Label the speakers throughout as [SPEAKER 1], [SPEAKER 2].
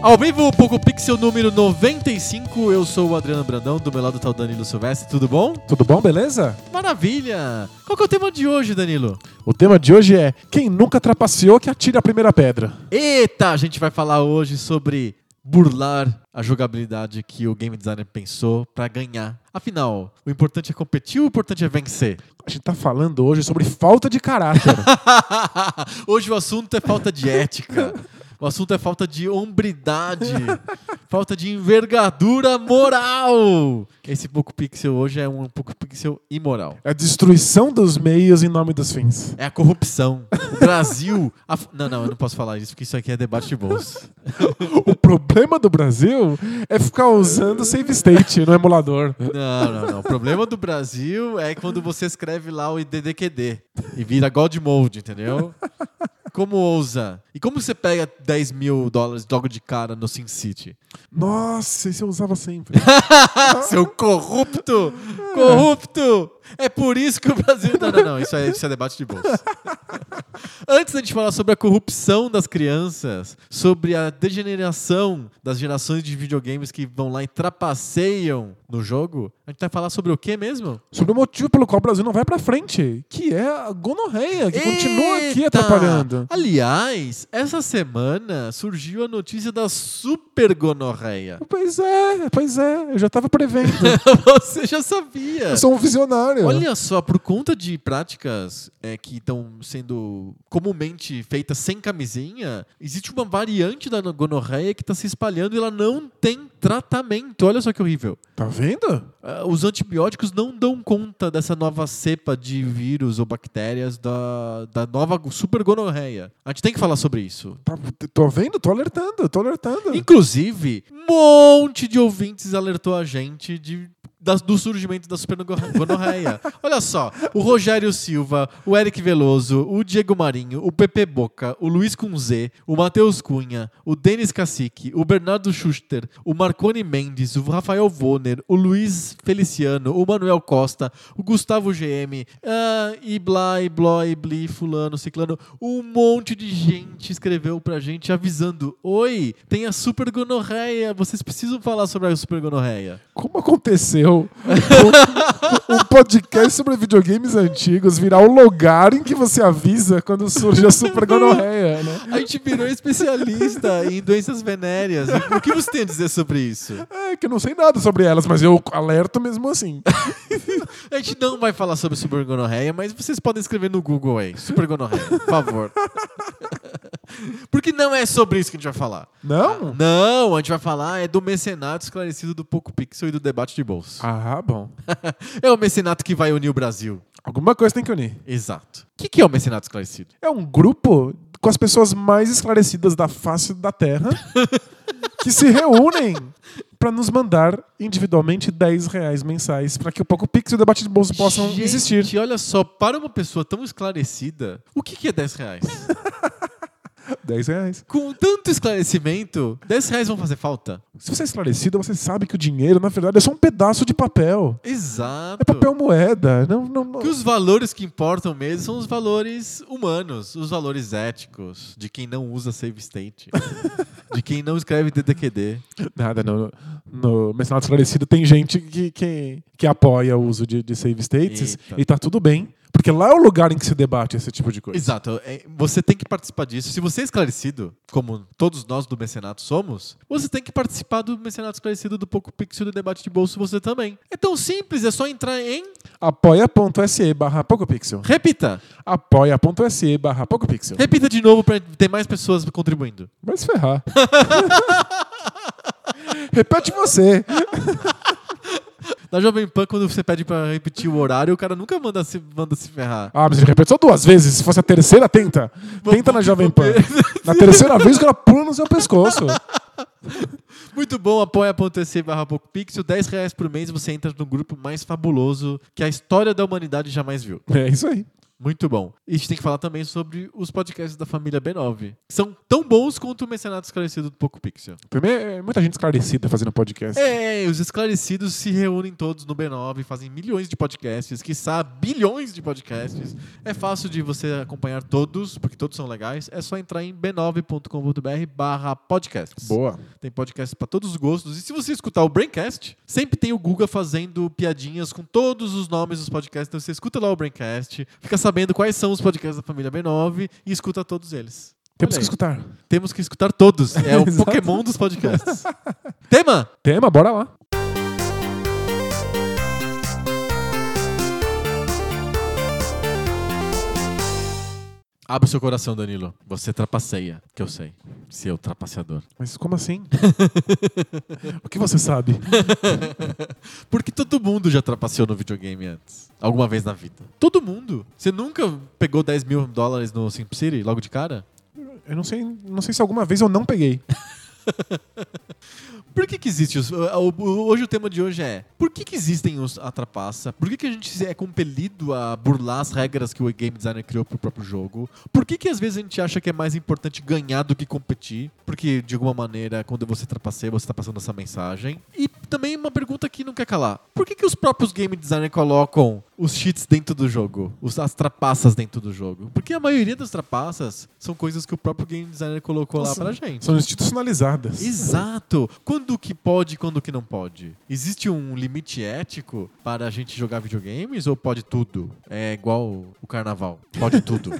[SPEAKER 1] Ao vivo, Poco Pixel número 95, eu sou o Adriano Brandão, do meu lado tá o Danilo Silvestre, tudo bom?
[SPEAKER 2] Tudo bom, beleza?
[SPEAKER 1] Maravilha! Qual que é o tema de hoje, Danilo?
[SPEAKER 2] O tema de hoje é Quem nunca trapaceou que atire a primeira pedra.
[SPEAKER 1] Eita, a gente vai falar hoje sobre burlar a jogabilidade que o game designer pensou pra ganhar. Afinal, o importante é competir, o importante é vencer.
[SPEAKER 2] A gente tá falando hoje sobre falta de caráter.
[SPEAKER 1] hoje o assunto é falta de ética. O assunto é falta de hombridade, falta de envergadura moral. Esse pouco pixel hoje é um pouco pixel imoral.
[SPEAKER 2] É a destruição dos meios em nome dos fins.
[SPEAKER 1] É a corrupção. O Brasil. a f- Não, não, eu não posso falar isso, porque isso aqui é debate de bolso.
[SPEAKER 2] O problema do Brasil é ficar usando save state no emulador.
[SPEAKER 1] Não, não, não. O problema do Brasil é quando você escreve lá o IDDQD e vira God Mode, entendeu? Como ousa? E como você pega 10 mil dólares logo de cara no Sin City?
[SPEAKER 2] Nossa, esse eu usava sempre.
[SPEAKER 1] Seu corrupto! Corrupto! É por isso que o Brasil. Não, não, não. Isso é, isso é debate de bolsa. Antes da gente falar sobre a corrupção das crianças, sobre a degeneração das gerações de videogames que vão lá e trapaceiam no jogo, a gente vai falar sobre o que mesmo?
[SPEAKER 2] Sobre o motivo pelo qual o Brasil não vai pra frente, que é a gonorreia, que continua aqui
[SPEAKER 1] Eita!
[SPEAKER 2] atrapalhando.
[SPEAKER 1] Aliás, essa semana surgiu a notícia da super gonorreia.
[SPEAKER 2] Pois é, pois é, eu já tava prevendo.
[SPEAKER 1] Você já sabia.
[SPEAKER 2] Eu sou um visionário.
[SPEAKER 1] Olha só, por conta de práticas é, que estão sendo comumente feitas sem camisinha, existe uma variante da gonorreia que está se espalhando e ela não tem tratamento. Olha só que horrível.
[SPEAKER 2] Tá vendo?
[SPEAKER 1] Ah, os antibióticos não dão conta dessa nova cepa de vírus ou bactérias da, da nova super gonorreia. A gente tem que falar sobre isso.
[SPEAKER 2] Tá- tô vendo, tô alertando, tô alertando.
[SPEAKER 1] Inclusive, um monte de ouvintes alertou a gente de- das- do surgimento da super gono- gonorreia. Olha só, o Rogério Silva, o Eric Veloso, o Diego Marinho, o Pepe Boca, o Luiz Kunze, o Matheus Cunha, o Denis Cacique, o Bernardo Schuster, o Marconi Mendes, o Rafael Voner, o Luiz Feliciano, o Manuel Costa, o Gustavo GM, ah, e blá, e bló, e bli, fulano, ciclano. Um monte de gente escreveu pra gente avisando: Oi, tem a super gonorreia, vocês precisam falar sobre a super gonorreia.
[SPEAKER 2] Como aconteceu um, um podcast sobre videogames antigos virar o lugar em que você avisa quando surge a super gonorreia, né?
[SPEAKER 1] A gente virou especialista em doenças venéreas. O que você tem a dizer sobre isso?
[SPEAKER 2] É, que eu não sei nada sobre elas, mas eu alerto mesmo assim.
[SPEAKER 1] A gente não vai falar sobre super gonorreia, mas vocês podem escrever no Google aí, super gonorreia, por favor. Porque não é sobre isso que a gente vai falar.
[SPEAKER 2] Não?
[SPEAKER 1] Não, a gente vai falar é do mecenato esclarecido do Poco Pixel e do debate de bolso.
[SPEAKER 2] Ah, bom.
[SPEAKER 1] É o mecenato que vai unir o Brasil.
[SPEAKER 2] Alguma coisa tem que unir.
[SPEAKER 1] Exato. O que, que é o mecenato esclarecido?
[SPEAKER 2] É um grupo com as pessoas mais esclarecidas da face da Terra que se reúnem pra nos mandar individualmente 10 reais mensais pra que o Poco Pix e o debate de bolso possam
[SPEAKER 1] Gente,
[SPEAKER 2] existir.
[SPEAKER 1] olha só, para uma pessoa tão esclarecida, o que, que é 10 reais?
[SPEAKER 2] 10 reais.
[SPEAKER 1] Com tanto esclarecimento, 10 reais vão fazer falta?
[SPEAKER 2] Se você é esclarecido, você sabe que o dinheiro, na verdade, é só um pedaço de papel.
[SPEAKER 1] Exato.
[SPEAKER 2] É papel moeda. Não, não, não.
[SPEAKER 1] Que os valores que importam mesmo são os valores humanos, os valores éticos, de quem não usa save state, de quem não escreve DDQD.
[SPEAKER 2] Nada, no, no mencionado esclarecido tem gente que, que, que apoia o uso de, de save states
[SPEAKER 1] Eita.
[SPEAKER 2] e tá tudo bem. Porque lá é o lugar em que se debate esse tipo de coisa.
[SPEAKER 1] Exato. É, Você tem que participar disso. Se você é esclarecido, como todos nós do Mecenato somos, você tem que participar do Mecenato Esclarecido, do Poco Pixel e do Debate de Bolso você também. É tão simples, é só entrar em...
[SPEAKER 2] Apoia.se barra PocoPixel.
[SPEAKER 1] Repita!
[SPEAKER 2] Apoia.se barra PocoPixel.
[SPEAKER 1] Repita de novo para ter mais pessoas contribuindo.
[SPEAKER 2] Vai se ferrar. Repete você.
[SPEAKER 1] Na Jovem Pan, quando você pede pra repetir o horário, o cara nunca manda se, manda se ferrar.
[SPEAKER 2] Ah, mas ele repete só duas vezes. Se fosse a terceira, tenta. Tenta na Jovem Pan. Na terceira vez, o cara pula no seu pescoço.
[SPEAKER 1] Muito bom, apoia.se barra PocoPixel. 10 reais por mês você entra no grupo mais fabuloso que a história da humanidade jamais viu.
[SPEAKER 2] É isso aí.
[SPEAKER 1] Muito bom. E a gente tem que falar também sobre os podcasts da família B9. que São tão bons quanto o Mecenato Esclarecido do PocoPixel.
[SPEAKER 2] Primeiro, é muita gente esclarecida fazendo podcast.
[SPEAKER 1] É, os esclarecidos se reúnem todos no B9, fazem milhões de podcasts, quiçá bilhões de podcasts. É fácil de você acompanhar todos, porque todos são legais. É só entrar em b9.com.br barra podcasts.
[SPEAKER 2] Boa.
[SPEAKER 1] Tem podcasts para todos os gostos. E se você escutar o Braincast, sempre tem o Guga fazendo piadinhas com todos os nomes dos podcasts. Então você escuta lá o Braincast, fica sabendo quais são os podcasts da família B9 e escuta todos eles.
[SPEAKER 2] Temos
[SPEAKER 1] Olha
[SPEAKER 2] que
[SPEAKER 1] aí.
[SPEAKER 2] escutar.
[SPEAKER 1] Temos que escutar todos. É o
[SPEAKER 2] Exato.
[SPEAKER 1] Pokémon dos podcasts. Tema!
[SPEAKER 2] Tema, bora lá.
[SPEAKER 1] Abre o seu coração, Danilo. Você trapaceia, que eu sei. Seu trapaceador.
[SPEAKER 2] Mas como assim? o que você sabe?
[SPEAKER 1] Porque todo mundo já trapaceou no videogame antes. Alguma vez na vida. Todo mundo. Você nunca pegou 10 mil dólares no SimCity logo de cara?
[SPEAKER 2] Eu não sei, não sei se alguma vez eu não peguei.
[SPEAKER 1] Por que, que existe os, eh, o- o- Hoje o tema de hoje é Por que, que existem os, a trapaça? Por que, que a gente é compelido a burlar as regras que o game designer criou pro próprio jogo? Por que, que às vezes a gente acha que é mais importante ganhar do que competir? Porque, de alguma maneira, quando você trapaceia, você tá passando essa mensagem. E também uma pergunta que não quer calar. Por que, que os próprios game designers colocam os cheats dentro do jogo? Os, as trapaças dentro do jogo? Porque a maioria das trapaças são coisas que o próprio game designer colocou
[SPEAKER 2] Nossa,
[SPEAKER 1] lá pra gente.
[SPEAKER 2] São institucionalizadas.
[SPEAKER 1] Exato. Quando que pode, quando que não pode? Existe um limite ético para a gente jogar videogames ou pode tudo? É igual o carnaval. Pode tudo.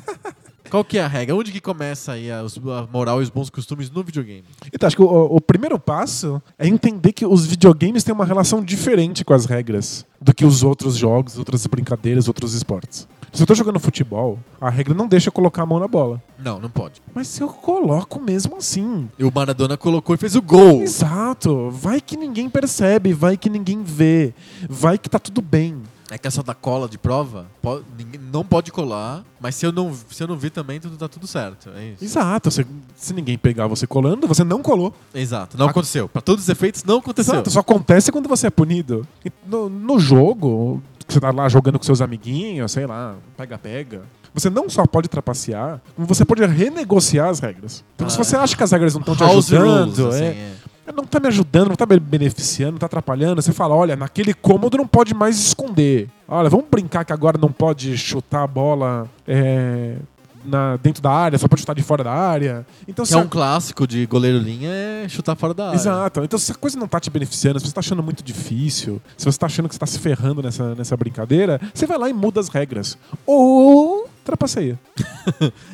[SPEAKER 1] Qual que é a regra? Onde que começa aí a, os- a moral e os bons costumes no videogame?
[SPEAKER 2] Então, acho que o, o primeiro passo é entender que os videogames têm uma relação diferente com as regras do que os outros jogos, outras brincadeiras, outros esportes. Se eu tô jogando futebol, a regra não deixa eu colocar a mão na bola.
[SPEAKER 1] Não, não pode.
[SPEAKER 2] Mas se eu coloco mesmo assim.
[SPEAKER 1] E o Maradona colocou e fez o gol.
[SPEAKER 2] Exato. Vai que ninguém percebe, vai que ninguém vê, vai que tá tudo bem.
[SPEAKER 1] É que essa da cola de prova, po- ninguém- não pode colar, mas se eu não, se eu não vi também, tudo tá tudo certo. É isso.
[SPEAKER 2] Exato. Se, se ninguém pegar você colando, você não colou.
[SPEAKER 1] Exato. Não aconteceu. Para todos os efeitos, não aconteceu.
[SPEAKER 2] Exato, só acontece quando você é punido. E No, no jogo, que você tá lá jogando com seus amiguinhos, sei lá, pega-pega. Você não só pode trapacear, como você pode renegociar as regras. Então, se
[SPEAKER 1] Ah.
[SPEAKER 2] você acha que as regras não estão te
[SPEAKER 1] House
[SPEAKER 2] ajudando,
[SPEAKER 1] rules, assim,
[SPEAKER 2] é,
[SPEAKER 1] é.
[SPEAKER 2] não tá me ajudando, não tá me beneficiando, não tá atrapalhando, você fala: olha, naquele cômodo não pode mais esconder. Olha, vamos brincar que agora não pode chutar a bola é, na, dentro da área, só pode chutar de fora da área. Então,
[SPEAKER 1] Que
[SPEAKER 2] se
[SPEAKER 1] é
[SPEAKER 2] a-
[SPEAKER 1] um clássico de goleiro linha é chutar fora da área.
[SPEAKER 2] Exato. Então, se a coisa não tá te beneficiando, se você tá achando muito difícil, se você tá achando que você tá se ferrando nessa, nessa brincadeira, você vai lá e muda as regras. Ou trapaceia.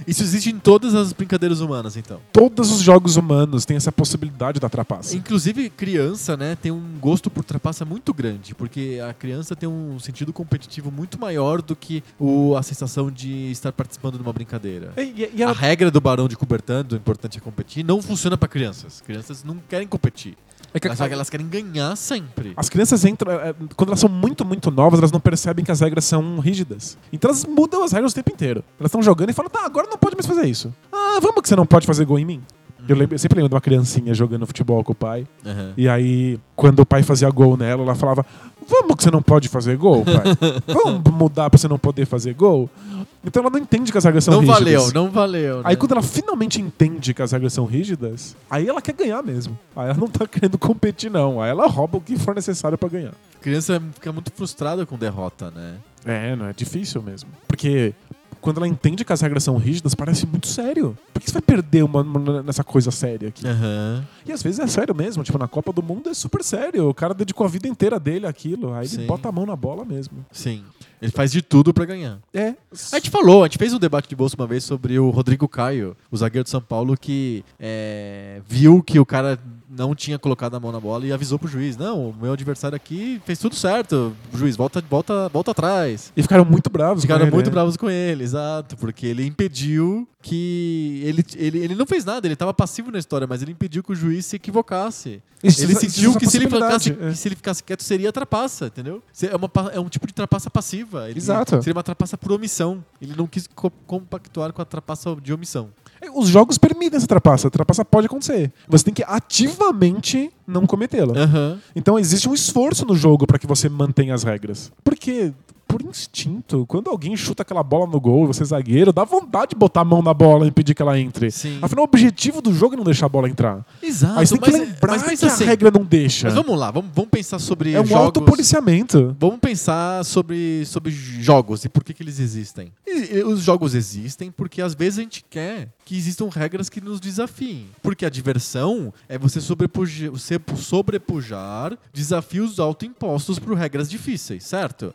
[SPEAKER 1] Isso existe em todas as brincadeiras humanas, então.
[SPEAKER 2] Todos os jogos humanos têm essa possibilidade da trapaça.
[SPEAKER 1] Inclusive, criança, né, tem um gosto por trapaça muito grande, porque a criança tem um sentido competitivo muito maior do que o, a sensação de estar participando de uma brincadeira.
[SPEAKER 2] E, e- É, e
[SPEAKER 1] A
[SPEAKER 2] ela-
[SPEAKER 1] regra do Barão de Coubertin, do importante é competir, não funciona pra crianças. Crianças não querem competir.
[SPEAKER 2] é que
[SPEAKER 1] Elas, elas querem ganhar sempre.
[SPEAKER 2] As crianças entram. é, Quando elas são muito, muito novas, elas não percebem que as regras são rígidas. Então elas mudam as regras o tempo inteiro. Elas estão jogando e falam, tá, agora não pode mais fazer isso. Ah, vamos que você não pode fazer gol em mim. Eu, lembro- eu sempre lembro de uma criancinha jogando futebol com o pai.
[SPEAKER 1] Aham.
[SPEAKER 2] E aí, quando o pai fazia gol nela, ela falava: Vamos que você não pode fazer gol, pai. Vamos mudar pra você não poder fazer gol. Então ela não entende que as regras são
[SPEAKER 1] Não
[SPEAKER 2] rígidas.
[SPEAKER 1] valeu, não valeu.
[SPEAKER 2] Aí
[SPEAKER 1] né?
[SPEAKER 2] quando ela finalmente entende que as regras são rígidas, aí ela quer ganhar mesmo. Aí ela não tá querendo competir, não. Aí ela rouba o que for necessário pra ganhar.
[SPEAKER 1] Criança fica muito frustrada com derrota, né?
[SPEAKER 2] É, não é difícil mesmo. Porque quando ela entende que as regras são rígidas, parece muito sério. Por que você vai perder uma, uma- nessa coisa séria aqui?
[SPEAKER 1] É. Aham.
[SPEAKER 2] E às vezes é sério mesmo. Tipo, na Copa do Mundo é super sério. O cara dedicou a vida inteira dele àquilo. Aí
[SPEAKER 1] Sim.
[SPEAKER 2] ele bota a mão na bola mesmo.
[SPEAKER 1] Sim. Ele faz de tudo pra ganhar.
[SPEAKER 2] É.
[SPEAKER 1] A gente falou, a gente fez um debate de bolsa uma vez sobre o Rodrigo Caio, o zagueiro de São Paulo, que é, viu que o cara não tinha colocado a mão na bola e avisou pro juiz: Não, o meu adversário aqui fez tudo certo. Juiz, volta, volta, volta atrás.
[SPEAKER 2] E ficaram muito bravos.
[SPEAKER 1] Os caras
[SPEAKER 2] com ele,
[SPEAKER 1] muito
[SPEAKER 2] né?
[SPEAKER 1] bravos com ele, exato, porque ele impediu que. Ele, ele, ele não fez nada, ele tava passivo na história, mas ele impediu que o juiz se equivocasse.
[SPEAKER 2] Isso,
[SPEAKER 1] Ele
[SPEAKER 2] isso,
[SPEAKER 1] sentiu
[SPEAKER 2] isso é
[SPEAKER 1] que se ele,
[SPEAKER 2] possibilidade,
[SPEAKER 1] ficasse,
[SPEAKER 2] é.
[SPEAKER 1] que se ele ficasse quieto seria trapaça, entendeu? Se- É, uma, pa- é um tipo de trapaça passiva. Ele-
[SPEAKER 2] Exato.
[SPEAKER 1] Seria uma trapaça por omissão. Ele não quis co- compactuar com a trapaça de omissão.
[SPEAKER 2] É, Os jogos permitem essa trapaça. A trapaça pode acontecer. Você tem que ativamente não cometê-la.
[SPEAKER 1] Aham.
[SPEAKER 2] Então existe um esforço no jogo para que você mantenha as regras. Porque, por instinto, quando alguém chuta aquela bola no gol, você é zagueiro, dá vontade de botar a mão na bola e impedir que ela entre.
[SPEAKER 1] Sim.
[SPEAKER 2] Afinal, o objetivo do jogo é não deixar a bola entrar.
[SPEAKER 1] Exato.
[SPEAKER 2] Aí você tem que
[SPEAKER 1] mas-
[SPEAKER 2] lembrar
[SPEAKER 1] mas pensa
[SPEAKER 2] que
[SPEAKER 1] assim,
[SPEAKER 2] a regra não deixa.
[SPEAKER 1] Mas vamos lá, vamos, vamos pensar sobre
[SPEAKER 2] é um
[SPEAKER 1] jogos.
[SPEAKER 2] autopoliciamento.
[SPEAKER 1] Vamos pensar sobre, sobre jogos e por que, que eles existem. E- e os jogos existem porque às vezes a gente quer que existam regras que nos desafiem. Porque a diversão é você sobrepuja- você p- sobrepujar desafios autoimpostos por regras difíceis, certo?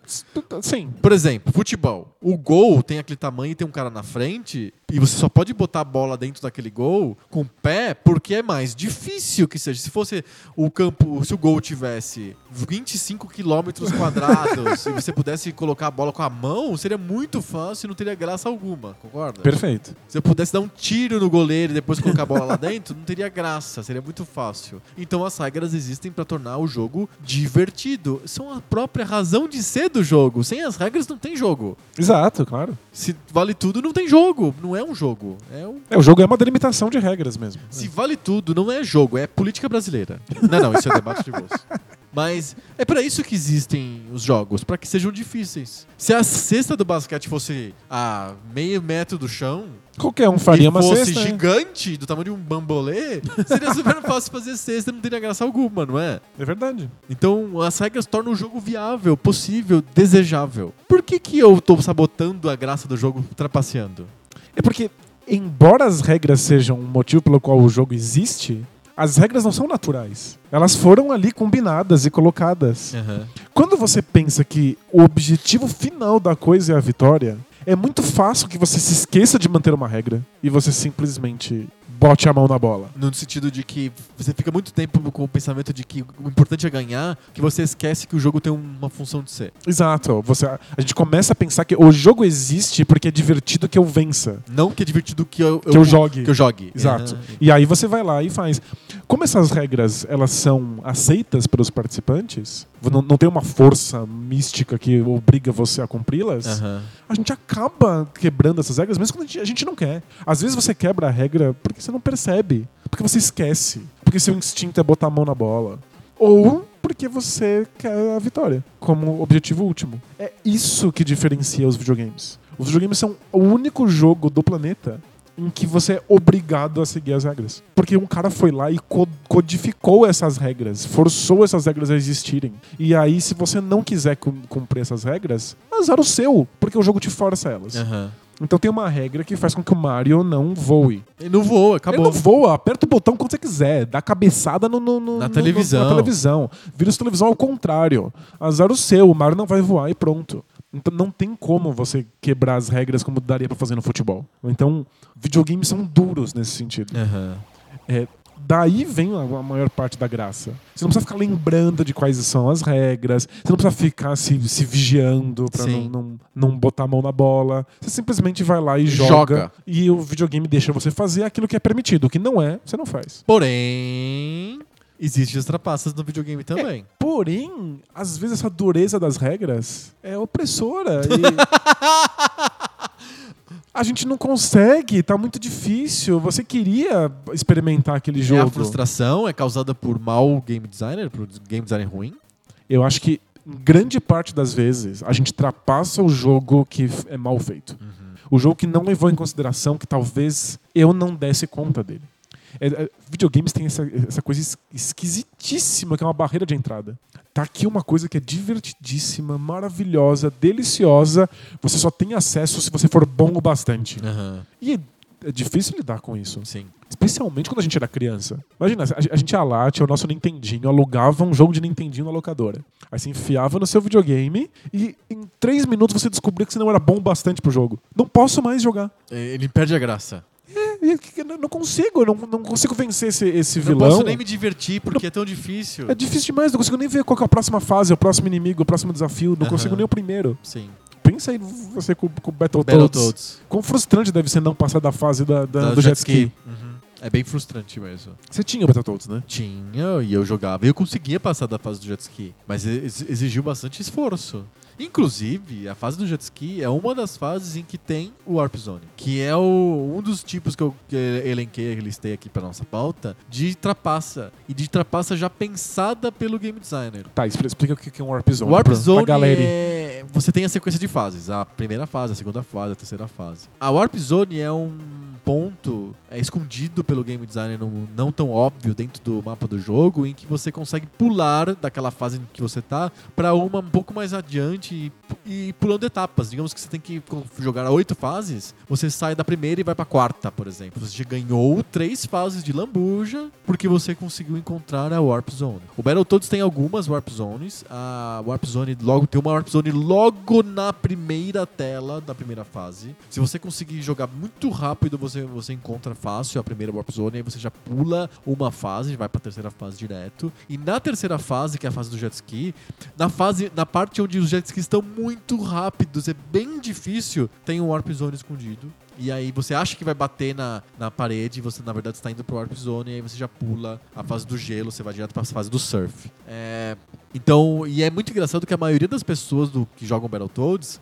[SPEAKER 2] Sim.
[SPEAKER 1] Por exemplo, futebol. O gol tem aquele tamanho e tem um cara na frente, e você só pode botar a bola dentro daquele gol com o pé, porque é mais difícil que seja. Se fosse o campo, se o gol tivesse 25 quilômetros quadrados e você pudesse colocar a bola com a mão, seria muito fácil e não teria graça alguma, concorda?
[SPEAKER 2] Perfeito.
[SPEAKER 1] Se eu pudesse dar um tiro no goleiro e depois colocar a bola lá dentro, não teria graça, seria muito fácil. Então as regras existem pra tornar o jogo divertido. São a própria razão de ser do jogo. Sem as regras não tem jogo.
[SPEAKER 2] Exato, claro.
[SPEAKER 1] Se vale tudo, não tem jogo. Não é um jogo. É um...
[SPEAKER 2] É, o jogo é uma delimitação de regras mesmo.
[SPEAKER 1] Se vale tudo, não é jogo, é política brasileira. Não, não, isso é debate de bolso. Mas é pra isso que existem os jogos, pra que sejam difíceis. Se a cesta do basquete fosse a meio metro do chão,
[SPEAKER 2] Qualquer um faria
[SPEAKER 1] e
[SPEAKER 2] uma
[SPEAKER 1] fosse
[SPEAKER 2] cesta.
[SPEAKER 1] gigante, do tamanho de um bambolê, seria super fácil fazer cesta, não teria graça alguma, não é?
[SPEAKER 2] É verdade.
[SPEAKER 1] Então as regras tornam o jogo viável, possível, desejável. Por que, que eu tô sabotando a graça do jogo trapaceando?
[SPEAKER 2] É porque, embora as regras sejam um motivo pelo qual o jogo existe, as regras não são naturais. Elas foram ali combinadas e colocadas.
[SPEAKER 1] É.
[SPEAKER 2] Quando você pensa que o objetivo final da coisa é a vitória, é muito fácil que você se esqueça de manter uma regra e você simplesmente bote a mão na bola.
[SPEAKER 1] No sentido de que você fica muito tempo com o pensamento de que o importante é ganhar, que você esquece que o jogo tem uma função de ser.
[SPEAKER 2] Exato. Você, a gente começa a pensar que o jogo existe porque é divertido que eu vença,
[SPEAKER 1] Não que é divertido que eu,
[SPEAKER 2] que eu jogue.
[SPEAKER 1] que eu jogue.
[SPEAKER 2] Exato.
[SPEAKER 1] Aham.
[SPEAKER 2] E aí você vai lá e faz. Como essas regras elas são aceitas pelos participantes, não, não tem uma força mística que obriga você a cumpri-las,
[SPEAKER 1] Aham.
[SPEAKER 2] a gente acaba quebrando essas regras, mesmo quando a gente, a gente não quer. Às vezes você quebra a regra porque você não percebe, porque você esquece, porque seu instinto é botar a mão na bola. Ou porque você quer a vitória como objetivo último. É isso que diferencia os videogames. Os videogames são o único jogo do planeta em que você é obrigado a seguir as regras. Porque um cara foi lá e co- codificou essas regras, forçou essas regras a existirem. E aí, se você não quiser cum- cumprir essas regras, azar o seu, porque o jogo te força a elas.
[SPEAKER 1] Aham.
[SPEAKER 2] Então tem uma regra que faz com que o Mario não voe.
[SPEAKER 1] E não voa, acabou.
[SPEAKER 2] Ele não voa, aperta o botão quando você quiser, dá cabeçada no, no- no-
[SPEAKER 1] Na
[SPEAKER 2] no-
[SPEAKER 1] televisão.
[SPEAKER 2] na televisão. Vira sua televisão ao contrário. Azar o seu, o Mario não vai voar e pronto. Então não tem como você quebrar as regras como daria pra fazer no futebol. Então, videogames são duros nesse sentido.
[SPEAKER 1] Aham.
[SPEAKER 2] É, daí vem a, a maior parte da graça. Você não precisa ficar lembrando de quais são as regras, você não precisa ficar se, se vigiando pra não,
[SPEAKER 1] Sim.
[SPEAKER 2] não, não botar a mão na bola. Você simplesmente vai lá e joga,
[SPEAKER 1] Joga.
[SPEAKER 2] E o videogame deixa você fazer aquilo que é permitido. O que não é, você não faz.
[SPEAKER 1] Porém, existem as trapaças no videogame
[SPEAKER 2] É,
[SPEAKER 1] também.
[SPEAKER 2] Porém, às vezes essa dureza das regras é opressora. e- A gente não consegue, tá muito difícil. Você queria experimentar aquele
[SPEAKER 1] É a
[SPEAKER 2] jogo.
[SPEAKER 1] frustração é causada por mau game designer, por game design ruim.
[SPEAKER 2] Eu acho que em grande parte das vezes a gente trapaça o jogo que f- é mal feito. O jogo que não levou em consideração que talvez eu não desse conta dele. É, é, videogames tem essa, essa coisa es- esquisitíssima que é uma barreira de entrada. Tá aqui uma coisa que é divertidíssima, maravilhosa, deliciosa. Você só tem acesso se você for bom o bastante.
[SPEAKER 1] Aham,
[SPEAKER 2] E é- é difícil lidar com isso.
[SPEAKER 1] sim.
[SPEAKER 2] Especialmente quando a gente era criança. Imagina, a a gente ia lá, tinha o nosso Nintendinho, alugava um jogo de Nintendinho na locadora. Aí você enfiava no seu videogame e em três minutos você descobria que você não era bom bastante pro jogo. Não posso mais jogar.
[SPEAKER 1] É, Ele perde a graça.
[SPEAKER 2] É, é que eu não não consigo, eu não, não consigo vencer esse, esse
[SPEAKER 1] Não
[SPEAKER 2] vilão.
[SPEAKER 1] posso nem me divertir porque é tão difícil.
[SPEAKER 2] É difícil demais, não consigo nem ver qual que é a próxima fase, o próximo inimigo, o próximo desafio, não
[SPEAKER 1] Aham.
[SPEAKER 2] consigo nem o primeiro.
[SPEAKER 1] Sim.
[SPEAKER 2] Pensa aí você com, com o Battletoads.
[SPEAKER 1] Battletoads.
[SPEAKER 2] Quão frustrante deve ser não passar da fase da, da-
[SPEAKER 1] Da
[SPEAKER 2] do jet ski.
[SPEAKER 1] Uhum. É bem frustrante mesmo.
[SPEAKER 2] Você tinha o Battletoads, né?
[SPEAKER 1] Tinha e eu jogava. E eu conseguia passar da fase do jet ski. Mas ex- exigiu bastante esforço. Inclusive, a fase do jet ski é uma das fases em que tem o Warp Zone, que é o- um dos tipos que eu que eu elenquei, que listei aqui pra nossa pauta, de trapaça. E de trapaça já pensada pelo game designer.
[SPEAKER 2] Tá, expli- explica o que que é um Warp Zone,
[SPEAKER 1] Warp
[SPEAKER 2] pra,
[SPEAKER 1] Zone
[SPEAKER 2] pra galera.
[SPEAKER 1] é... Você tem a sequência de fases. A primeira fase, a segunda fase, a terceira fase. A Warp Zone é um ponto é, escondido pelo game designer não, não tão óbvio dentro do mapa do jogo em que você consegue pular daquela fase em que você tá pra uma um pouco mais adiante e, e pulando etapas. Digamos que você tem que co- jogar oito fases, você sai da primeira e vai pra quarta, por exemplo. Você já ganhou três fases de lambuja porque você conseguiu encontrar a Warp Zone. O Battletoads tem algumas Warp Zones. A Warp Zone logo tem uma Warp Zone logo na primeira tela da primeira fase. Se você conseguir jogar muito rápido, você, você encontra fácil a primeira Warp Zone, aí você já pula uma fase, vai pra terceira fase direto. E na terceira fase, que é a fase do jet ski, na fase, na parte onde os jet skis estão muito rápidos, é bem difícil, tem um warp zone escondido. E aí você acha que vai bater na, na parede, você na verdade está indo pro warp zone, e aí você já pula a fase do gelo, você vai direto pra fase do surf. É, então, e é muito engraçado que a maioria das pessoas do, que jogam Battletoads,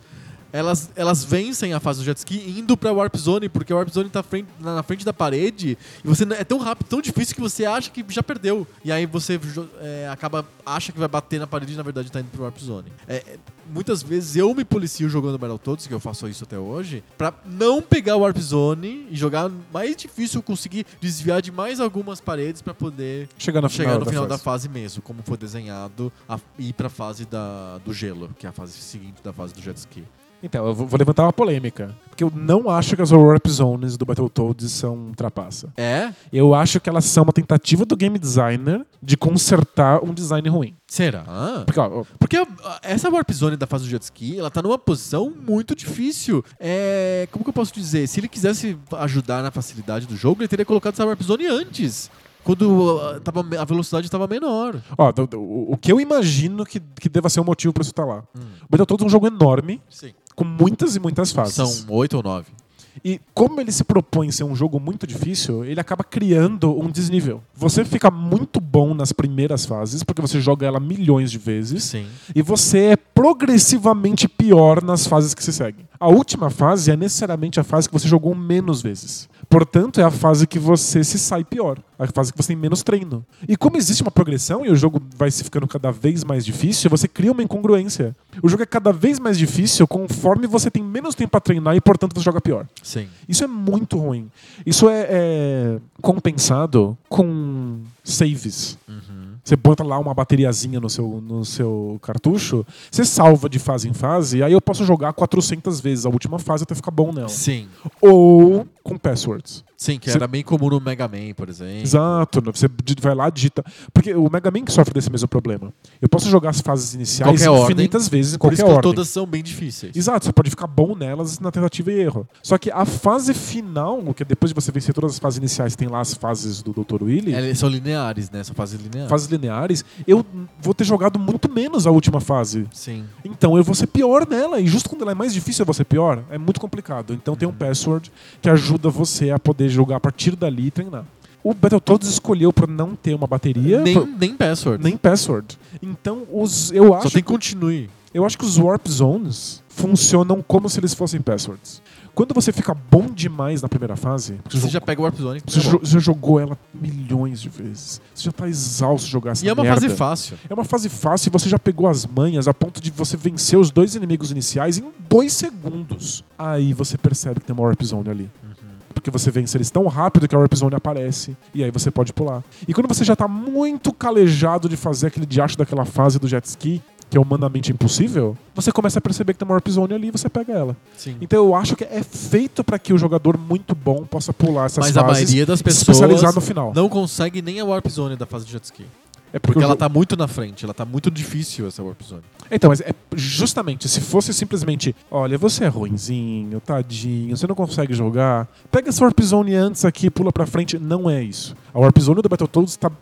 [SPEAKER 1] elas, elas vencem a fase do jet ski indo pra warp zone, porque a warp zone tá frente- na na frente da parede e você não- é tão rápido, tão difícil que você acha que já perdeu. E aí você jo- é, acaba, acha que vai bater na parede e na verdade tá indo pro Warp Zone. É, é, muitas vezes eu me policio jogando Battletoads, que eu faço isso até hoje, pra não pegar o Warp Zone e jogar mais difícil, conseguir desviar de mais algumas paredes pra poder
[SPEAKER 2] Chegar no final,
[SPEAKER 1] chegar no
[SPEAKER 2] da,
[SPEAKER 1] final da
[SPEAKER 2] fase.
[SPEAKER 1] fase mesmo, como foi desenhado, a, ir pra fase da, do gelo, que é a fase seguinte da fase do jet ski.
[SPEAKER 2] Então, eu vou vou levantar uma polêmica. Porque eu não acho que as Warp Zones do Battletoads são um trapaça.
[SPEAKER 1] É?
[SPEAKER 2] Eu acho que elas são uma tentativa do game designer de consertar um design ruim.
[SPEAKER 1] Será?
[SPEAKER 2] Porque, ó, ó,
[SPEAKER 1] Porque a- a- essa Warp Zone da fase do jet ski, ela tá numa posição muito difícil. É, como que eu posso dizer? Se ele quisesse ajudar na facilidade do jogo, ele teria colocado essa Warp Zone antes. Quando ah, tava me- a velocidade estava menor.
[SPEAKER 2] ó, do- do- o, o que eu imagino que, que deva ser o motivo pra isso estar lá.
[SPEAKER 1] Hum.
[SPEAKER 2] O Battletoads é um jogo enorme,
[SPEAKER 1] Sim.
[SPEAKER 2] com muitas e muitas fases.
[SPEAKER 1] São oito ou nove.
[SPEAKER 2] E como ele se propõe ser um jogo muito difícil, ele acaba criando um desnível. Você fica muito bom nas primeiras fases, porque você joga ela milhões de vezes.
[SPEAKER 1] Sim.
[SPEAKER 2] E você é progressivamente pior nas fases que se seguem. A última fase é necessariamente a fase que você jogou menos vezes. Portanto, é a fase que você se sai pior, a fase que você tem menos treino. E como existe uma progressão e o jogo vai se ficando cada vez mais difícil, você cria uma incongruência. O jogo é cada vez mais difícil conforme você tem menos tempo pra treinar e, portanto, você joga pior.
[SPEAKER 1] Sim.
[SPEAKER 2] Isso é muito ruim. Isso é, é compensado com saves.
[SPEAKER 1] Uhum.
[SPEAKER 2] Você bota lá uma bateriazinha no seu, no seu cartucho, você salva de fase em fase, aí eu posso jogar 400 vezes a última fase até ficar bom nela.
[SPEAKER 1] Sim.
[SPEAKER 2] Ou com passwords.
[SPEAKER 1] Sim, que
[SPEAKER 2] Então. Se-
[SPEAKER 1] era bem comum no Mega Man, por exemplo.
[SPEAKER 2] Exato, né? você di- vai lá, digita. Porque o Mega Man que sofre desse mesmo problema. Eu posso jogar as fases iniciais
[SPEAKER 1] Qualquer ordem.
[SPEAKER 2] infinitas vezes, em
[SPEAKER 1] Por isso
[SPEAKER 2] qualquer
[SPEAKER 1] que
[SPEAKER 2] ordem.
[SPEAKER 1] todas são bem difíceis.
[SPEAKER 2] Exato, você pode ficar bom nelas na tentativa e erro. Só que a fase final, que é depois de você vencer todas as fases iniciais, tem lá as fases do Dr. Willy,
[SPEAKER 1] Elas são lineares, né? São fases lineares.
[SPEAKER 2] fases lineares, eu vou ter jogado muito menos a última fase.
[SPEAKER 1] Sim.
[SPEAKER 2] Então eu vou ser pior nela, e justo quando ela é mais difícil eu vou ser pior, é muito complicado. Então
[SPEAKER 1] Uhum.
[SPEAKER 2] tem um password que ajuda você a poder jogar a partir dali e treinar. O Battletoads escolheu pra não ter uma bateria,
[SPEAKER 1] Nem,
[SPEAKER 2] por-
[SPEAKER 1] nem password.
[SPEAKER 2] nem password. Então os, eu acho
[SPEAKER 1] Só tem continue.
[SPEAKER 2] eu acho que os Warp Zones funcionam como se eles fossem passwords. Quando você fica bom demais na primeira fase, porque
[SPEAKER 1] Você
[SPEAKER 2] jo-
[SPEAKER 1] já pega o Warp Zone.
[SPEAKER 2] você
[SPEAKER 1] acabou.
[SPEAKER 2] jo- você jogou ela milhões de vezes. Você já tá exausto de jogar essa
[SPEAKER 1] E é uma
[SPEAKER 2] merda.
[SPEAKER 1] fase fácil.
[SPEAKER 2] É uma fase fácil e você já pegou as manhas a ponto de você vencer os
[SPEAKER 1] Uhum.
[SPEAKER 2] dois inimigos iniciais em dois segundos. Aí você percebe que tem uma Warp Zone ali. Porque porque você vence eles tão rápido que a Warp Zone aparece. E aí você pode pular. E quando você já tá muito calejado de fazer aquele diacho daquela fase do jet ski, que é humanamente impossível, você começa a perceber que tem uma Warp Zone ali e você pega ela.
[SPEAKER 1] Sim.
[SPEAKER 2] Então eu acho que é feito pra que o jogador muito bom possa pular essas
[SPEAKER 1] Mas a
[SPEAKER 2] fases.
[SPEAKER 1] maioria das
[SPEAKER 2] e se especializar
[SPEAKER 1] pessoas
[SPEAKER 2] no final.
[SPEAKER 1] Não consegue nem a Warp Zone da fase de jet ski.
[SPEAKER 2] é
[SPEAKER 1] Porque
[SPEAKER 2] o
[SPEAKER 1] ela
[SPEAKER 2] jo-
[SPEAKER 1] tá muito na frente, ela tá muito difícil essa Warp Zone.
[SPEAKER 2] Então, mas é justamente, se fosse simplesmente, olha, você é ruinzinho, tadinho, você não consegue jogar, pega essa Warp Zone antes aqui e pula pra frente. Não é isso. A Warp Zone do Battletoads tá,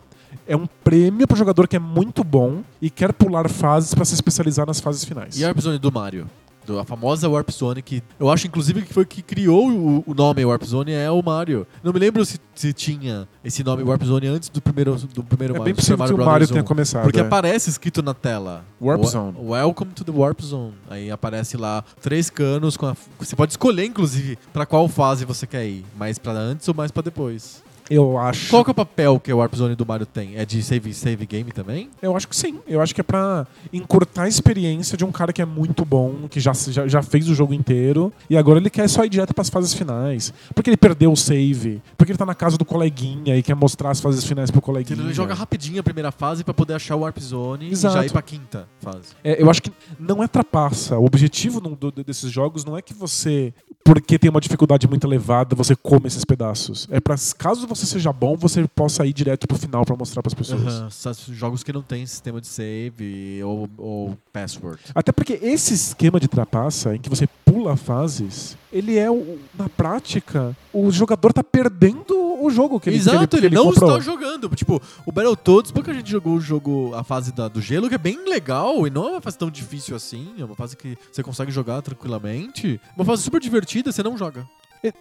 [SPEAKER 2] é um prêmio pro jogador que é muito bom e quer pular fases pra se especializar nas fases finais. É
[SPEAKER 1] E a Warp Zone do Mario? Do- a famosa Warp Zone que eu acho inclusive que foi o que criou o, o nome Warp Zone é o Mario. Não me lembro se, se tinha esse nome Warp Zone antes do primeiro, do primeiro
[SPEAKER 2] é
[SPEAKER 1] Mario.
[SPEAKER 2] bem
[SPEAKER 1] do
[SPEAKER 2] possível
[SPEAKER 1] Super Mario
[SPEAKER 2] que o Mario
[SPEAKER 1] Brothers
[SPEAKER 2] tenha
[SPEAKER 1] 1.
[SPEAKER 2] começado.
[SPEAKER 1] Porque
[SPEAKER 2] é.
[SPEAKER 1] aparece escrito na tela.
[SPEAKER 2] Warp
[SPEAKER 1] Wa-
[SPEAKER 2] Zone.
[SPEAKER 1] Welcome to the Warp Zone. Aí aparece lá três canos com a- Você pode escolher, inclusive, pra qual fase você quer ir. Mais pra antes ou mais pra depois.
[SPEAKER 2] Eu acho.
[SPEAKER 1] Qual que é o papel que o Warp Zone do Mario tem? É de save, save game também?
[SPEAKER 2] Eu acho que sim. Eu acho que é pra encurtar a experiência de um cara que é muito bom, que já, já, já fez o jogo inteiro, e agora ele quer só ir direto pras fases finais. Porque ele perdeu o save, porque ele tá na casa do coleguinha e quer mostrar as fases finais pro
[SPEAKER 1] Que
[SPEAKER 2] coleguinha.
[SPEAKER 1] ele joga rapidinho a primeira fase pra poder achar o Warp Zone
[SPEAKER 2] Exato.
[SPEAKER 1] e já ir pra quinta fase.
[SPEAKER 2] É, eu acho que não é trapaça. O objetivo num do- desses jogos não é que você, porque tem uma dificuldade muito elevada, você come esses pedaços. É pra, caso você seja bom, você possa ir direto pro final pra mostrar pras pessoas.
[SPEAKER 1] Aham, só- Jogos que não tem sistema de save ou, ou password.
[SPEAKER 2] Até porque esse esquema de trapaça, em que você pula fases, ele é, o- na prática, o jogador tá perdendo o jogo que ele que
[SPEAKER 1] Exato,
[SPEAKER 2] que
[SPEAKER 1] ele, não
[SPEAKER 2] comprou.
[SPEAKER 1] está jogando. Tipo, o Battletoads, pouca gente jogou o jogo, a fase da- do gelo, que é bem legal e não é uma fase tão difícil assim. É uma fase que você consegue jogar tranquilamente. Uma fase super divertida, você não joga.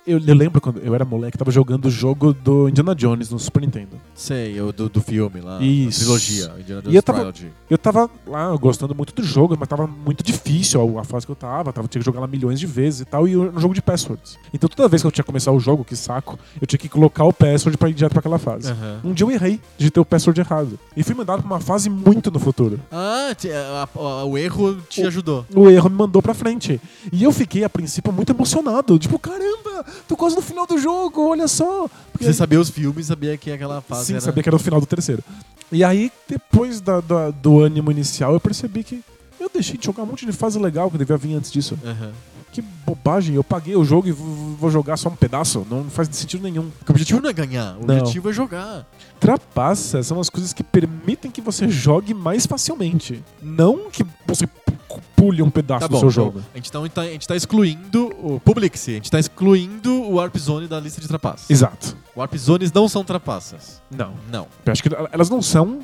[SPEAKER 2] Eu, eu lembro quando eu era moleque, tava jogando o jogo do Indiana Jones no Super Nintendo.
[SPEAKER 1] Sei, eu, do, do filme lá. da
[SPEAKER 2] Isso.
[SPEAKER 1] Trilogia, Indiana
[SPEAKER 2] E
[SPEAKER 1] Jones
[SPEAKER 2] eu tava-
[SPEAKER 1] Trilogy.
[SPEAKER 2] Eu tava lá gostando muito do jogo, mas tava muito difícil a a fase que eu tava, tava tinha que jogar lá milhões de vezes e tal, e eu- era um jogo de passwords. Então toda vez que eu tinha que começar o jogo, que saco, eu tinha que colocar o password pra ir direto pra aquela fase.
[SPEAKER 1] Aham.
[SPEAKER 2] Um dia eu errei, digitei o password errado. E fui mandado pra uma fase muito no futuro.
[SPEAKER 1] Ah, te- a- a- o erro te
[SPEAKER 2] O-
[SPEAKER 1] ajudou.
[SPEAKER 2] o erro me mandou pra frente. E eu fiquei, a princípio, muito emocionado. Tipo, caramba, tô quase no final do jogo, olha só. Porque
[SPEAKER 1] Você sabia os filmes, sabia que aquela fase né?
[SPEAKER 2] Sim,
[SPEAKER 1] era...
[SPEAKER 2] sabia que era o final do terceiro. E aí, depois da- da- do ânimo inicial, eu percebi que eu deixei de jogar um monte de fase legal que devia vir antes disso.
[SPEAKER 1] Aham.
[SPEAKER 2] Que bobagem, eu paguei o jogo e vou vou jogar só um pedaço. Não faz sentido nenhum.
[SPEAKER 1] Porque O objetivo não é ganhar, o
[SPEAKER 2] Não.
[SPEAKER 1] objetivo é jogar.
[SPEAKER 2] Trapaças são as coisas que permitem que você jogue mais facilmente. Não que você pule um pedaço
[SPEAKER 1] Tá
[SPEAKER 2] do
[SPEAKER 1] bom, então,
[SPEAKER 2] seu jogo.
[SPEAKER 1] A gente, tá, a gente tá excluindo o Publix, a gente tá excluindo o Warp Zone da lista de trapaças.
[SPEAKER 2] Exato.
[SPEAKER 1] Warp Zones não são trapaças.
[SPEAKER 2] Não.
[SPEAKER 1] Não.
[SPEAKER 2] Eu acho que elas não são.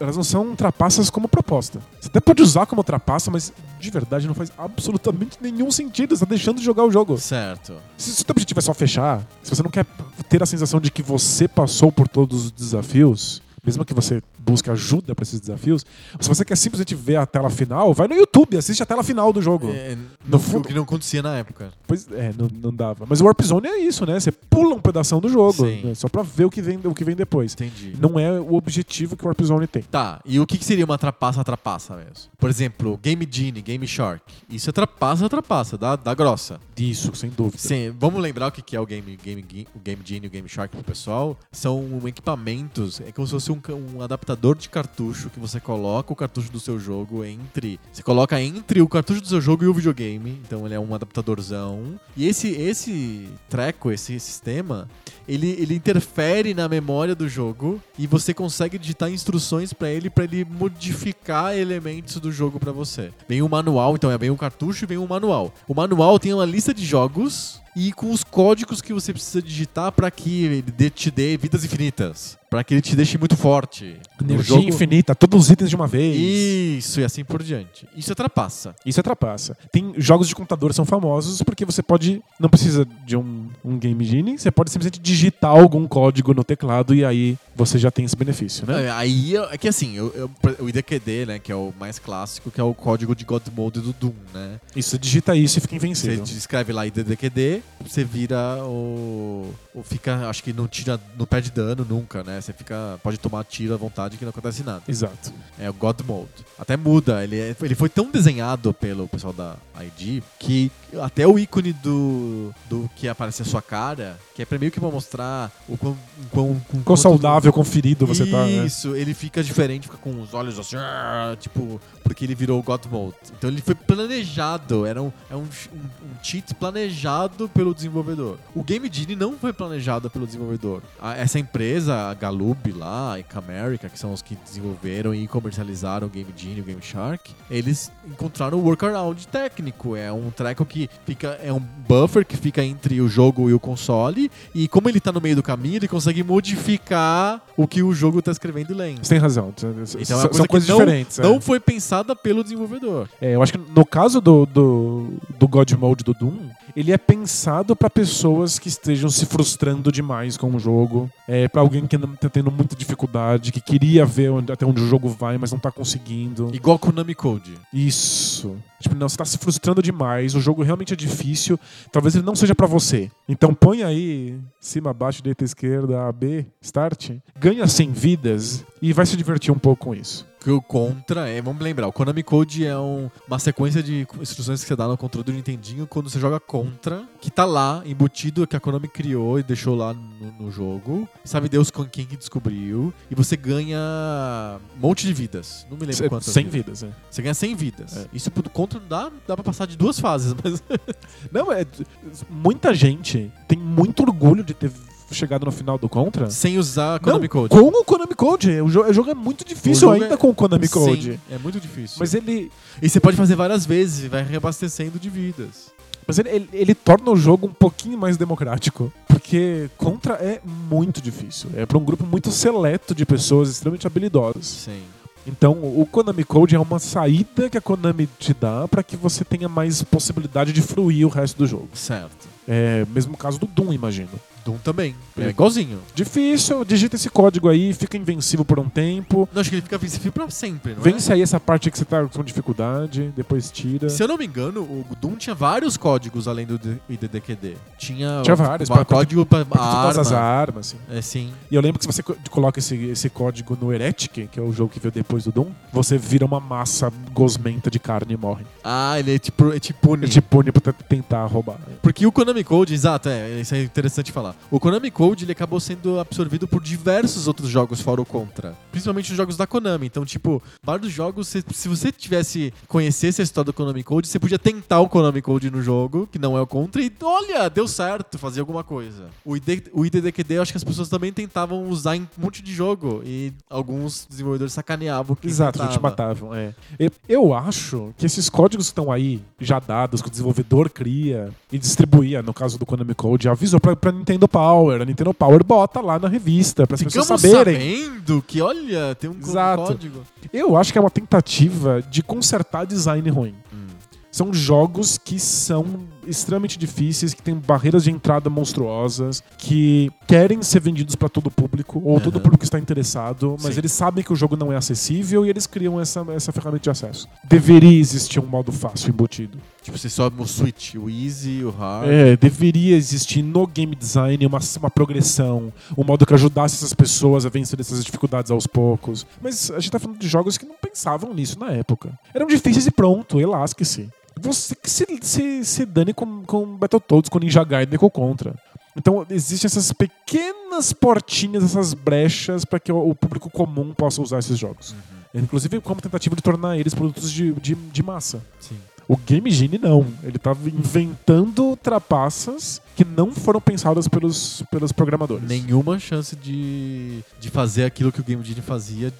[SPEAKER 2] Elas não são trapaças como proposta. Você até pode usar como trapaça, mas de verdade não faz absolutamente nenhum sentido. Você tá deixando de jogar o jogo.
[SPEAKER 1] Certo.
[SPEAKER 2] Se se o teu objetivo é só fechar, se você não quer ter a sensação de que você passou por todos os desafios, mesmo que você busque ajuda pra esses desafios, se você quer simplesmente ver a tela final, vai no YouTube, assiste a tela final do jogo.
[SPEAKER 1] É,
[SPEAKER 2] No
[SPEAKER 1] o
[SPEAKER 2] fundo,
[SPEAKER 1] que não acontecia na época.
[SPEAKER 2] pois é, não, não dava. Mas o Warp Zone é isso, né? Você pula um pedaço do jogo,
[SPEAKER 1] Sim.
[SPEAKER 2] né? só pra ver o que vem, o que vem depois.
[SPEAKER 1] Entendi.
[SPEAKER 2] Não é o objetivo que o Warp Zone tem.
[SPEAKER 1] Tá, e o que que seria uma trapaça trapaça mesmo? Por exemplo, Game Genie, Game Shark. Isso é trapaça trapaça, da, da grossa.
[SPEAKER 2] Disso, sem dúvida.
[SPEAKER 1] Sim, vamos lembrar o que que é o Game, Game, Ge- o Game Genie e o Game Shark pro pessoal. São um equipamentos, é como se fosse um, ca- um adaptador de cartucho que você coloca o cartucho do seu jogo entre. Você coloca entre o cartucho do seu jogo e o videogame. Então ele é um adaptadorzão. E esse, esse treco, esse sistema, ele, ele interfere na memória do jogo e você consegue digitar instruções pra ele pra ele modificar elementos do jogo pra você. Vem um manual, então é bem um cartucho e vem um manual. O manual tem uma lista de jogos e com os códigos que você precisa digitar pra que ele dê- te dê vidas infinitas, Pra que ele te deixe muito forte. no
[SPEAKER 2] Energia
[SPEAKER 1] jogo.
[SPEAKER 2] infinita, todos os itens de uma vez.
[SPEAKER 1] Isso e assim por diante. Isso é trapaça.
[SPEAKER 2] Isso é trapaça. Tem jogos de computador que são famosos porque você pode. Não precisa de um, um Game Genie, você pode simplesmente digitar algum código no teclado e aí você já tem esse benefício, né?
[SPEAKER 1] Não, aí eu- é que assim, eu- eu- o IDQD, né, que é o mais clássico, que é o código de God Mode do Doom, né?
[SPEAKER 2] Isso, você digita isso e fica
[SPEAKER 1] Você
[SPEAKER 2] invencível.
[SPEAKER 1] escreve lá IDQD, você vira o, o fica, acho que não tira, não perde dano nunca, né? Você fica, pode tomar tiro à vontade que não acontece nada.
[SPEAKER 2] Exato.
[SPEAKER 1] É o God Mode. Até muda. Ele, é- ele foi tão desenhado pelo pessoal da ID que até o ícone do, do que aparece a sua cara, que é pra meio que pra mostrar o quão, quão, quão
[SPEAKER 2] Quão saudável, quão ferido você
[SPEAKER 1] Isso,
[SPEAKER 2] tá, né?
[SPEAKER 1] ele fica diferente, fica com os olhos assim, ah, tipo, porque ele virou o God Mode. Então ele foi planejado, era um, é um, um- um cheat planejado pelo desenvolvedor. O Game Genie não foi planejado pelo desenvolvedor. A- essa empresa, a Galoob lá, e Camerica, que são os que desenvolveram e comercializaram o Game Genie e o Game Shark, eles encontraram o workaround técnico. É um treco que fica, é um buffer que fica entre o jogo e o console, e como ele tá no meio do caminho, ele consegue modificar o que o jogo tá escrevendo e lendo.
[SPEAKER 2] Você tem razão.
[SPEAKER 1] Então é uma
[SPEAKER 2] São
[SPEAKER 1] coisa que
[SPEAKER 2] coisas
[SPEAKER 1] não-
[SPEAKER 2] diferentes. é.
[SPEAKER 1] Não foi pensada pelo desenvolvedor.
[SPEAKER 2] É, eu acho que no caso do, do, do God Mode do Doom, ele é pensado pra pessoas que estejam se frustrando demais com o jogo, é para alguém que anda tá tendo muita dificuldade, que queria ver onde- até onde o jogo vai, mas não tá conseguindo.
[SPEAKER 1] Igual Konami Code.
[SPEAKER 2] Isso. Tipo, não, você tá se frustrando demais, o jogo realmente é difícil, talvez ele não seja pra você. Então põe aí, cima, abaixo, direita, esquerda, A, B, start, ganha 100 vidas e vai se divertir um pouco com isso.
[SPEAKER 1] Que o contra é, vamos lembrar, o Konami Code é um- uma sequência de instruções que você dá no controle do Nintendinho quando você joga contra, que tá lá, embutido, que a Konami criou e deixou lá no, no jogo. Sabe Deus com quem que descobriu. E você ganha um monte de vidas. Não me lembro quantas.
[SPEAKER 2] 100 vidas, né?
[SPEAKER 1] Você ganha 100 vidas.
[SPEAKER 2] É.
[SPEAKER 1] Isso pro contra não dá, dá pra passar de duas fases, mas
[SPEAKER 2] Não, é. Muita gente tem muito orgulho de ter chegado no final do Contra.
[SPEAKER 1] sem usar
[SPEAKER 2] É. Não,
[SPEAKER 1] Konami Code.
[SPEAKER 2] Com o Konami Code. O, jo- o jogo é muito difícil
[SPEAKER 1] O jogo
[SPEAKER 2] ainda
[SPEAKER 1] é-
[SPEAKER 2] com o Konami Code.
[SPEAKER 1] Sim, é muito difícil.
[SPEAKER 2] Mas ele.
[SPEAKER 1] E você pode fazer várias vezes, vai reabastecendo de vidas.
[SPEAKER 2] Mas ele, ele, ele torna o jogo um pouquinho mais democrático. Porque Contra é muito difícil. É pra um grupo muito seleto de pessoas extremamente habilidosas.
[SPEAKER 1] Sim.
[SPEAKER 2] Então, o Konami Code é uma saída que a Konami te dá pra que você tenha mais possibilidade de fruir o resto do jogo.
[SPEAKER 1] Certo.
[SPEAKER 2] É, mesmo caso do Doom, imagino.
[SPEAKER 1] Doom também. É igualzinho.
[SPEAKER 2] Difícil, digita esse código aí, fica invencível por um tempo.
[SPEAKER 1] Não, acho que ele fica vencível pra sempre, não é?
[SPEAKER 2] Vence aí essa parte que você tá com dificuldade, depois tira.
[SPEAKER 1] é? Se eu não me engano, o Doom tinha vários códigos além do D- IDDQD. Tinha,
[SPEAKER 2] Tinha vários,
[SPEAKER 1] va-
[SPEAKER 2] pra-
[SPEAKER 1] código pra,
[SPEAKER 2] Pra todas
[SPEAKER 1] arma.
[SPEAKER 2] as armas, assim.
[SPEAKER 1] É sim.
[SPEAKER 2] E eu lembro que se você co- coloca esse, esse código no Heretic, que é o jogo que veio depois do Doom, você vira uma massa gosmenta de carne e morre.
[SPEAKER 1] Ah, ele é tipo, é tipo
[SPEAKER 2] Ele te pune pra t- tentar roubar.
[SPEAKER 1] Porque o Konami Code, exato, é, isso é interessante falar. O Konami Code ele acabou sendo absorvido por diversos outros jogos fora o Contra, principalmente os jogos da Konami. Então, tipo, vários jogos, se, se você tivesse conhecesse a história do Konami Code, você podia tentar o Konami Code no jogo, que não é o Contra, e olha, deu certo, fazia alguma coisa. O, ID, o IDDQD, eu acho que as pessoas também tentavam usar em um monte de jogo e alguns desenvolvedores sacaneavam que
[SPEAKER 2] Exato, que te matavam. É. E- Eu acho que esses códigos que estão aí, já dados, que o desenvolvedor cria e distribuía, no caso do Konami Code, avisou pra, pra Nintendo Power. A Nintendo Power bota lá na revista, pra as pessoas
[SPEAKER 1] Ficamos
[SPEAKER 2] saberem.
[SPEAKER 1] sabendo que, olha, tem um
[SPEAKER 2] Exato.
[SPEAKER 1] código.
[SPEAKER 2] Eu acho que é uma tentativa de consertar design ruim.
[SPEAKER 1] Hum.
[SPEAKER 2] São jogos que são extremamente difíceis, que têm barreiras de entrada monstruosas, que querem ser vendidos pra todo público, ou todo
[SPEAKER 1] Aham.
[SPEAKER 2] público está interessado, mas
[SPEAKER 1] Sim.
[SPEAKER 2] eles sabem que o jogo não é acessível e eles criam essa, essa ferramenta de acesso. Deveria existir um modo fácil embutido.
[SPEAKER 1] Tipo, você sobe o Switch, o Easy, o Hard.
[SPEAKER 2] É, deveria existir no game design uma, uma progressão, um modo que ajudasse essas pessoas a vencer essas dificuldades aos poucos. Mas a gente tá falando de jogos que não pensavam nisso na época. Eram difíceis e pronto, e lasque-se. Você que se, se, se dane com, com Battletoads, com Ninja Gaiden e com Contra. Então existem essas pequenas portinhas, essas brechas para que o, o público comum possa usar esses jogos. Inclusive como tentativa de tornar eles produtos de- de, de massa.
[SPEAKER 1] Sim.
[SPEAKER 2] O Game Genie não. Ele tava inventando trapaças que não foram pensadas pelos, pelos programadores.
[SPEAKER 1] Nenhuma chance de, de fazer aquilo que o Game Genie fazia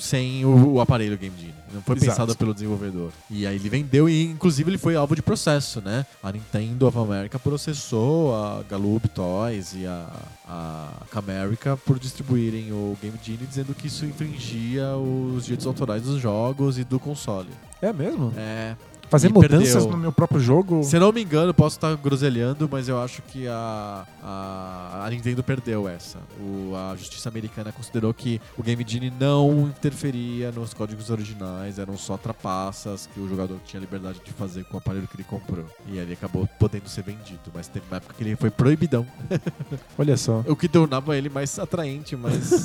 [SPEAKER 1] sem o, o aparelho Game Genie. Não foi
[SPEAKER 2] Exato.
[SPEAKER 1] pensado pelo desenvolvedor. E aí ele vendeu e, inclusive, ele foi alvo de processo, né? A Nintendo of America processou a Galoob Toys e a, a Camerica por distribuírem o Game Genie, dizendo que isso infringia os direitos autorais dos jogos e do console.
[SPEAKER 2] É mesmo?
[SPEAKER 1] É.
[SPEAKER 2] Fazer
[SPEAKER 1] E
[SPEAKER 2] mudanças
[SPEAKER 1] perdeu.
[SPEAKER 2] no meu próprio jogo?
[SPEAKER 1] Se não me engano, posso estar groselhando, mas eu acho que a, a, a Nintendo perdeu essa. O- a justiça americana considerou que o Game Genie não interferia nos códigos originais, eram só trapaças que o jogador tinha liberdade de fazer com o aparelho que ele comprou. E ele acabou podendo ser vendido, mas teve uma época que ele foi proibidão.
[SPEAKER 2] Olha só.
[SPEAKER 1] O que tornava ele mais atraente, mas.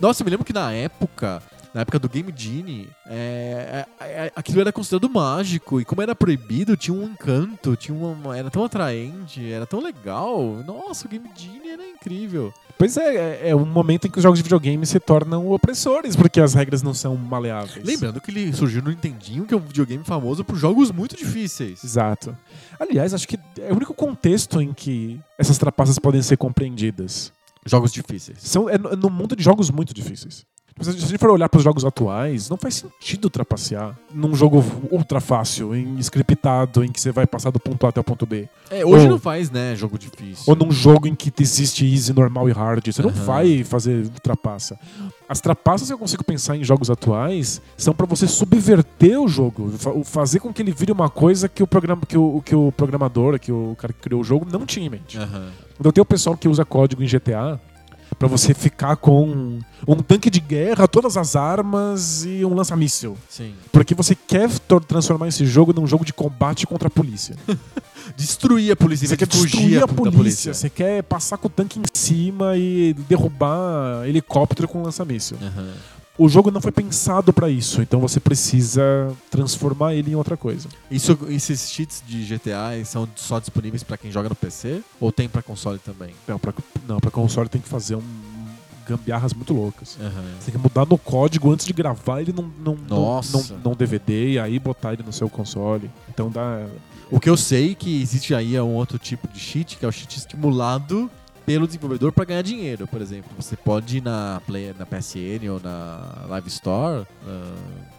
[SPEAKER 1] Nossa, eu me lembro que na época. Na época do Game Genie, é, é, é, aquilo era considerado mágico. E como era proibido, tinha um encanto, tinha uma, era tão atraente, era tão legal. Nossa, o Game Genie era incrível.
[SPEAKER 2] Pois é, é- é um momento em que os jogos de videogame se tornam opressores, porque as regras não são maleáveis.
[SPEAKER 1] Lembrando que ele surgiu no Nintendinho, que é um videogame famoso por jogos muito difíceis.
[SPEAKER 2] Exato. Aliás, acho que é o único contexto em que essas trapaças podem ser compreendidas.
[SPEAKER 1] Jogos difíceis.
[SPEAKER 2] São, é no é no mundo de jogos muito difíceis. Tipo, Se a gente for olhar para os jogos atuais, não faz sentido trapacear num jogo ultra fácil, em scriptado, em que você vai passar do ponto A até o ponto B.
[SPEAKER 1] É, hoje
[SPEAKER 2] Ou-
[SPEAKER 1] não faz, né, jogo difícil.
[SPEAKER 2] Ou num jogo em que existe easy, normal e hard. Você não
[SPEAKER 1] Aham.
[SPEAKER 2] vai fazer trapaça. As trapaças que eu consigo pensar em jogos atuais são pra você subverter o jogo, fa- o fazer com que ele vire uma coisa que o, programa, que o, que o programador, que o cara que criou o jogo, não tinha em mente.
[SPEAKER 1] Aham.
[SPEAKER 2] Então tem o pessoal que usa código em GTA pra você ficar com um tanque de guerra, todas as armas e um lança-míssil.
[SPEAKER 1] Sim.
[SPEAKER 2] Porque você quer tor- transformar esse jogo num jogo de combate contra a polícia.
[SPEAKER 1] Destruir a polícia, em
[SPEAKER 2] Você
[SPEAKER 1] vez
[SPEAKER 2] quer
[SPEAKER 1] de fugir
[SPEAKER 2] destruir a
[SPEAKER 1] da
[SPEAKER 2] polícia, você quer passar com o tanque em cima e derrubar helicóptero com um lança-míssil.
[SPEAKER 1] Aham.
[SPEAKER 2] O jogo não foi pensado pra isso, então você precisa transformar ele em outra coisa.
[SPEAKER 1] Isso, esses cheats de GTA são só disponíveis pra quem joga no PC ou tem pra console também?
[SPEAKER 2] Não, pra, não, pra console tem que fazer um gambiarras muito loucas. Você tem que mudar no código antes de gravar ele num, num, num-
[SPEAKER 1] Nossa.
[SPEAKER 2] num- num DVD e aí botar ele no seu console. Então dá.
[SPEAKER 1] O que eu sei é que existe aí é um outro tipo de cheat, que é o cheat estimulado pelo desenvolvedor pra ganhar dinheiro, por exemplo. Você pode ir na, Play, na PSN ou na Live Store ah,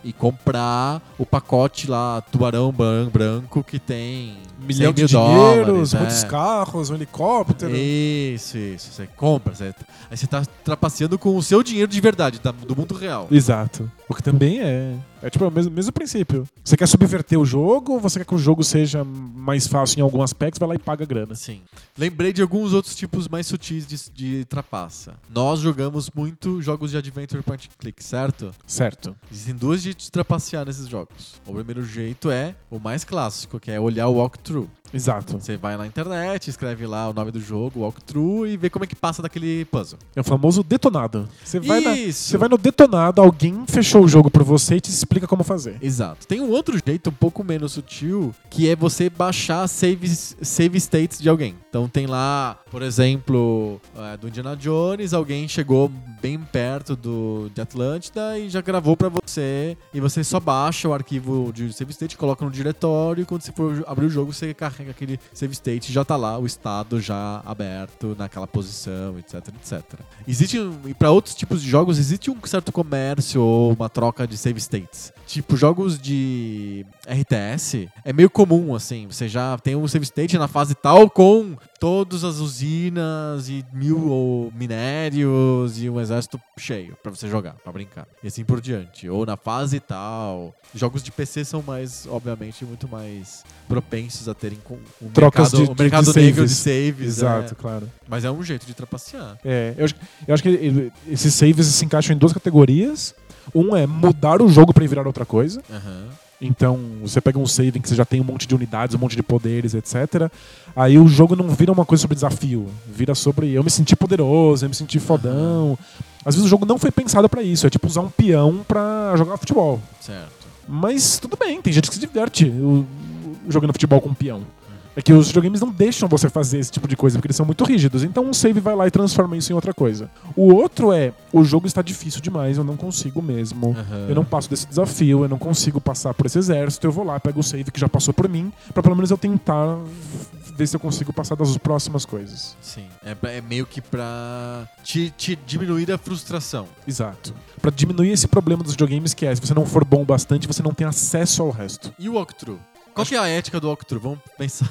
[SPEAKER 1] e comprar o pacote lá, tubarão bran- branco, que tem 100
[SPEAKER 2] Milhão de
[SPEAKER 1] mil
[SPEAKER 2] dinheiros,
[SPEAKER 1] dólares, né?
[SPEAKER 2] muitos carros, um helicóptero.
[SPEAKER 1] Isso, isso. Você compra. Você, aí você tá trapaceando com o seu dinheiro de verdade, da- do mundo real.
[SPEAKER 2] Exato. O que também é. É tipo o mesmo, mesmo princípio. Você quer subverter o jogo, você quer que o jogo seja mais fácil em algum aspecto, vai lá e paga grana.
[SPEAKER 1] Sim. Lembrei de alguns outros tipos mais sutis de, de trapaça. Nós jogamos muito jogos de adventure point and click, certo?
[SPEAKER 2] Certo.
[SPEAKER 1] Existem duas jeitos de trapacear nesses jogos. O primeiro jeito é o mais clássico, que é olhar o walkthrough.
[SPEAKER 2] Exato.
[SPEAKER 1] Você vai na internet, escreve lá o nome do jogo, walkthrough, e vê como é que passa daquele puzzle.
[SPEAKER 2] É o famoso detonado. Você vai, na-
[SPEAKER 1] Isso.
[SPEAKER 2] você vai no detonado, alguém fechou o jogo por você e te explica como fazer.
[SPEAKER 1] Exato. Tem um outro jeito um pouco menos sutil, que é você baixar save, save states de alguém. Então tem lá, por exemplo, é, do Indiana Jones, alguém chegou bem perto do, de Atlântida e já gravou pra você. E você só baixa o arquivo de save state, coloca no diretório e quando você for abrir o jogo, você carrega aquele save state e já tá lá, o estado já aberto naquela posição, etc, etc. Existe, um- e para outros tipos de jogos, existe um certo comércio ou uma troca de save states. Tipo, jogos de RTS é meio comum, assim. Você já tem um save state na fase tal com todas as usinas e mil ou minérios e um exército cheio pra você jogar, pra brincar. E assim por diante. Ou na fase tal. Jogos de PC são mais, obviamente, muito mais propensos a terem com o
[SPEAKER 2] Trocas
[SPEAKER 1] mercado,
[SPEAKER 2] de-
[SPEAKER 1] o mercado
[SPEAKER 2] de- de
[SPEAKER 1] negro de
[SPEAKER 2] saves.
[SPEAKER 1] saves.
[SPEAKER 2] Exato,
[SPEAKER 1] né?
[SPEAKER 2] claro.
[SPEAKER 1] Mas é um jeito de trapacear.
[SPEAKER 2] É, eu, acho- eu acho que ele- esses saves se encaixam em duas categorias. Um é mudar o jogo pra ele virar outra coisa.
[SPEAKER 1] Aham.
[SPEAKER 2] Então, você pega um save em que você já tem um monte de unidades, um monte de poderes, etc. Aí o jogo não vira uma coisa sobre desafio, vira sobre eu me sentir poderoso, eu me sentir fodão. Às vezes o jogo não foi pensado pra isso, é tipo usar um peão pra jogar futebol.
[SPEAKER 1] Certo.
[SPEAKER 2] Mas tudo bem, tem gente que se diverte o- o- jogando futebol com um peão. É que os videogames não deixam você fazer esse tipo de coisa, porque eles são muito rígidos. Então um save vai lá e transforma isso em outra coisa. O outro é, o jogo está difícil demais, eu não consigo mesmo.
[SPEAKER 1] Aham.
[SPEAKER 2] Eu não passo desse desafio, eu não consigo passar por esse exército. Eu vou lá, pego o save que já passou por mim, pra pelo menos eu tentar v- ver se eu consigo passar das próximas coisas.
[SPEAKER 1] Sim. É, pra- é meio que pra te, te diminuir a frustração.
[SPEAKER 2] Exato. Pra diminuir esse problema dos videogames que é, se você não for bom o bastante, você não tem acesso ao resto.
[SPEAKER 1] E o walkthrough? Qual que é a ética do walkthrough? Vamos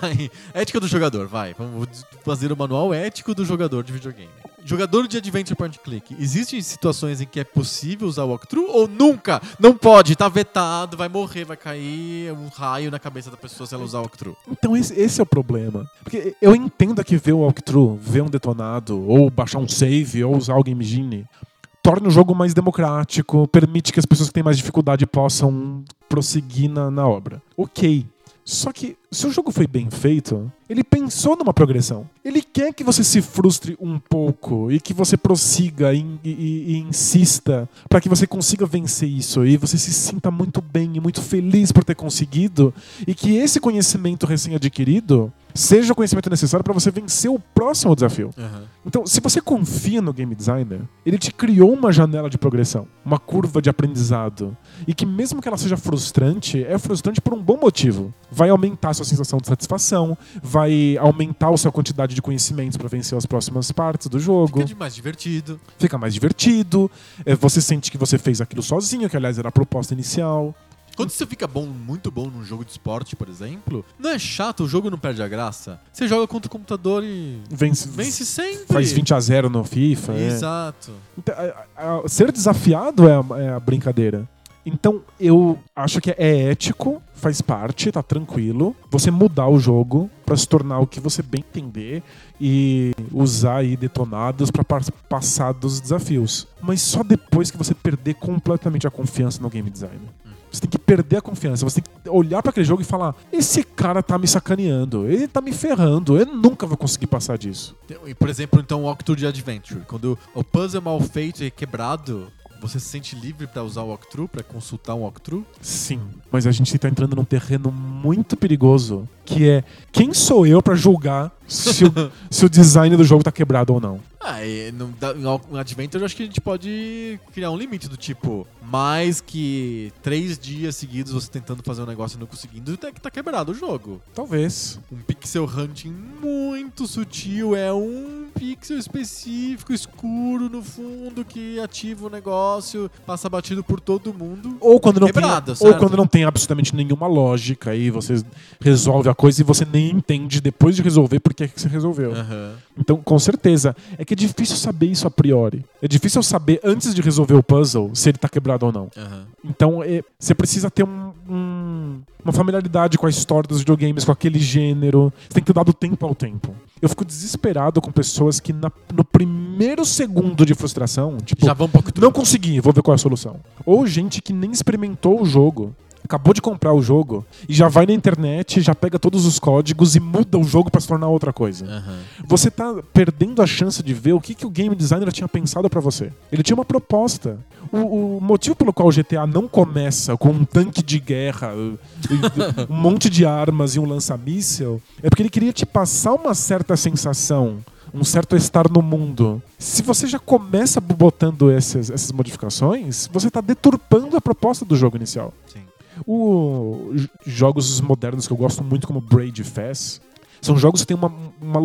[SPEAKER 1] pensar em ética do jogador, vai. Vamos fazer o manual ético do jogador de videogame. Jogador de Adventure Point and Click, existem situações em que é possível usar walkthrough ou nunca? Não pode, tá vetado, vai morrer, vai cair um raio na cabeça da pessoa se ela usar walkthrough.
[SPEAKER 2] Então esse, esse é o problema. Porque eu entendo que ver o walkthrough, ver um detonado, ou baixar um save, ou usar o Game Genie, torna o jogo mais democrático, permite que as pessoas que têm mais dificuldade possam prosseguir na, na obra. Ok. Só que, se o jogo foi bem feito, ele pensou numa progressão. Ele quer que você se frustre um pouco e que você prossiga e, e- e insista para que você consiga vencer isso e você se sinta muito bem e muito feliz por ter conseguido e que esse conhecimento recém-adquirido seja o conhecimento necessário para você vencer o próximo desafio. Então, se você confia no game designer, ele te criou uma janela de progressão, uma curva de aprendizado. E que mesmo que ela seja frustrante, é frustrante por um bom motivo. Vai aumentar a sua sensação de satisfação, vai aumentar a sua quantidade de conhecimentos para vencer as próximas partes do jogo
[SPEAKER 1] Fica de mais divertido.
[SPEAKER 2] fica mais divertido, é, você sente que você fez aquilo sozinho, que aliás era a proposta inicial.
[SPEAKER 1] Quando você fica bom, muito bom num jogo de esporte, por exemplo, não é chato, o jogo não perde a graça. Você joga contra o computador e
[SPEAKER 2] Vence,
[SPEAKER 1] vence sempre.
[SPEAKER 2] faz 20 a 0 no FIFA. é.
[SPEAKER 1] Exato.
[SPEAKER 2] Então, a- a- ser desafiado é a, é a brincadeira. Então, eu acho que é ético, faz parte, tá tranquilo. Você mudar o jogo pra se tornar o que você bem entender e usar aí detonados pra par- passar dos desafios. Mas só depois que você perder completamente a confiança no game design. Você tem que perder a confiança, você tem que olhar pra aquele jogo e falar: esse cara tá me sacaneando, ele tá me ferrando, eu nunca vou conseguir passar disso.
[SPEAKER 1] E, por exemplo, então, Walkthrough de Adventure. Quando o puzzle é mal feito e quebrado, você se sente livre pra usar o walkthrough, pra consultar um walkthrough?
[SPEAKER 2] Sim, mas a gente tá entrando num terreno muito perigoso, que é quem sou eu pra julgar se o, se o design do jogo tá quebrado ou não.
[SPEAKER 1] Ah, e não dá- em Al- em Adventure eu acho que a gente pode criar um limite do tipo, mais que três dias seguidos você tentando fazer um negócio e não conseguindo, até que tá quebrado o jogo.
[SPEAKER 2] Talvez.
[SPEAKER 1] Um pixel hunting muito sutil, é um pixel específico, escuro no fundo, que ativa o negócio, passa batido por todo mundo.
[SPEAKER 2] Ou quando não
[SPEAKER 1] Quebrado,
[SPEAKER 2] tem, ou
[SPEAKER 1] certo.
[SPEAKER 2] quando não tem absolutamente nenhuma lógica e você resolve a coisa e você nem entende depois de resolver por que é que você resolveu.
[SPEAKER 1] Aham.
[SPEAKER 2] Então, com certeza, é que é difícil saber isso a priori. É difícil eu saber antes de resolver o puzzle se ele tá quebrado ou não.
[SPEAKER 1] Aham.
[SPEAKER 2] Então é, você precisa ter um- um- uma familiaridade com a história dos videogames, com aquele gênero. Você tem que ter dado tempo ao tempo. Eu fico desesperado com pessoas que na- no primeiro segundo de frustração, tipo,
[SPEAKER 1] Já vamos pro walkthrough.
[SPEAKER 2] não consegui, vou ver qual é a solução. Ou gente que nem experimentou o jogo, acabou de comprar o jogo e já vai na internet, já pega todos os códigos e muda o jogo pra se tornar outra coisa.
[SPEAKER 1] Aham.
[SPEAKER 2] Você tá perdendo a chance de ver o que, que o game designer tinha pensado pra você. Ele tinha uma proposta. O, o motivo pelo qual o GTA não começa com um tanque de guerra, uh, e um monte de armas e um lança-míssel, é porque ele queria te passar uma certa sensação, um certo estar no mundo. Se você já começa botando essas, essas modificações, você tá deturpando a proposta do jogo inicial.
[SPEAKER 1] Sim.
[SPEAKER 2] O, j- jogos modernos que eu gosto muito, como Braid Fest, são jogos que têm uma, uma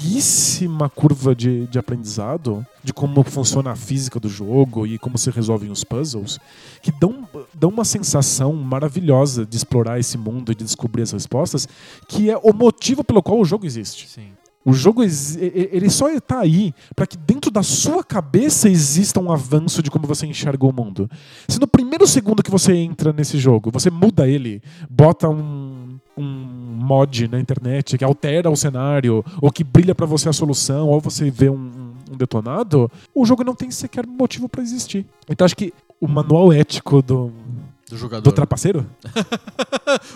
[SPEAKER 2] longuíssima curva de, de aprendizado de como funciona a física do jogo e como se resolvem os puzzles, que dão, dão uma sensação maravilhosa de explorar esse mundo e de descobrir as respostas, que é o motivo pelo qual o jogo existe.
[SPEAKER 1] Sim.
[SPEAKER 2] O jogo ex- e- e- ele só está aí para que dentro da sua cabeça exista um avanço de como você enxerga o mundo. Se no primeiro segundo que você entra nesse jogo, você muda ele, bota um, um mod na internet que altera o cenário, ou que brilha para você a solução, ou você vê um, um detonado, o jogo não tem sequer motivo para existir. Então acho que o manual ético do,
[SPEAKER 1] Do jogador.
[SPEAKER 2] do trapaceiro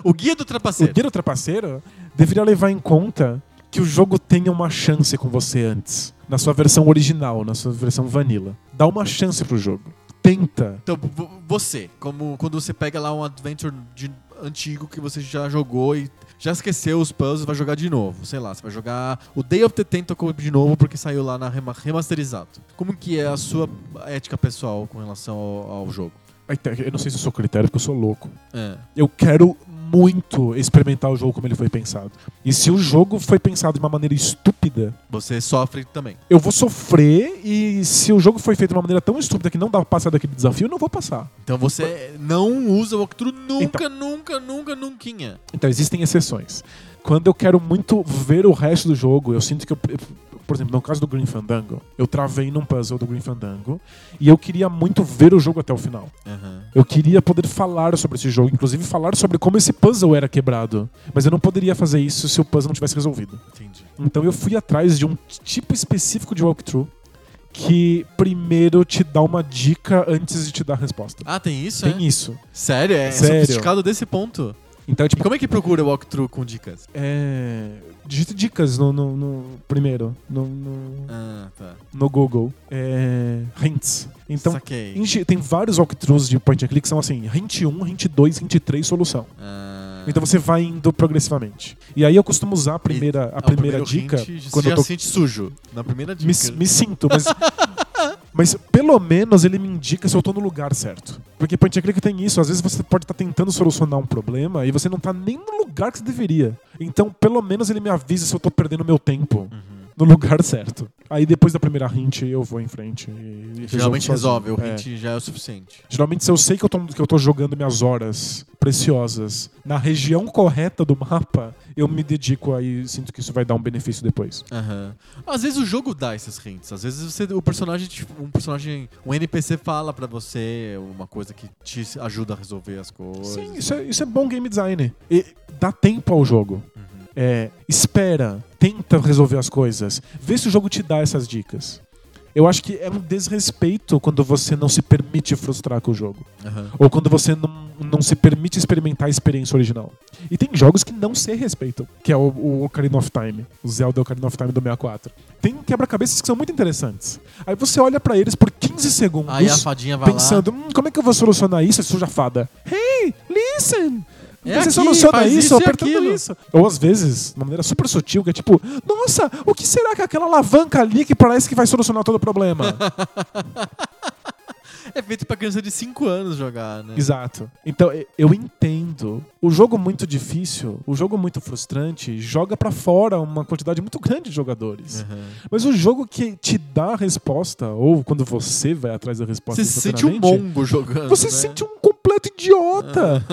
[SPEAKER 1] O guia do
[SPEAKER 2] o
[SPEAKER 1] trapaceiro.
[SPEAKER 2] guia do trapaceiro deveria levar em conta que o jogo tenha uma chance com você antes. Na sua versão original, na sua versão vanilla. Dá uma chance pro jogo. Tenta.
[SPEAKER 1] Então, vo- você, como quando você pega lá um adventure de- antigo que você já jogou e já esqueceu os puzzles, vai jogar de novo. Sei lá, você vai jogar o Day of the Tentacle de novo porque saiu lá na rema- remasterizado. Como que é a sua ética pessoal com relação ao, ao jogo?
[SPEAKER 2] Ai, tá, Eu não sei se eu sou critério, porque eu sou louco.
[SPEAKER 1] É.
[SPEAKER 2] Eu quero muito experimentar o jogo como ele foi pensado. E se o jogo foi pensado de uma maneira estúpida,
[SPEAKER 1] Você sofre também.
[SPEAKER 2] eu vou sofrer. E se o jogo foi feito de uma maneira tão estúpida que não dá pra passar daquele desafio, eu não vou passar.
[SPEAKER 1] Então você não usa o walkthrough nunca, nunca, nunca, nunca.
[SPEAKER 2] Então, existem exceções. Quando eu quero muito ver o resto do jogo, eu sinto que eu, eu Por exemplo, no caso do Green Fandango, eu travei num puzzle do Green Fandango e eu queria muito ver o jogo até o final.
[SPEAKER 1] Aham.
[SPEAKER 2] Eu queria poder falar sobre esse jogo, inclusive falar sobre como esse puzzle era quebrado. Mas eu não poderia fazer isso se o puzzle não tivesse resolvido.
[SPEAKER 1] Entendi.
[SPEAKER 2] Então eu fui atrás de um tipo específico de walkthrough que primeiro te dá uma dica antes de te dar a resposta.
[SPEAKER 1] Ah, tem isso?
[SPEAKER 2] Tem
[SPEAKER 1] é?
[SPEAKER 2] isso.
[SPEAKER 1] Sério? É
[SPEAKER 2] Sério.
[SPEAKER 1] sofisticado desse ponto.
[SPEAKER 2] Então,
[SPEAKER 1] E
[SPEAKER 2] tipo,
[SPEAKER 1] como é que procura o walkthrough com dicas?
[SPEAKER 2] é... digita dicas no, no- no- primeiro, no, no,
[SPEAKER 1] Ah, tá.
[SPEAKER 2] no Google. É... Hints. Então,
[SPEAKER 1] Saquei.
[SPEAKER 2] enche- tem vários walkthroughs de point and click que são assim, hint 1, hint 2, hint 3, solução.
[SPEAKER 1] Ah.
[SPEAKER 2] Então você vai indo progressivamente. E aí eu costumo usar a primeira,
[SPEAKER 1] Ah,
[SPEAKER 2] a
[SPEAKER 1] o
[SPEAKER 2] primeira
[SPEAKER 1] primeiro
[SPEAKER 2] dica
[SPEAKER 1] hint, você
[SPEAKER 2] quando
[SPEAKER 1] já
[SPEAKER 2] eu tô
[SPEAKER 1] se sente sujo. Na primeira dica.
[SPEAKER 2] me, me sinto, mas. mas pelo menos ele me indica se eu tô no lugar certo. Porque point and click tem isso. Às vezes você pode estar tentando solucionar um problema e você não tá nem no lugar que você deveria. Então, pelo menos ele me avisa se eu tô perdendo meu tempo
[SPEAKER 1] Uhum.
[SPEAKER 2] no lugar certo. Aí depois da primeira hint eu vou em frente. E, e
[SPEAKER 1] Geralmente resolve,
[SPEAKER 2] resolvo sozinho.
[SPEAKER 1] o
[SPEAKER 2] É.
[SPEAKER 1] hint já é o suficiente.
[SPEAKER 2] Geralmente, se eu sei que eu, tô, que eu tô jogando minhas horas preciosas na região correta do mapa, eu me dedico aí e sinto que isso vai dar um benefício depois.
[SPEAKER 1] Aham. Às vezes o jogo dá esses hints. Às vezes você, o personagem, tipo, um personagem, um NPC fala pra você uma coisa que te ajuda a resolver as coisas.
[SPEAKER 2] Sim, isso é, isso é bom game design. E dá tempo ao jogo.
[SPEAKER 1] Uhum.
[SPEAKER 2] É, espera, tenta resolver as coisas. Vê se o jogo te dá essas dicas. Eu acho que é um desrespeito quando você não se permite frustrar com o jogo.
[SPEAKER 1] Aham.
[SPEAKER 2] Ou quando você não, não se permite experimentar a experiência original. E tem jogos que não se respeitam, que é o, o Ocarina of Time, o Zelda Ocarina of Time do 64. Tem quebra-cabeças que são muito interessantes. Aí você olha pra eles por 15 segundos
[SPEAKER 1] Aí a fadinha vai
[SPEAKER 2] pensando, "Hum, como é que eu vou solucionar isso, suja fada? Hey, listen!
[SPEAKER 1] É
[SPEAKER 2] você
[SPEAKER 1] aqui,
[SPEAKER 2] soluciona
[SPEAKER 1] faz
[SPEAKER 2] isso,
[SPEAKER 1] isso e
[SPEAKER 2] apertando
[SPEAKER 1] aquilo."
[SPEAKER 2] isso. Ou às vezes, de uma maneira super sutil, que é tipo, nossa, o que será que é aquela alavanca ali que parece que vai solucionar todo o problema?
[SPEAKER 1] lá. É feito pra criança de 5 anos jogar, né?
[SPEAKER 2] Exato. Então, e- eu entendo. O jogo muito difícil, o jogo muito frustrante, joga pra fora uma quantidade muito grande de jogadores.
[SPEAKER 1] Aham.
[SPEAKER 2] Mas o jogo que te dá a resposta, ou quando você vai atrás da resposta,
[SPEAKER 1] Você se sente um
[SPEAKER 2] instantaneamente,
[SPEAKER 1] mongo jogando.
[SPEAKER 2] Você
[SPEAKER 1] né?
[SPEAKER 2] se sente um completo idiota.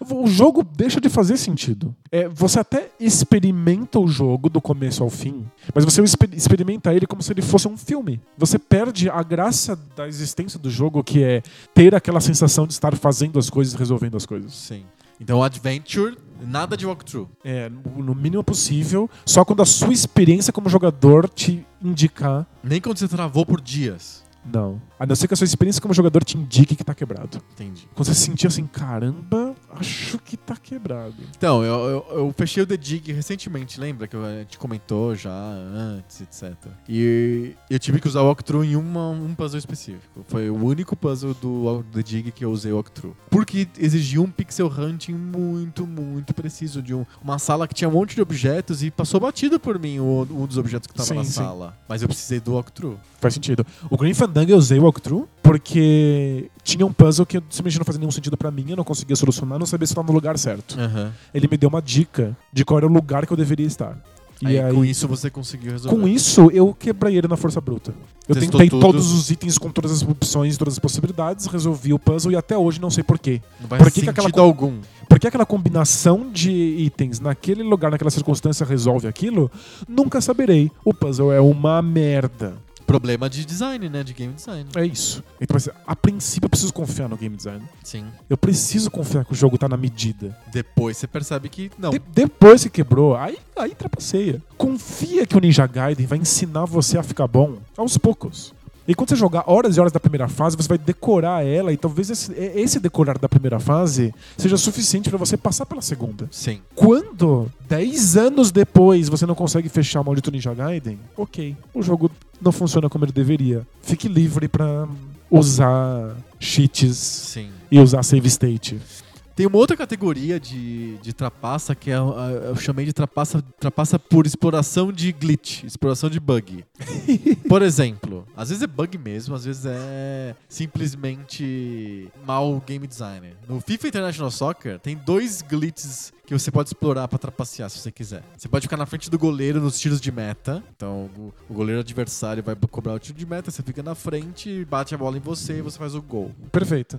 [SPEAKER 2] O jogo deixa de fazer sentido. É, você até experimenta o jogo do começo ao fim, mas você exper- experimenta ele como se ele fosse um filme. Você perde a graça da existência do jogo, que é ter aquela sensação de estar fazendo as coisas, e resolvendo as coisas.
[SPEAKER 1] Sim. Então, Adventure, nada de walkthrough.
[SPEAKER 2] É, no mínimo possível, só quando a sua experiência como jogador te indicar
[SPEAKER 1] Nem quando você travou por dias.
[SPEAKER 2] não. A não ser que a sua experiência como jogador te indique que tá quebrado.
[SPEAKER 1] Entendi.
[SPEAKER 2] Quando você se sentir assim, caramba, acho que tá quebrado.
[SPEAKER 1] Então, eu, eu, eu fechei o The Dig recentemente, lembra? Que a gente comentou já antes, etc. E eu tive que usar o walkthrough em uma, um puzzle específico. Foi o único puzzle do Wal- The Dig que eu usei walkthrough. Porque exigia um pixel hunting muito, muito preciso de um- uma sala que tinha um monte de objetos e passou batido por mim o- um dos objetos que tava
[SPEAKER 2] Sim,
[SPEAKER 1] na
[SPEAKER 2] sim.
[SPEAKER 1] sala. Mas eu precisei do walkthrough.
[SPEAKER 2] Faz sentido. O Green Fandango eu usei o walkthrough porque tinha um puzzle que simplesmente não fazia nenhum sentido pra mim, eu não conseguia solucionar, não sabia se estava no lugar certo.
[SPEAKER 1] Aham.
[SPEAKER 2] Ele me deu uma dica de qual era o lugar que eu deveria estar. E
[SPEAKER 1] Aí,
[SPEAKER 2] aí,
[SPEAKER 1] com isso você conseguiu resolver.
[SPEAKER 2] com isso, eu quebrei ele na força bruta. Eu
[SPEAKER 1] Testou
[SPEAKER 2] tentei
[SPEAKER 1] tudo.
[SPEAKER 2] todos os itens com todas as opções, todas as possibilidades, resolvi o puzzle e até hoje não sei porquê.
[SPEAKER 1] não vai
[SPEAKER 2] por que que
[SPEAKER 1] sentido
[SPEAKER 2] aquela co-
[SPEAKER 1] algum.
[SPEAKER 2] Por que aquela combinação de itens naquele lugar, naquela circunstância, resolve aquilo? Nunca saberei. O puzzle é uma merda.
[SPEAKER 1] Problema de design, né? De game design.
[SPEAKER 2] É isso. Então, assim, a princípio, eu preciso confiar no game design.
[SPEAKER 1] Sim.
[SPEAKER 2] Eu preciso confiar que o jogo tá na medida.
[SPEAKER 1] Depois você percebe que não.
[SPEAKER 2] De- depois que quebrou, aí, aí trapaceia. Confia que o Ninja Gaiden vai ensinar você a ficar bom aos poucos. E quando você jogar horas e horas da primeira fase, você vai decorar ela e talvez esse, e- esse decorar da primeira fase seja suficiente pra você passar pela segunda.
[SPEAKER 1] Sim.
[SPEAKER 2] Quando, 10 anos depois, você não consegue fechar o maldito Ninja Gaiden, ok, o jogo não funciona como ele deveria. Fique livre pra usar cheats
[SPEAKER 1] Sim.
[SPEAKER 2] e usar save state.
[SPEAKER 1] Tem uma outra categoria de, de trapaça que é, a- a- eu chamei de trapaça, trapaça por exploração de glitch, exploração de bug. por exemplo, às vezes é bug mesmo, às vezes é simplesmente mal game designer. No FIFA International Soccer tem dois glitches que você pode explorar pra trapacear se você quiser. Você pode ficar na frente do goleiro nos tiros de meta. Então o, o goleiro adversário vai cobrar o tiro de meta, você fica na frente, bate a bola em você e você faz o gol.
[SPEAKER 2] Perfeito.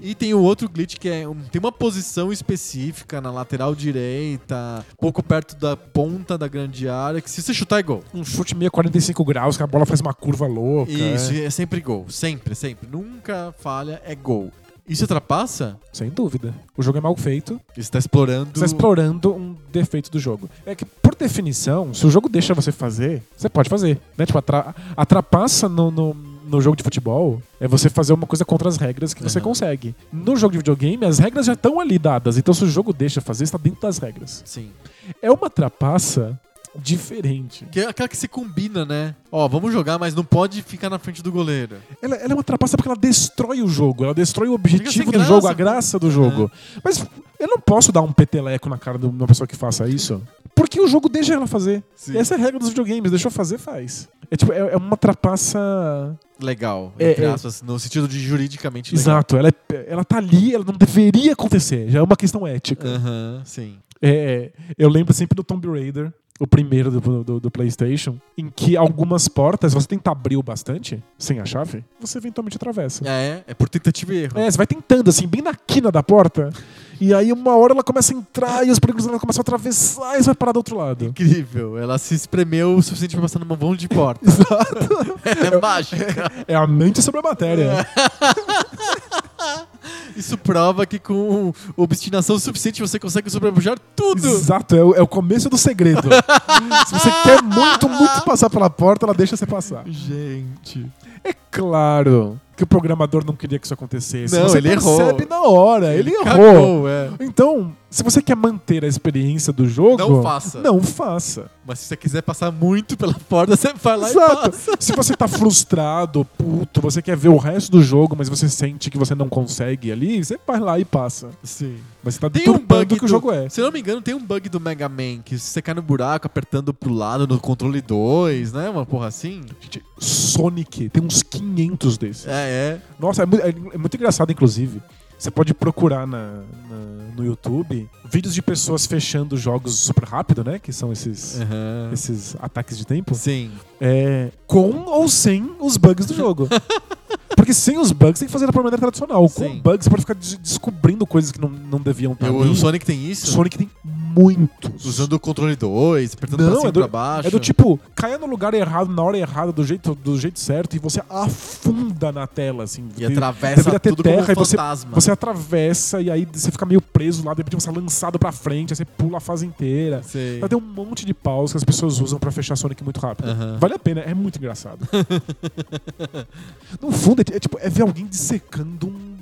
[SPEAKER 1] E tem o outro glitch que é um- tem uma posição específica na lateral direita, pouco perto da ponta da grande área, que se você chutar é gol.
[SPEAKER 2] Um chute meio 45 graus, que a bola faz uma curva louca.
[SPEAKER 1] Isso,
[SPEAKER 2] é.
[SPEAKER 1] e é sempre gol. Sempre, sempre. Nunca falha, é gol. Isso ultrapassa?
[SPEAKER 2] Sem dúvida. O jogo é mal feito.
[SPEAKER 1] Você tá explorando.
[SPEAKER 2] Você está explorando um defeito do jogo. É que, por definição, se o jogo deixa você fazer, você pode fazer. Né? Tipo, a, tra a trapaça no, no, no jogo de futebol é você fazer uma coisa contra as regras que você
[SPEAKER 1] Aham.
[SPEAKER 2] consegue. No jogo de videogame, as regras já estão ali dadas. Então, se o jogo deixa fazer, está dentro das regras.
[SPEAKER 1] Sim.
[SPEAKER 2] É uma trapaça diferente.
[SPEAKER 1] Que é aquela que se combina, né? Ó, vamos jogar, mas não pode ficar na frente do goleiro.
[SPEAKER 2] Ela, ela é uma trapaça porque ela destrói o jogo, ela destrói o
[SPEAKER 1] sem
[SPEAKER 2] objetivo do
[SPEAKER 1] graça,
[SPEAKER 2] jogo, a
[SPEAKER 1] pô.
[SPEAKER 2] graça do jogo. Mas eu não posso dar um peteleco na cara de uma pessoa que faça isso. Porque o jogo deixa ela fazer.
[SPEAKER 1] Sim.
[SPEAKER 2] Essa é a regra dos videogames, deixou fazer, faz. É tipo, é, é uma trapaça.
[SPEAKER 1] Legal,
[SPEAKER 2] É,
[SPEAKER 1] entre
[SPEAKER 2] é.
[SPEAKER 1] aspas, no sentido de juridicamente legal.
[SPEAKER 2] Exato, ela, é- ela tá ali, ela não deveria acontecer. Já é uma questão ética.
[SPEAKER 1] Aham, sim.
[SPEAKER 2] É, eu lembro sempre do Tomb Raider, o primeiro do, do- do PlayStation, em que algumas portas, você tenta abrir o bastante, sem a chave, você eventualmente atravessa.
[SPEAKER 1] É, é por tentativa e erro.
[SPEAKER 2] É, você vai tentando, assim, bem na quina da porta. E aí uma hora ela começa a entrar e os perigos dela começam a atravessar e você vai parar do outro lado.
[SPEAKER 1] Incrível, ela se espremeu o suficiente pra passar numa mão de porta. é mágica.
[SPEAKER 2] É a mente sobre a matéria.
[SPEAKER 1] Isso prova que com obstinação suficiente você consegue sobrepujar tudo.
[SPEAKER 2] Exato, é o, é o começo do segredo. Se você quer muito, muito passar pela porta, ela deixa você passar.
[SPEAKER 1] Gente.
[SPEAKER 2] É claro que o programador não queria que isso acontecesse.
[SPEAKER 1] Não,
[SPEAKER 2] você
[SPEAKER 1] ele errou.
[SPEAKER 2] percebe na hora, ele, errou.
[SPEAKER 1] Cagou, é.
[SPEAKER 2] Então, se você quer manter a experiência do jogo,
[SPEAKER 1] Não faça.
[SPEAKER 2] Não faça.
[SPEAKER 1] Mas se você quiser passar muito pela porta, você vai lá e
[SPEAKER 2] Exato.
[SPEAKER 1] passa.
[SPEAKER 2] Se você tá frustrado, puto, você quer ver o resto do jogo, mas você sente que você não consegue ali, você vai lá e passa.
[SPEAKER 1] Sim.
[SPEAKER 2] Mas você tá
[SPEAKER 1] Tem um bug
[SPEAKER 2] que o jogo é.
[SPEAKER 1] Se eu não me engano, tem um bug do Mega Man que se você cai no buraco apertando pro lado no controle 2, né? Uma porra assim.
[SPEAKER 2] Gente, Sonic, tem uns 500 desses.
[SPEAKER 1] É, é.
[SPEAKER 2] Nossa, é muito, é muito engraçado, inclusive. Você pode procurar na, na- no YouTube vídeos de pessoas fechando jogos super rápido, né? Que são esses,
[SPEAKER 1] Aham.
[SPEAKER 2] esses ataques de tempo.
[SPEAKER 1] Sim.
[SPEAKER 2] É, com ou sem os bugs do jogo. Porque sem os bugs tem que fazer da maneira tradicional.
[SPEAKER 1] Sim.
[SPEAKER 2] Com bugs você pode ficar des- descobrindo coisas que não, não deviam estar.
[SPEAKER 1] Eu-
[SPEAKER 2] ali.
[SPEAKER 1] o Sonic tem isso?
[SPEAKER 2] Sonic tem muitos.
[SPEAKER 1] Usando o controle 2, apertando
[SPEAKER 2] Não,
[SPEAKER 1] pra cima
[SPEAKER 2] é
[SPEAKER 1] e
[SPEAKER 2] do-
[SPEAKER 1] pra baixo.
[SPEAKER 2] É do tipo, caia no lugar errado, na hora errada, do jeito, do jeito certo, e você afunda na tela, assim.
[SPEAKER 1] E
[SPEAKER 2] Vira-
[SPEAKER 1] atravessa
[SPEAKER 2] vira ter
[SPEAKER 1] tudo
[SPEAKER 2] terra e
[SPEAKER 1] como um
[SPEAKER 2] você-
[SPEAKER 1] fantasma.
[SPEAKER 2] Você atravessa e aí você fica meio preso lá, de repente você é lançado pra frente, aí você pula a fase inteira.
[SPEAKER 1] Sei.
[SPEAKER 2] Ela tem um monte de paus que as pessoas usam pra fechar Sonic muito rápido.
[SPEAKER 1] Aham.
[SPEAKER 2] Vale a pena, é muito engraçado. no fundo, é, ti- é tipo, é ver alguém dissecando um,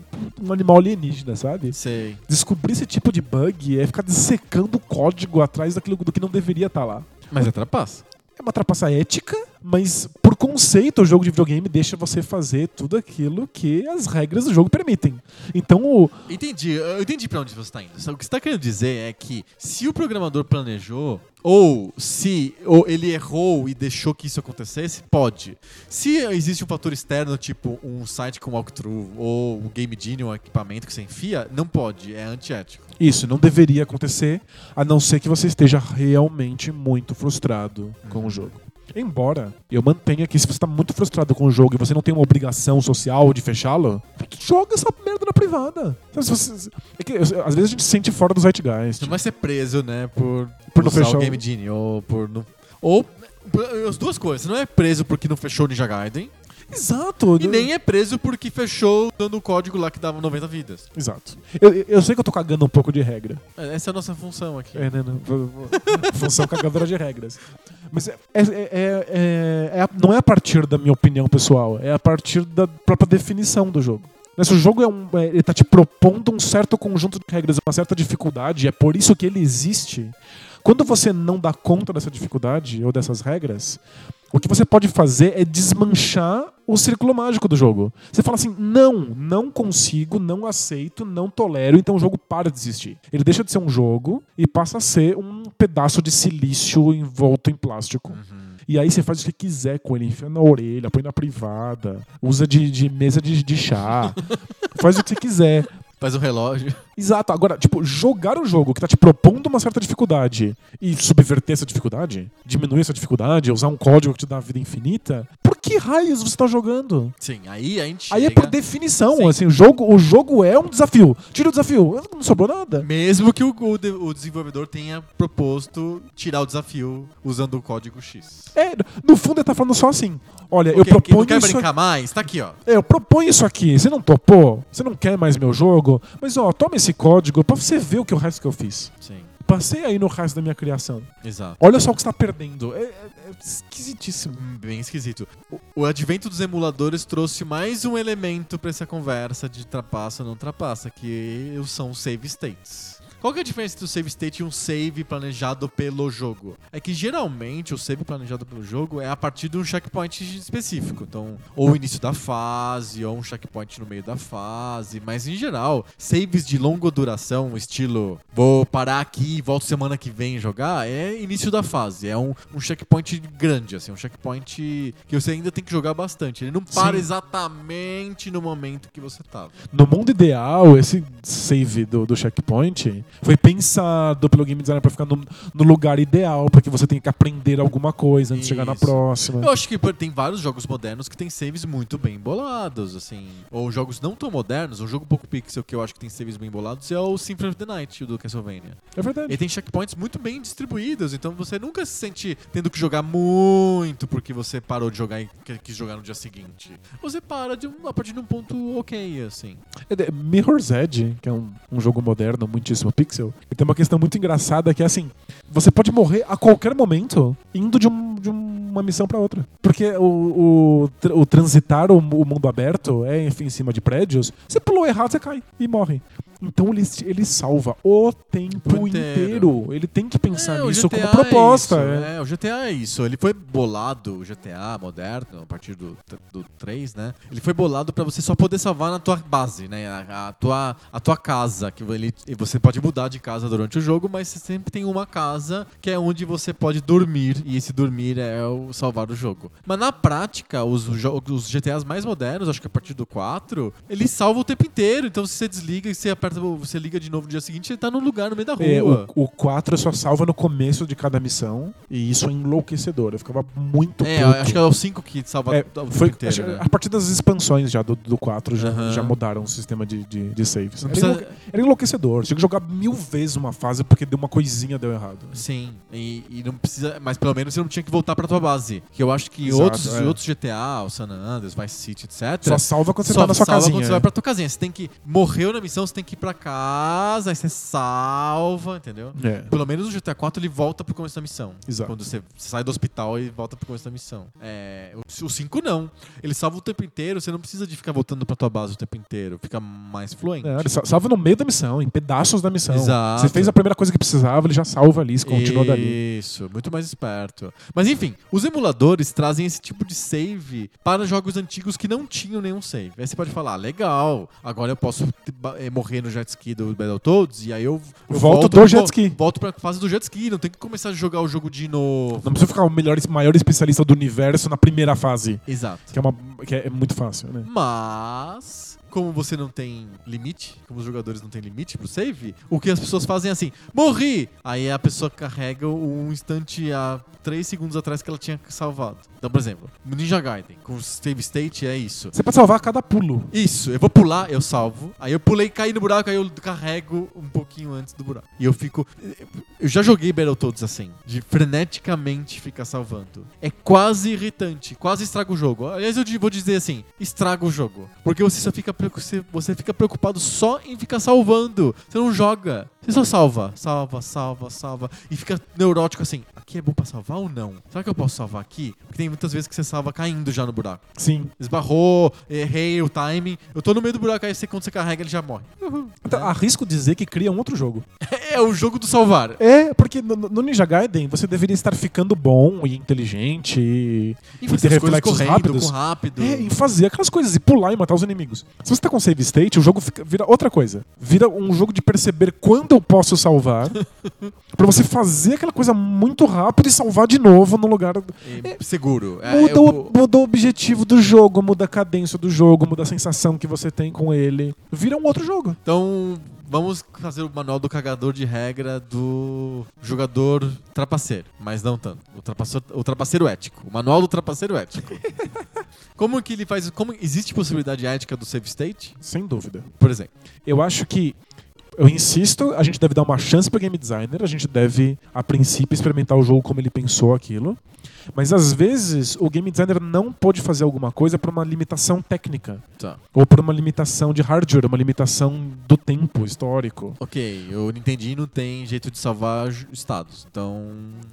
[SPEAKER 2] um animal alienígena, sabe?
[SPEAKER 1] Sei.
[SPEAKER 2] Descobrir esse tipo de bug é ficar dissecando o código atrás daquilo do que não deveria estar lá.
[SPEAKER 1] Mas é trapaça.
[SPEAKER 2] É uma trapaça ética, mas por conceito o jogo de videogame deixa você fazer tudo aquilo que as regras do jogo permitem. Então o,
[SPEAKER 1] Entendi, eu entendi pra onde você tá indo. O que você tá querendo dizer é que se o programador planejou, ou se ou ele errou e deixou que isso acontecesse, pode. Se existe um fator externo, tipo um site com walkthrough, ou o Game Genie, um equipamento que você enfia, não pode, é antiético.
[SPEAKER 2] Isso, não deveria acontecer, a não ser que você esteja realmente muito frustrado com o jogo. Embora eu mantenha que se você está muito frustrado com o jogo e você não tem uma obrigação social de fechá-lo, joga essa merda na privada. Sabe, se você- é que, eu- às vezes a gente se sente fora do
[SPEAKER 1] Você
[SPEAKER 2] zeitgeist.
[SPEAKER 1] não vai ser preso, né, por,
[SPEAKER 2] Por não
[SPEAKER 1] usar
[SPEAKER 2] fechar
[SPEAKER 1] o
[SPEAKER 2] o-
[SPEAKER 1] Game Genie, ou por não... Ou as duas coisas, você não é preso porque não fechou o Ninja Gaiden,
[SPEAKER 2] Exato.
[SPEAKER 1] e nem é preso porque fechou dando o código lá que dava 90 vidas.
[SPEAKER 2] Exato. Eu, eu sei que eu tô cagando um pouco de regra.
[SPEAKER 1] É, Essa é a nossa função aqui.
[SPEAKER 2] É, né, não, função cagadora um de regras. Mas é, é- é- é- é a- não é a partir da minha opinião pessoal, é a partir da própria definição do jogo. Né, Se o jogo é um, é, ele tá te propondo um certo conjunto de regras, uma certa dificuldade, é por isso que ele existe. Quando você não dá conta dessa dificuldade ou dessas regras, o que você pode fazer é desmanchar o círculo mágico do jogo. Você fala assim: não, não consigo, não aceito, não tolero, então o jogo para de existir. Ele deixa de ser um jogo e passa a ser um pedaço de silício envolto em plástico. E aí você faz o que quiser com ele, enfia na orelha, põe na privada, usa de, de mesa de, de chá, faz o que você quiser.
[SPEAKER 1] Faz um relógio.
[SPEAKER 2] Exato. Agora, tipo, jogar o jogo que tá te propondo uma certa dificuldade e subverter essa dificuldade, diminuir essa dificuldade, usar um código que te dá vida infinita, por que raios você tá jogando?
[SPEAKER 1] Sim, aí a gente
[SPEAKER 2] Aí é
[SPEAKER 1] chega-
[SPEAKER 2] por definição,
[SPEAKER 1] Sim.
[SPEAKER 2] assim, o jogo, o jogo é um desafio. Tira o desafio, não sobrou nada.
[SPEAKER 1] Mesmo que o, o de- o desenvolvedor tenha proposto tirar o desafio usando o código X.
[SPEAKER 2] É, no fundo ele tá falando só assim. Olha, eu
[SPEAKER 1] Ok, quem
[SPEAKER 2] proponho
[SPEAKER 1] não quer
[SPEAKER 2] isso
[SPEAKER 1] brincar mais? Tá aqui, ó.
[SPEAKER 2] É, eu proponho isso aqui. Você não topou? Você não quer mais meu jogo? Mas ó, toma esse código pra você ver o que o resto que eu fiz.
[SPEAKER 1] Sim,
[SPEAKER 2] Passei aí no resto da minha criação.
[SPEAKER 1] exato.
[SPEAKER 2] Olha só o que você tá perdendo. É, é- é esquisitíssimo.
[SPEAKER 1] Hum, Bem esquisito. O, o advento dos emuladores trouxe mais um elemento pra essa conversa de trapaça ou não trapaça, que são os save states. Qual que é a diferença entre um save state e um save planejado pelo jogo? É que geralmente o save planejado pelo jogo é a partir de um checkpoint específico. Então, ou o início da fase, ou um checkpoint no meio da fase. Mas em geral, saves de longa duração, estilo vou parar aqui e volto semana que vem jogar, é início da fase. É um, um checkpoint grande, assim, um checkpoint que você ainda tem que jogar bastante. Ele não para
[SPEAKER 2] Sim.
[SPEAKER 1] exatamente no momento que você tá. tava.
[SPEAKER 2] No mundo ideal, esse save do, do checkpoint foi pensado pelo game designer pra ficar no, no lugar ideal, porque você tem que aprender alguma coisa antes de chegar na
[SPEAKER 1] Isso.
[SPEAKER 2] próxima.
[SPEAKER 1] Eu acho que pô, tem vários jogos modernos que tem saves muito bem bolados, assim. Ou jogos não tão modernos, um jogo pouco pixel que eu acho que tem saves bem bolados é o Symphony of the Night do Castlevania.
[SPEAKER 2] É verdade.
[SPEAKER 1] Ele tem checkpoints muito bem distribuídos, então você nunca se sente tendo que jogar muito porque você parou de jogar e que- quis jogar no dia seguinte. Você para de um- a partir de um ponto ok, assim.
[SPEAKER 2] É, Mirror's Edge, que é um, um jogo moderno, muitíssimo pixel, ele tem uma questão muito engraçada que é assim, você pode morrer a qualquer momento indo de, um- de uma missão pra outra. Porque o, o, tr- o transitar o, mu- o mundo aberto é enfim, em cima de prédios, você pulou errado, você cai e morre. Então ele, se- ele salva o tempo
[SPEAKER 1] O inteiro.
[SPEAKER 2] inteiro. Ele tem que pensar
[SPEAKER 1] É, o
[SPEAKER 2] nisso
[SPEAKER 1] GTA
[SPEAKER 2] como proposta.
[SPEAKER 1] É, isso,
[SPEAKER 2] é.
[SPEAKER 1] é, o GTA é isso. Ele foi bolado, o GTA moderno, a partir do, do 3, né? Ele foi bolado pra você só poder salvar na tua base, né? A, a tua, a tua casa. que ele, e você pode mudar de casa durante o jogo, mas você sempre tem uma casa que é onde você pode dormir. E esse dormir é o salvar o jogo. Mas na prática, os, jo- os GTAs mais modernos, acho que a partir do 4, ele salva o tempo inteiro. Então se você desliga e você aperta, você liga de novo no dia seguinte, ele tá num lugar no meio da rua.
[SPEAKER 2] É, o, o 4 só salva no começo de cada missão, e isso é enlouquecedor. Eu ficava muito
[SPEAKER 1] É,
[SPEAKER 2] puto.
[SPEAKER 1] eu acho que é o 5 que salva
[SPEAKER 2] É,
[SPEAKER 1] o
[SPEAKER 2] foi,
[SPEAKER 1] foi, inteiro.
[SPEAKER 2] acho-
[SPEAKER 1] né?
[SPEAKER 2] A partir das expansões já do, do 4 já,
[SPEAKER 1] Aham.
[SPEAKER 2] já mudaram o sistema de, de, de saves.
[SPEAKER 1] Não
[SPEAKER 2] Era,
[SPEAKER 1] precisa-
[SPEAKER 2] enlouque- era enlouquecedor. Tinha que jogar mil vezes uma fase porque deu uma coisinha deu errado.
[SPEAKER 1] Sim, e, e não precisa. Mas pelo menos você não tinha que voltar pra tua base. Que eu acho que
[SPEAKER 2] Exato,
[SPEAKER 1] outros,
[SPEAKER 2] é.
[SPEAKER 1] outros GTA, o San Andreas, Vice City, etc.
[SPEAKER 2] Só salva quando você
[SPEAKER 1] só
[SPEAKER 2] tá na sua
[SPEAKER 1] salva
[SPEAKER 2] casinha.
[SPEAKER 1] quando você vai pra tua casinha. Você tem que. Morreu na missão, você tem que ir pra casa, aí você salva, entendeu?
[SPEAKER 2] É.
[SPEAKER 1] Pelo menos no GTA 4 ele volta pro começo da missão.
[SPEAKER 2] Exato.
[SPEAKER 1] Quando você sai do hospital e volta pro começo da missão. É, o 5 não. Ele salva o tempo inteiro, você não precisa de ficar voltando pra tua base o tempo inteiro. Fica mais fluente.
[SPEAKER 2] É, ele sa- salva no meio da missão, em pedaços da missão.
[SPEAKER 1] Exato.
[SPEAKER 2] Você fez a primeira coisa que precisava, ele já salva ali, você continua dali.
[SPEAKER 1] Isso, muito mais esperto. Mas enfim, os emuladores trazem esse tipo de save para jogos antigos que não tinham nenhum save. Aí você pode falar, "Ah, legal, agora eu posso te- ba- eh, morrer no jet ski do Battletoads e aí eu, eu
[SPEAKER 2] Volto do
[SPEAKER 1] pro-
[SPEAKER 2] jet ski.
[SPEAKER 1] Volto pra fase do jet ski, não tem que começar a jogar o jogo de novo.
[SPEAKER 2] Não precisa ficar o melhor, maior especialista do universo na primeira fase.
[SPEAKER 1] Exato.
[SPEAKER 2] Que é, uma, que é é muito fácil, né?
[SPEAKER 1] Mas, como você não tem limite, como os jogadores não têm limite pro save, o que as pessoas fazem é assim: morri! Aí a pessoa carrega um instante há 3 segundos atrás que ela tinha salvado. Então, por exemplo, Ninja Gaiden, com save state é isso.
[SPEAKER 2] Você pode salvar a cada pulo.
[SPEAKER 1] Isso, eu vou pular, eu salvo. Aí eu pulei, caí no buraco, aí eu carrego um pouquinho antes do buraco. E eu fico. Eu já joguei Battletoads assim, de freneticamente ficar salvando. É quase irritante, quase estraga o jogo. Aliás, eu di- vou dizer assim: estraga o jogo. Porque você só fica, preocu- você- você fica preocupado só em ficar salvando. Você não joga. Você só salva, salva, salva, salva. E fica neurótico assim: aqui é bom pra salvar ou não? Será que eu posso salvar aqui? Porque tem muitas vezes que você salva caindo já no buraco
[SPEAKER 2] Sim.
[SPEAKER 1] esbarrou, errei o timing. Eu tô no meio do buraco, aí você, quando você carrega, ele já morre.
[SPEAKER 2] Então, arrisco dizer que cria um outro jogo.
[SPEAKER 1] É o jogo do salvar.
[SPEAKER 2] É, porque no, no Ninja Gaiden você deveria estar ficando bom e inteligente e,
[SPEAKER 1] E
[SPEAKER 2] e
[SPEAKER 1] fazer
[SPEAKER 2] ter
[SPEAKER 1] as coisas
[SPEAKER 2] reflexos
[SPEAKER 1] correndo,
[SPEAKER 2] rápidos.
[SPEAKER 1] com rápido.
[SPEAKER 2] É, e fazer aquelas coisas e pular e matar os inimigos. Se você tá com save state, o jogo fica- vira outra coisa. Vira um jogo de perceber quando eu posso salvar. pra você fazer aquela coisa muito rápido e salvar de novo no lugar.
[SPEAKER 1] E seguro. É,
[SPEAKER 2] Muda
[SPEAKER 1] eu-
[SPEAKER 2] o, muda o objetivo do jogo, muda a cadência do jogo, muda a sensação que você tem com ele. Vira um outro jogo.
[SPEAKER 1] Então, vamos fazer o manual do cagador de regra do jogador trapaceiro, mas não tanto. O trapaceiro, o trapaceiro ético. O manual do trapaceiro ético. como que ele faz. Como, existe possibilidade ética do save state?
[SPEAKER 2] Sem dúvida.
[SPEAKER 1] Por exemplo.
[SPEAKER 2] Eu acho que. Eu insisto, a gente deve dar uma chance pro game designer, a gente deve, a princípio, experimentar o jogo como ele pensou aquilo. Mas às vezes o game designer não pode fazer alguma coisa por uma limitação técnica.
[SPEAKER 1] Tá.
[SPEAKER 2] Ou por uma limitação de hardware, uma limitação do tempo histórico.
[SPEAKER 1] Ok, o Nintendinho tem jeito de salvar j- estados, então.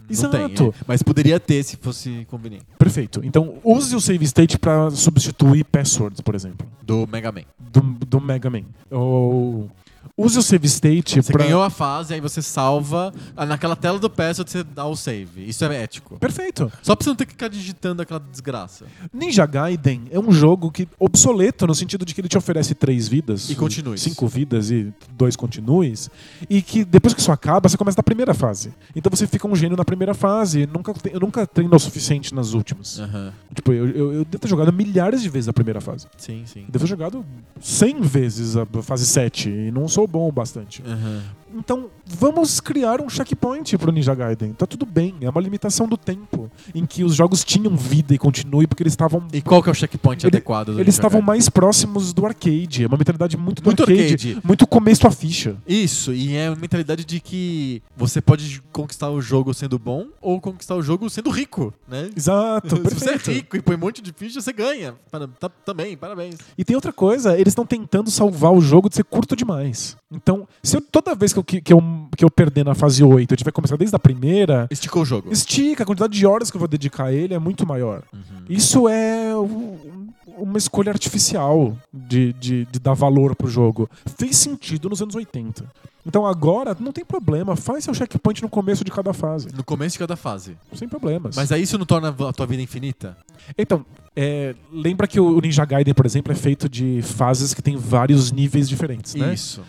[SPEAKER 2] Exato.
[SPEAKER 1] Não tem, é. Mas poderia ter se fosse conveniente.
[SPEAKER 2] Perfeito. Então use o save state para substituir passwords, por exemplo,
[SPEAKER 1] Do Mega Man.
[SPEAKER 2] do, do Mega Man. Ou use o save state
[SPEAKER 1] Você
[SPEAKER 2] para
[SPEAKER 1] ganhou a fase, aí você salva. ah, Naquela tela do PS você dá o save. Isso é ético.
[SPEAKER 2] Perfeito.
[SPEAKER 1] Só pra você não ter que ficar digitando aquela desgraça.
[SPEAKER 2] Ninja Gaiden é um jogo que obsoleto no sentido de que ele te oferece três vidas
[SPEAKER 1] E continues.
[SPEAKER 2] cinco vidas e dois continues e que depois que isso acaba você começa na primeira fase. Então você fica um gênio na primeira fase. e Nunca te- eu nunca treino o suficiente nas últimas.
[SPEAKER 1] Aham.
[SPEAKER 2] Tipo eu, eu, eu devo ter jogado milhares de vezes a primeira fase.
[SPEAKER 1] Sim, sim.
[SPEAKER 2] Devo ter jogado 100 vezes a fase 7 e não sou bom o bastante.
[SPEAKER 1] Aham.
[SPEAKER 2] Então, vamos criar um checkpoint pro Ninja Gaiden. Tá tudo bem, é uma limitação do tempo em que os jogos tinham vida e continue porque eles estavam
[SPEAKER 1] E qual que é o checkpoint
[SPEAKER 2] Ele-
[SPEAKER 1] adequado? do
[SPEAKER 2] eles
[SPEAKER 1] Ninja
[SPEAKER 2] estavam
[SPEAKER 1] Gaiden?
[SPEAKER 2] mais próximos do arcade. É uma mentalidade muito do
[SPEAKER 1] Muito
[SPEAKER 2] arcade,
[SPEAKER 1] arcade.
[SPEAKER 2] Muito começo à ficha.
[SPEAKER 1] Isso, e é uma mentalidade de que você pode conquistar o jogo sendo bom ou conquistar o jogo sendo rico, né?
[SPEAKER 2] Exato,
[SPEAKER 1] Se você é
[SPEAKER 2] perfeito.
[SPEAKER 1] rico e põe um monte de ficha, você ganha. Para- tá- também, parabéns.
[SPEAKER 2] E tem outra coisa, eles estão tentando salvar o jogo de ser curto demais. Então, se eu- toda vez que eu, que, que eu, que eu perder na fase 8, eu tiver que começar desde a primeira,
[SPEAKER 1] Esticou o jogo.
[SPEAKER 2] estica, a quantidade de horas que eu vou dedicar a ele é muito maior.
[SPEAKER 1] Uhum.
[SPEAKER 2] Isso é um- uma escolha artificial de, de, de dar valor pro jogo. Fez sentido nos anos 80. Então agora não tem problema, faz seu checkpoint no começo de cada fase,
[SPEAKER 1] No começo de cada fase.
[SPEAKER 2] sem problemas.
[SPEAKER 1] Mas aí isso não torna a tua vida infinita?
[SPEAKER 2] Então, é, lembra que o Ninja Gaiden, por exemplo, é feito de fases que tem vários níveis diferentes, né? Então,
[SPEAKER 1] Isso.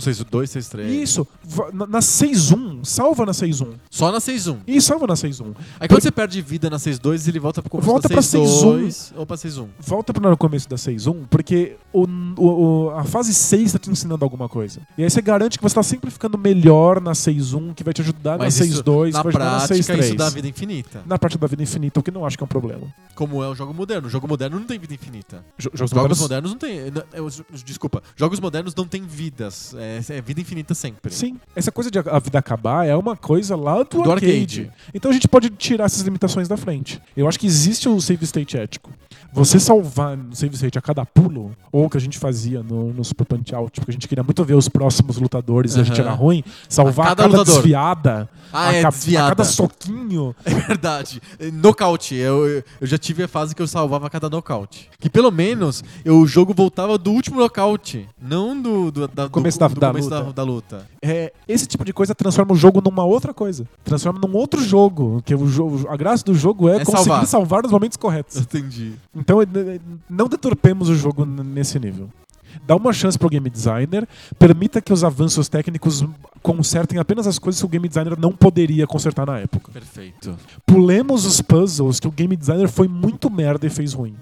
[SPEAKER 1] 6-1, 6-2, 6-3.
[SPEAKER 2] Isso. Va- Na, na 6-1, salva na 6-1.
[SPEAKER 1] Só na 6-1.
[SPEAKER 2] E salva na 6-1.
[SPEAKER 1] Aí quando você perde vida na 6-2, ele volta um. pro começo
[SPEAKER 2] Volta
[SPEAKER 1] da
[SPEAKER 2] pra
[SPEAKER 1] 6-2 ou pra 6-1.
[SPEAKER 2] Volta pro começo da 6.1, porque o, o- o- a fase 6 tá te ensinando alguma coisa. E aí você garante que você tá sempre ficando melhor na 6.1, que vai te ajudar
[SPEAKER 1] Mas
[SPEAKER 2] na
[SPEAKER 1] isso,
[SPEAKER 2] 6.2,
[SPEAKER 1] na
[SPEAKER 2] vai ajudar na
[SPEAKER 1] prática, isso dá
[SPEAKER 2] 6.3.
[SPEAKER 1] vida infinita.
[SPEAKER 2] Na parte da vida infinita, o que não acho que é um problema.
[SPEAKER 1] Como é o jogo moderno. O jogo moderno não tem vida infinita.
[SPEAKER 2] Jo-
[SPEAKER 1] Jogos modernos não tem. não- é, os- os- Desculpa. Jogos modernos não têm vidas. É, é vida infinita sempre.
[SPEAKER 2] Sim. Essa coisa de a a vida acabar é uma coisa lá do,
[SPEAKER 1] Do
[SPEAKER 2] arcade.
[SPEAKER 1] arcade.
[SPEAKER 2] Então a gente pode tirar essas limitações da frente. Eu acho que existe o save state ético. Você salvar no save state a cada pulo, ou o que a gente fazia no, no Super Punch Out, porque a gente queria muito ver os próximos lutadores e a gente
[SPEAKER 1] Aham.
[SPEAKER 2] era ruim, salvar
[SPEAKER 1] A
[SPEAKER 2] a
[SPEAKER 1] cada
[SPEAKER 2] cada,
[SPEAKER 1] lutador.
[SPEAKER 2] desviada,
[SPEAKER 1] Ah,
[SPEAKER 2] a,
[SPEAKER 1] é,
[SPEAKER 2] ca-
[SPEAKER 1] desviada.
[SPEAKER 2] a cada soquinho.
[SPEAKER 1] É verdade. É, Nocaute. Eu, eu- eu já tive a fase que eu salvava cada nocaute. Que pelo menos eu- o jogo voltava do último nocaute. Não do, do, da, do-
[SPEAKER 2] Começo da-
[SPEAKER 1] do
[SPEAKER 2] da
[SPEAKER 1] começo
[SPEAKER 2] luta.
[SPEAKER 1] da luta.
[SPEAKER 2] É, esse tipo de coisa transforma o jogo numa outra coisa. Transforma num outro jogo. Que o jogo a graça do jogo é,
[SPEAKER 1] É
[SPEAKER 2] conseguir
[SPEAKER 1] salvar.
[SPEAKER 2] salvar nos momentos corretos.
[SPEAKER 1] Entendi.
[SPEAKER 2] Então, eh, eh, não deturpemos o jogo n- nesse nível. Dá uma chance pro game designer, permita que os avanços técnicos consertem apenas as coisas que o game designer não poderia consertar na época.
[SPEAKER 1] Perfeito.
[SPEAKER 2] Pulemos os puzzles que o game designer foi muito merda e fez ruim.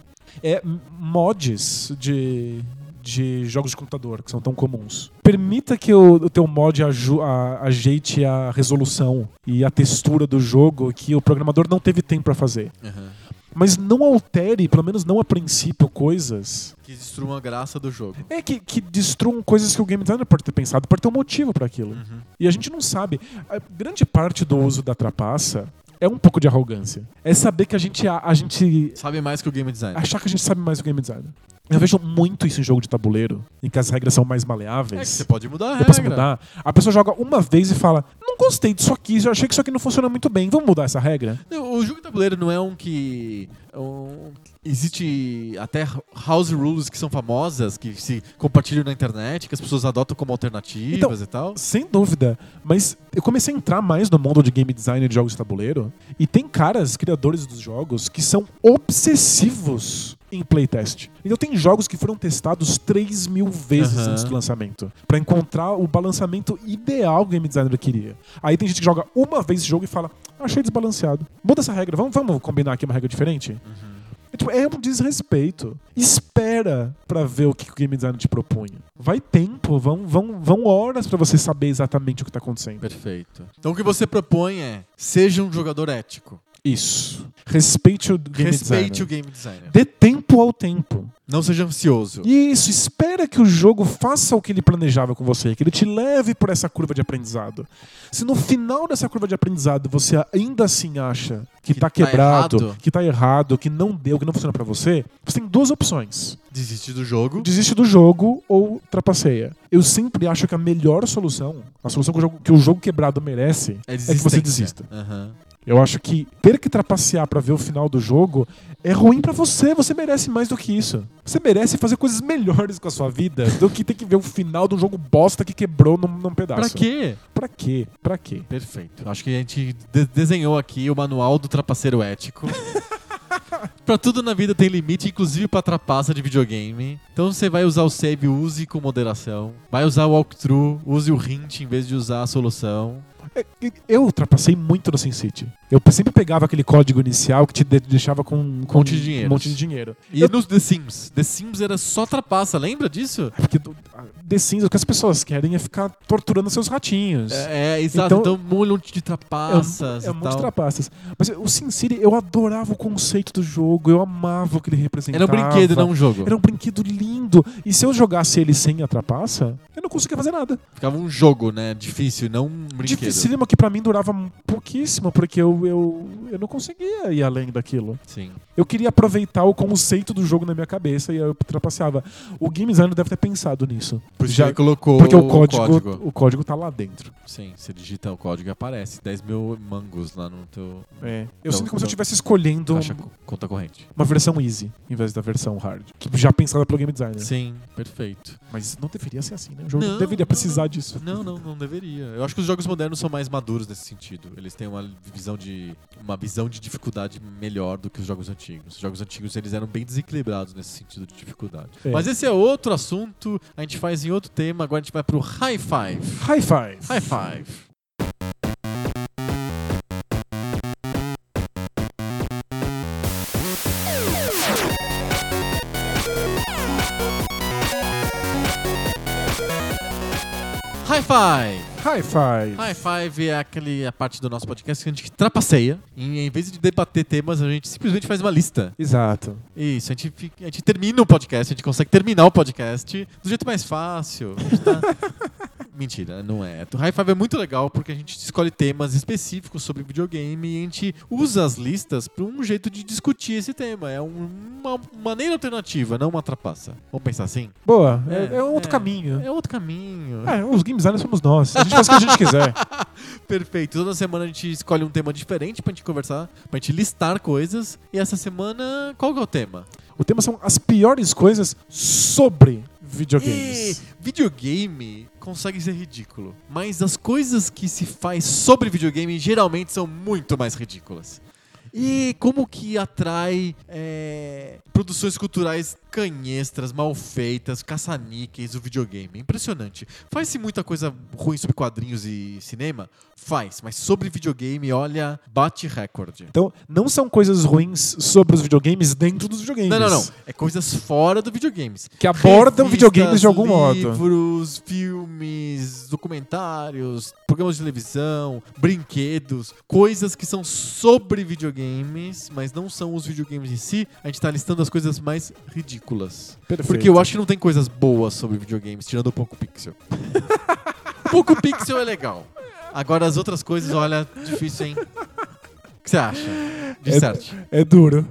[SPEAKER 2] É m- mods de, de jogos de computador que são tão comuns. Permita que o, o teu mod aju- a- ajeite a resolução e a textura do jogo que o programador não teve tempo pra fazer
[SPEAKER 1] Aham.
[SPEAKER 2] mas não altere, pelo menos não a princípio, coisas.
[SPEAKER 1] Que destruam a graça do jogo.
[SPEAKER 2] É que, que destruam coisas que o game designer pode ter pensado, pode ter um motivo pra aquilo.
[SPEAKER 1] Uhum.
[SPEAKER 2] E a gente não sabe. A grande parte do uso da trapaça é um pouco de arrogância. É saber que a gente, a, a gente
[SPEAKER 1] Sabe mais que o game design.
[SPEAKER 2] achar que a gente sabe mais do game designer. Eu vejo muito isso em jogo de tabuleiro, em que as regras são mais
[SPEAKER 1] É que
[SPEAKER 2] maleáveis.
[SPEAKER 1] você pode mudar a
[SPEAKER 2] Eu posso
[SPEAKER 1] regra.
[SPEAKER 2] mudar. A pessoa joga uma vez e fala: Não gostei disso aqui, eu achei que isso aqui não funciona muito bem, vamos mudar essa regra?
[SPEAKER 1] Não, O jogo de tabuleiro não é um que. é um- existe até house rules que são famosas, que se compartilham na internet, que as pessoas adotam como
[SPEAKER 2] Então,
[SPEAKER 1] alternativas e tal.
[SPEAKER 2] Sem dúvida. Mas eu comecei a entrar mais no mundo de game design de jogos de tabuleiro. E tem caras, criadores dos jogos, que são obsessivos em playtest. Então tem jogos que foram testados 3 mil vezes
[SPEAKER 1] Aham.
[SPEAKER 2] antes do lançamento. Pra encontrar o balanceamento ideal que o game designer queria. Aí tem gente que joga uma vez esse jogo e fala: "Ah, achei desbalanceado. Muda essa regra, vamos, vamos combinar aqui uma regra diferente? É, tipo, é um desrespeito. Espera pra ver o que o game designer te propunha. Vai tempo, vão, vão, vão horas pra você saber exatamente o que tá acontecendo.
[SPEAKER 1] Perfeito. Então o que você propõe é: seja um jogador ético.
[SPEAKER 2] Isso. Respeite o game
[SPEAKER 1] respeite
[SPEAKER 2] designer.
[SPEAKER 1] o game designer.
[SPEAKER 2] Dê tempo ao tempo.
[SPEAKER 1] Não seja ansioso.
[SPEAKER 2] Isso, espera que o jogo faça o que ele planejava com você, que ele te leve por essa curva de aprendizado. Se no final dessa curva de aprendizado você ainda assim acha que,
[SPEAKER 1] Que
[SPEAKER 2] tá
[SPEAKER 1] tá
[SPEAKER 2] quebrado,
[SPEAKER 1] errado.
[SPEAKER 2] que tá errado, que não deu, que não funciona pra você, você tem duas opções.
[SPEAKER 1] Desiste do jogo.
[SPEAKER 2] Desiste do jogo ou trapaceia. Eu sempre acho que a melhor solução, a solução que o jogo, que o jogo quebrado merece, é,
[SPEAKER 1] É,
[SPEAKER 2] que você
[SPEAKER 1] desistência.
[SPEAKER 2] desista.
[SPEAKER 1] Aham.
[SPEAKER 2] Eu acho que ter que trapacear pra ver o final do jogo é ruim pra você. Você merece mais do que isso. Você merece fazer coisas melhores com a sua vida do que ter que ver o final de um jogo bosta que quebrou num, num
[SPEAKER 1] Pra
[SPEAKER 2] pedaço.
[SPEAKER 1] quê?
[SPEAKER 2] Pra quê? Pra quê?
[SPEAKER 1] Perfeito. Acho que a gente de- desenhou aqui o manual do trapaceiro ético. pra tudo na vida tem limite, inclusive pra trapaça de videogame. Então você vai usar o save, use com moderação. Vai usar o walkthrough, use o hint em vez de usar a solução.
[SPEAKER 2] É, e- Eu trapacei muito no SimCity. Eu sempre pegava aquele código inicial que te de- deixava com, com
[SPEAKER 1] Monte de dinheiros.
[SPEAKER 2] um monte de dinheiro.
[SPEAKER 1] E
[SPEAKER 2] Eu-
[SPEAKER 1] nos The Sims. The Sims era só trapaça, lembra disso?
[SPEAKER 2] É Porque do- a- The Sims, o que as pessoas querem é ficar torturando seus ratinhos.
[SPEAKER 1] É, é, exato.
[SPEAKER 2] Então-
[SPEAKER 1] Então, um monte de trapaças
[SPEAKER 2] É um
[SPEAKER 1] e
[SPEAKER 2] monte de
[SPEAKER 1] tal.
[SPEAKER 2] trapaças. Mas o Sin City, eu adorava o conceito do jogo, eu amava o que ele representava.
[SPEAKER 1] Era um brinquedo, não um jogo.
[SPEAKER 2] Era um brinquedo lindo. E se eu jogasse ele sem a trapaça, eu não conseguia fazer nada.
[SPEAKER 1] Ficava um jogo, né? Difícil, não um brinquedo.
[SPEAKER 2] Dificílimo que pra mim durava pouquíssimo, porque eu, eu, eu não conseguia ir além daquilo.
[SPEAKER 1] Sim.
[SPEAKER 2] Eu queria aproveitar o conceito do jogo na minha cabeça e aí eu trapaceava. O game designer deve ter pensado nisso.
[SPEAKER 1] Por isso
[SPEAKER 2] Já-
[SPEAKER 1] que ele colocou
[SPEAKER 2] porque o
[SPEAKER 1] o
[SPEAKER 2] código, o código tá lá dentro.
[SPEAKER 1] Sim, você digita o código e aparece. 10 mil mangos lá no teu
[SPEAKER 2] Eu
[SPEAKER 1] Então,
[SPEAKER 2] sinto como se eu
[SPEAKER 1] então,
[SPEAKER 2] estivesse escolhendo
[SPEAKER 1] caixa co- conta corrente.
[SPEAKER 2] uma versão easy em vez da versão hard, que já pensada pelo game designer.
[SPEAKER 1] Sim, perfeito.
[SPEAKER 2] Mas não deveria ser assim, né? O jogo não,
[SPEAKER 1] Não,
[SPEAKER 2] deveria
[SPEAKER 1] não,
[SPEAKER 2] precisar disso.
[SPEAKER 1] Não, não, não deveria. Eu acho que os jogos modernos são mais maduros nesse sentido. Eles têm uma visão de uma visão de dificuldade melhor do que os jogos antigos. Os jogos antigos eles eram bem desequilibrados nesse sentido de dificuldade.
[SPEAKER 2] É.
[SPEAKER 1] Mas esse é outro assunto, a gente faz em outro tema, agora a gente vai pro high five.
[SPEAKER 2] High five.
[SPEAKER 1] High five. High five!
[SPEAKER 2] High five.
[SPEAKER 1] High five é aquele, a parte do nosso podcast que a gente trapaceia. E em vez de debater temas, a gente simplesmente faz uma lista.
[SPEAKER 2] Exato.
[SPEAKER 1] Isso, a gente, fica- a gente termina o podcast, a gente consegue terminar o podcast do jeito mais fácil. a gente tá- Mentira, não é. O High Five é muito legal porque a gente escolhe temas específicos sobre videogame e a gente usa as listas para um jeito de discutir esse tema. É um- uma maneira alternativa, não uma trapaça. Vamos pensar assim?
[SPEAKER 2] Boa.
[SPEAKER 1] É,
[SPEAKER 2] É, é um outro
[SPEAKER 1] é.
[SPEAKER 2] caminho.
[SPEAKER 1] É outro caminho.
[SPEAKER 2] É, os game designers somos nós. A gente faz o que a gente quiser.
[SPEAKER 1] Perfeito. Toda semana a gente escolhe um tema diferente pra gente conversar, pra gente listar coisas. E essa semana, qual que é o tema?
[SPEAKER 2] O tema são as piores coisas sobre videogames.
[SPEAKER 1] E É, videogame consegue ser ridículo, mas as coisas que se faz sobre videogame geralmente são muito mais ridículas. E como que atrai é, produções culturais canhestras, mal feitas, caça-níqueis, o videogame? Impressionante. Faz-se muita coisa ruim sobre quadrinhos e cinema? Faz, mas sobre videogame, olha, bate recorde.
[SPEAKER 2] Então, não são coisas ruins sobre os videogames dentro dos videogames.
[SPEAKER 1] Não, não, não. É coisas fora do videogames.
[SPEAKER 2] Que abordam
[SPEAKER 1] Revistas,
[SPEAKER 2] videogames de algum modo.
[SPEAKER 1] Livros, filmes, documentários, programas de televisão, brinquedos, coisas que são sobre videogames, mas não são os videogames em si. A gente tá listando as coisas mais ridículas. É
[SPEAKER 2] Perfeito.
[SPEAKER 1] Porque eu acho que não tem coisas boas sobre videogames, tirando o Poco Pixel. o Poco Pixel é legal. Agora as outras coisas, olha, difícil, hein? O que você acha? Disserte.
[SPEAKER 2] É duro.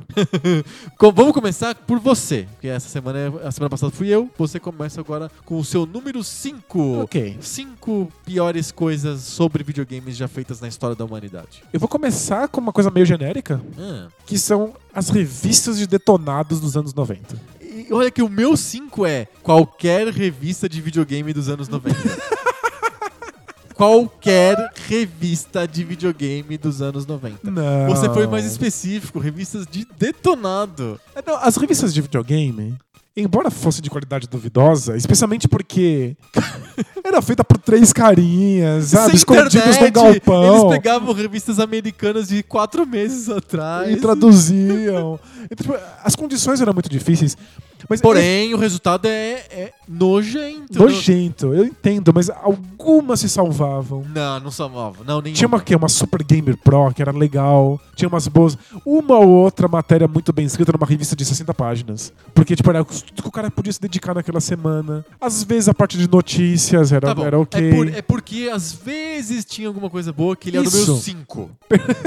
[SPEAKER 1] Com- vamos começar por você, porque essa semana, a semana passada fui eu, você começa agora com o seu número 5.
[SPEAKER 2] Ok.
[SPEAKER 1] 5 piores coisas sobre videogames já feitas na história da humanidade.
[SPEAKER 2] Eu vou começar com uma coisa meio genérica,
[SPEAKER 1] Ah,
[SPEAKER 2] que são as revistas de detonados dos anos 90.
[SPEAKER 1] e olha que o meu 5 é qualquer revista de videogame dos anos 90. qualquer revista de videogame dos anos 90.
[SPEAKER 2] Não.
[SPEAKER 1] Você foi mais específico, revistas de detonado.
[SPEAKER 2] É, não, As revistas de videogame, embora fosse de qualidade duvidosa, especialmente porque era feita por três carinhas, sabe? Escondidos no galpão.
[SPEAKER 1] eles pegavam revistas americanas de quatro meses atrás.
[SPEAKER 2] E traduziam. E, tipo, As condições eram muito difíceis. Mas
[SPEAKER 1] Porém, o resultado é, é nojento.
[SPEAKER 2] Nojento, eu entendo, mas algumas se salvavam.
[SPEAKER 1] Não, não salvava. Não, nenhum.
[SPEAKER 2] Tinha uma que uma Super Gamer Pro, que era legal. Tinha umas boas. Uma ou outra matéria muito bem escrita numa revista de 60 páginas. Porque, tipo, era tudo que o cara podia se dedicar naquela semana. Às vezes a parte de notícias era,
[SPEAKER 1] Tá bom.
[SPEAKER 2] era ok.
[SPEAKER 1] é, por- é porque às vezes tinha alguma coisa boa que ele era o
[SPEAKER 2] Isso.
[SPEAKER 1] número 5.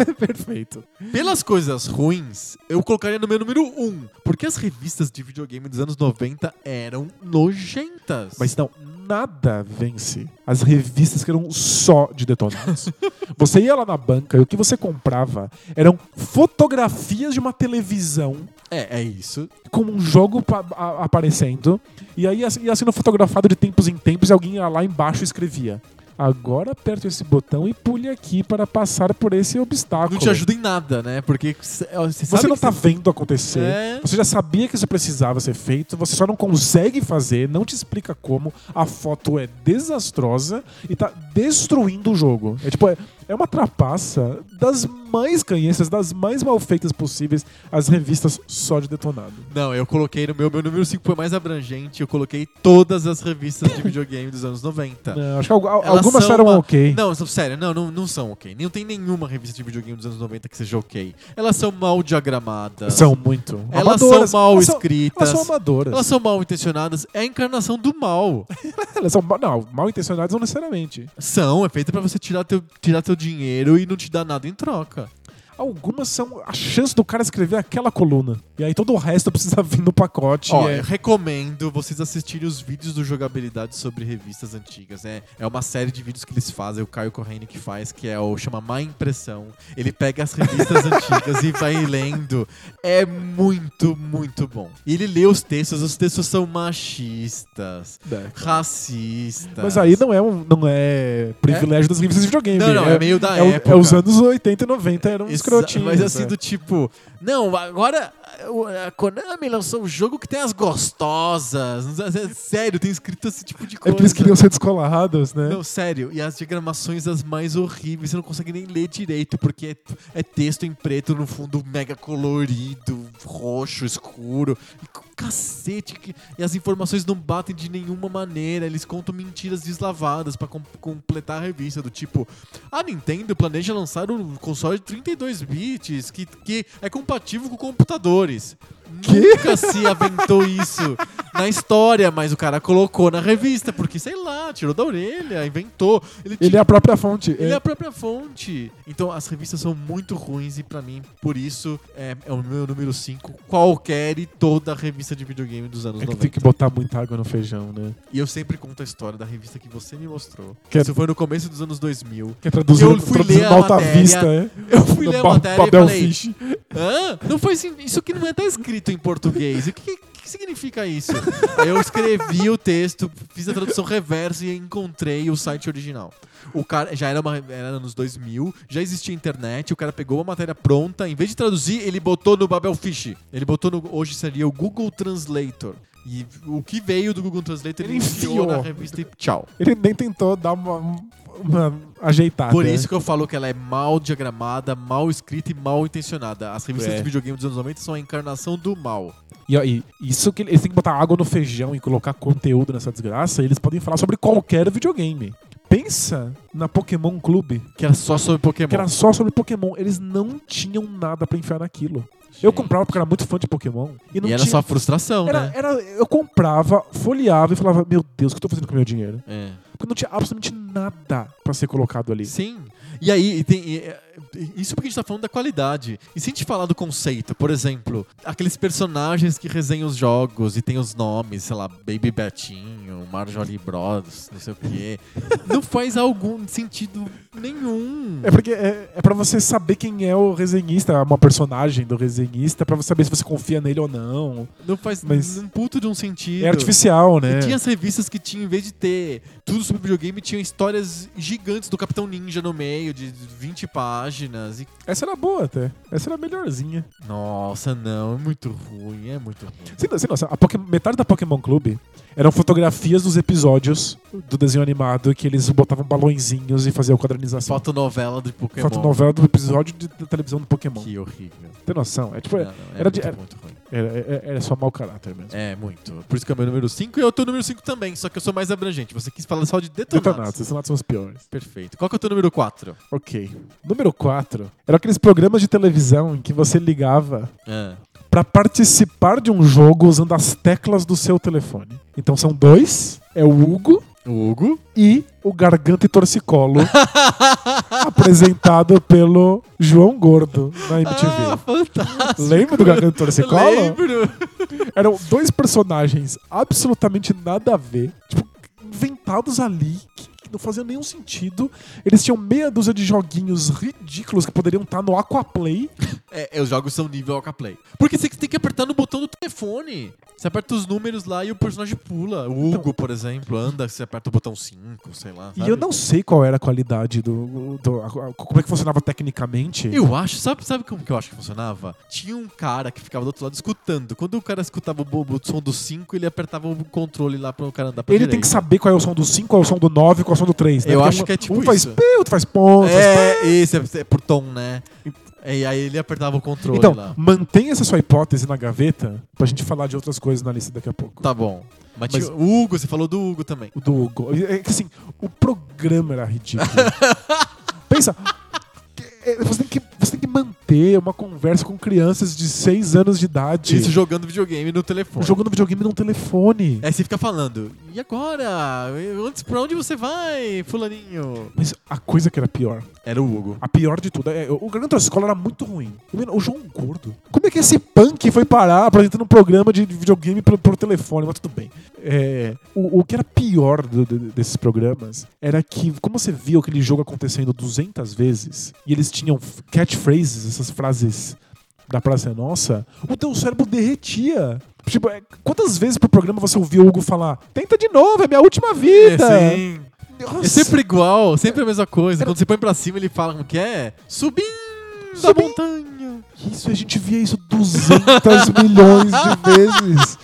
[SPEAKER 1] é
[SPEAKER 2] Perfeito.
[SPEAKER 1] Pelas coisas ruins, eu colocaria no meu número 1. Um, porque as revistas de videogame dos anos 90 eram nojentas.
[SPEAKER 2] Mas não, nada vence as revistas que eram só de detonados. você ia lá na banca e o que você comprava eram fotografias de uma televisão
[SPEAKER 1] é, é isso.
[SPEAKER 2] com um jogo pa- a- aparecendo. E aí ia- ia sendo fotografado de tempos em tempos e alguém ia lá embaixo e escrevia. Agora aperta esse botão e pule aqui para passar por esse obstáculo.
[SPEAKER 1] Não te ajuda em nada, né? Porque c- é, você
[SPEAKER 2] Você
[SPEAKER 1] sabe
[SPEAKER 2] não
[SPEAKER 1] que
[SPEAKER 2] tá vendo acontecer.
[SPEAKER 1] É.
[SPEAKER 2] Você já sabia que isso precisava ser feito, você só não consegue fazer, não te explica como. A foto é desastrosa e tá destruindo o jogo. É tipo, é, é uma trapaça das mais canhenças, das mais mal feitas possíveis, as revistas só de detonado.
[SPEAKER 1] Não, eu coloquei no meu, meu número 5 foi mais abrangente, eu coloquei todas as revistas de videogame dos anos 90.
[SPEAKER 2] Não, É, acho que al- al-
[SPEAKER 1] Tá. Elas
[SPEAKER 2] algumas
[SPEAKER 1] são
[SPEAKER 2] eram
[SPEAKER 1] uma-
[SPEAKER 2] ok.
[SPEAKER 1] Não, são- sério, não, não, não são ok. Não tem nenhuma revista de videogame dos anos 90 que seja ok. Elas são mal diagramadas.
[SPEAKER 2] São muito.
[SPEAKER 1] Elas
[SPEAKER 2] Amadoras.
[SPEAKER 1] são mal
[SPEAKER 2] Elas
[SPEAKER 1] escritas.
[SPEAKER 2] Elas são amadoras.
[SPEAKER 1] Elas são mal intencionadas. É a encarnação do mal.
[SPEAKER 2] Elas são ma- não, mal intencionadas não necessariamente.
[SPEAKER 1] São, é feita pra você tirar teu, tirar teu dinheiro e não te dar nada em troca.
[SPEAKER 2] Algumas são a chance do cara escrever aquela coluna. E aí todo o resto precisa vir no pacote.
[SPEAKER 1] Ó,
[SPEAKER 2] é-
[SPEAKER 1] eu recomendo vocês assistirem os vídeos do Jogabilidade sobre revistas antigas. É, é uma série de vídeos que eles fazem, o Caio Correia que faz, que é o chama Má Impressão. Ele pega as revistas antigas e vai lendo. É muito, muito bom. E ele lê os textos, os textos são machistas, racistas.
[SPEAKER 2] Mas aí não é, um, não é privilégio das revistas de videogame.
[SPEAKER 1] Não, não, é meio da
[SPEAKER 2] é, o-
[SPEAKER 1] época.
[SPEAKER 2] É os anos 80 e 90, eram
[SPEAKER 1] Exa-
[SPEAKER 2] escrotinhos.
[SPEAKER 1] Mas assim,
[SPEAKER 2] é.
[SPEAKER 1] do tipo, não, agora o- a Konami lançou um jogo que tem as gostosas. Não sei, é Sério, tem escrito esse tipo de
[SPEAKER 2] É
[SPEAKER 1] coisa.
[SPEAKER 2] porque eles queriam ser descolados, né?
[SPEAKER 1] Não, sério, e as diagramações as mais horríveis, você não consegue nem ler direito, porque é, é texto em preto no fundo mega colorido, roxo, escuro. E c- cacete, que- e as informações não batem de nenhuma maneira, eles contam mentiras deslavadas pra com- completar a revista, do tipo, a Nintendo planeja lançar um console de 32 bits que, que é compatível com computadores.
[SPEAKER 2] Quê?
[SPEAKER 1] Nunca se aventou isso na história, mas o cara colocou na revista, porque sei lá, tirou da orelha, inventou. Ele,
[SPEAKER 2] Ele é
[SPEAKER 1] tinha-
[SPEAKER 2] a própria fonte.
[SPEAKER 1] ele é
[SPEAKER 2] é.
[SPEAKER 1] a própria fonte. Então as revistas são muito ruins e pra mim, por isso, é, é o meu número 5, qualquer e toda revista de videogame dos anos
[SPEAKER 2] É que
[SPEAKER 1] 90.
[SPEAKER 2] tem que botar muita água no feijão, né?
[SPEAKER 1] E eu sempre conto a história da revista que você me mostrou.
[SPEAKER 2] Que é-
[SPEAKER 1] Isso foi no começo dos anos 2000.
[SPEAKER 2] Que é traduzido,
[SPEAKER 1] Eu fui
[SPEAKER 2] traduzido
[SPEAKER 1] ler a
[SPEAKER 2] na alta
[SPEAKER 1] matéria.
[SPEAKER 2] vista, é?
[SPEAKER 1] Eu fui
[SPEAKER 2] No
[SPEAKER 1] ler a
[SPEAKER 2] Ba-
[SPEAKER 1] matéria e
[SPEAKER 2] Babel
[SPEAKER 1] falei,
[SPEAKER 2] Fish.
[SPEAKER 1] Hã? Não foi assim, isso aqui não é tá escrito em português. O que, que significa isso? Aí eu escrevi o texto, fiz a tradução reversa e encontrei o site original. O cara já era, uma, era anos 2000, já existia internet, o cara pegou a matéria pronta, em vez de traduzir, ele botou no Babelfish. Ele botou no hoje seria o Google Translator. E o que veio do Google Translator, ele,
[SPEAKER 2] Ele
[SPEAKER 1] enfiou,
[SPEAKER 2] enfiou.
[SPEAKER 1] na revista e tchau.
[SPEAKER 2] Ele nem tentou dar uma, uma ajeitada. né?
[SPEAKER 1] Por isso que eu falo que ela é mal diagramada, mal escrita e mal intencionada. As revistas
[SPEAKER 2] É.
[SPEAKER 1] de videogame dos anos 90 são a encarnação do mal.
[SPEAKER 2] E, ó, e isso que eles têm que botar água no feijão e colocar conteúdo nessa desgraça, eles podem falar sobre qualquer videogame. Pensa na Pokémon Clube,
[SPEAKER 1] Que era só sobre Pokémon.
[SPEAKER 2] que era só sobre Pokémon. Eles não tinham nada pra enfiar naquilo. Eu comprava porque eu era muito fã de Pokémon. E, não
[SPEAKER 1] E era
[SPEAKER 2] tinha-
[SPEAKER 1] só frustração,
[SPEAKER 2] era,
[SPEAKER 1] né?
[SPEAKER 2] era, eu comprava, folheava e falava, meu Deus, o que eu tô fazendo com o meu dinheiro?
[SPEAKER 1] É.
[SPEAKER 2] Porque não tinha absolutamente nada pra ser colocado ali.
[SPEAKER 1] Sim. E aí, e tem, e, é, Isso porque a gente tá falando da qualidade. E se a gente falar do conceito, por exemplo, aqueles personagens que resenham os jogos e tem os nomes, sei lá, Baby Betinho, Marjorie Bros, não sei o quê, não faz algum sentido nenhum.
[SPEAKER 2] É porque é, é pra você saber quem é o resenhista, uma personagem do resenhista, pra você saber se você confia nele ou não.
[SPEAKER 1] Não faz
[SPEAKER 2] Mas-
[SPEAKER 1] um puto de um sentido.
[SPEAKER 2] É artificial,
[SPEAKER 1] E
[SPEAKER 2] né?
[SPEAKER 1] tinha as revistas que tinha, em vez de ter tudo sobre videogame, tinha histórias gigantes do Capitão Ninja no meio, de 20 páginas. E...
[SPEAKER 2] Essa era boa até. Essa era a melhorzinha.
[SPEAKER 1] Nossa, não, é muito ruim, é muito ruim.
[SPEAKER 2] Sem, sem noção, a Poké- metade da Pokémon Clube eram fotografias dos episódios do desenho animado que eles botavam balõezinhos e faziam quadrinização.
[SPEAKER 1] Foto novela de Pokémon.
[SPEAKER 2] Foto novela do episódio de, da televisão do Pokémon.
[SPEAKER 1] Que horrível.
[SPEAKER 2] Tem noção? É tipo,
[SPEAKER 1] Não,
[SPEAKER 2] é-
[SPEAKER 1] não, é
[SPEAKER 2] era
[SPEAKER 1] muito,
[SPEAKER 2] de- era-
[SPEAKER 1] muito ruim.
[SPEAKER 2] é- é- é só mau caráter mesmo.
[SPEAKER 1] É, muito. Por isso que é o meu número 5 e eu tô número 5 também, só que eu sou mais abrangente. Você quis falar só de detonados.
[SPEAKER 2] Detonados, esses são os piores.
[SPEAKER 1] Perfeito. Qual que é o teu número 4?
[SPEAKER 2] Ok. Número 4. Eram aqueles programas de televisão em que você ligava pra participar de um jogo usando as teclas do seu telefone. Então são dois. É o Hugo
[SPEAKER 1] O Hugo.
[SPEAKER 2] e o Garganta e Torcicolo, apresentado pelo João Gordo na
[SPEAKER 1] Ah,
[SPEAKER 2] MTV.
[SPEAKER 1] fantástico.
[SPEAKER 2] Lembra do Garganta e Torcicolo?
[SPEAKER 1] Lembro.
[SPEAKER 2] Eram dois personagens absolutamente nada a ver, tipo, inventados ali, que que não faziam nenhum sentido. Eles tinham meia dúzia de joguinhos ridículos que poderiam estar no Aquaplay.
[SPEAKER 1] É, é, os jogos são nível Play. Porque você tem que apertar no botão do telefone. Você aperta os números lá e o personagem pula. O Hugo, por exemplo, anda, você aperta o botão 5, sei lá.
[SPEAKER 2] Então E
[SPEAKER 1] sabe?
[SPEAKER 2] eu não sei qual era a qualidade do. do- a- a- como é que funcionava tecnicamente.
[SPEAKER 1] Eu acho, sabe, sabe como que eu acho que funcionava? Tinha um cara que ficava do outro lado escutando. Quando o cara escutava o, bo- o som do 5, ele apertava o controle lá pra o cara andar pra
[SPEAKER 2] Ele
[SPEAKER 1] direita.
[SPEAKER 2] tem que saber qual é o som do 5, qual é o som do 9, qual é o som do 3. Né?
[SPEAKER 1] Eu
[SPEAKER 2] Porque
[SPEAKER 1] acho
[SPEAKER 2] um-
[SPEAKER 1] que é tipo
[SPEAKER 2] Um faz
[SPEAKER 1] isso.
[SPEAKER 2] pi, outro faz ponto. faz
[SPEAKER 1] É, esse é, é por tom, né? E aí ele apertava o
[SPEAKER 2] pá.
[SPEAKER 1] controle
[SPEAKER 2] Então,
[SPEAKER 1] lá.
[SPEAKER 2] mantenha essa sua hipótese na gaveta pra gente falar de outras coisas na lista daqui a pouco.
[SPEAKER 1] Tá bom. Mas,
[SPEAKER 2] Mas-
[SPEAKER 1] tinha o Hugo, você falou do Hugo também.
[SPEAKER 2] O do Hugo. É que assim, o programa era ridículo. Pensa. é, Você tem, que, você tem que manter uma conversa com crianças de 6 anos de idade.
[SPEAKER 1] Isso jogando videogame no telefone.
[SPEAKER 2] jogando videogame num telefone.
[SPEAKER 1] Aí você fica falando, e agora? Antes, pra onde você vai, fulaninho?
[SPEAKER 2] Mas a coisa que era pior,
[SPEAKER 1] Era o Hugo.
[SPEAKER 2] a pior de tudo, é, o Grande Escola era muito ruim. Eu lembro, O João Gordo. Como é que esse punk foi parar apresentando um programa de videogame por, por telefone? Mas tudo bem. É, o, o que era pior do- do- desses programas era que, como você via aquele jogo acontecendo 200 vezes, e eles tinham catchphrases, essas frases da Praça é Nossa, o teu cérebro derretia. Tipo, é, quantas vezes pro programa você ouvia o Hugo falar tenta de novo, é minha última vida.
[SPEAKER 1] sim.
[SPEAKER 2] Nossa.
[SPEAKER 1] É sempre igual, sempre a mesma coisa.
[SPEAKER 2] Era-
[SPEAKER 1] Quando você põe pra cima, ele fala como que é? Subindo da
[SPEAKER 2] Subindo.
[SPEAKER 1] montanha.
[SPEAKER 2] Isso, a gente via isso 200 milhões de vezes.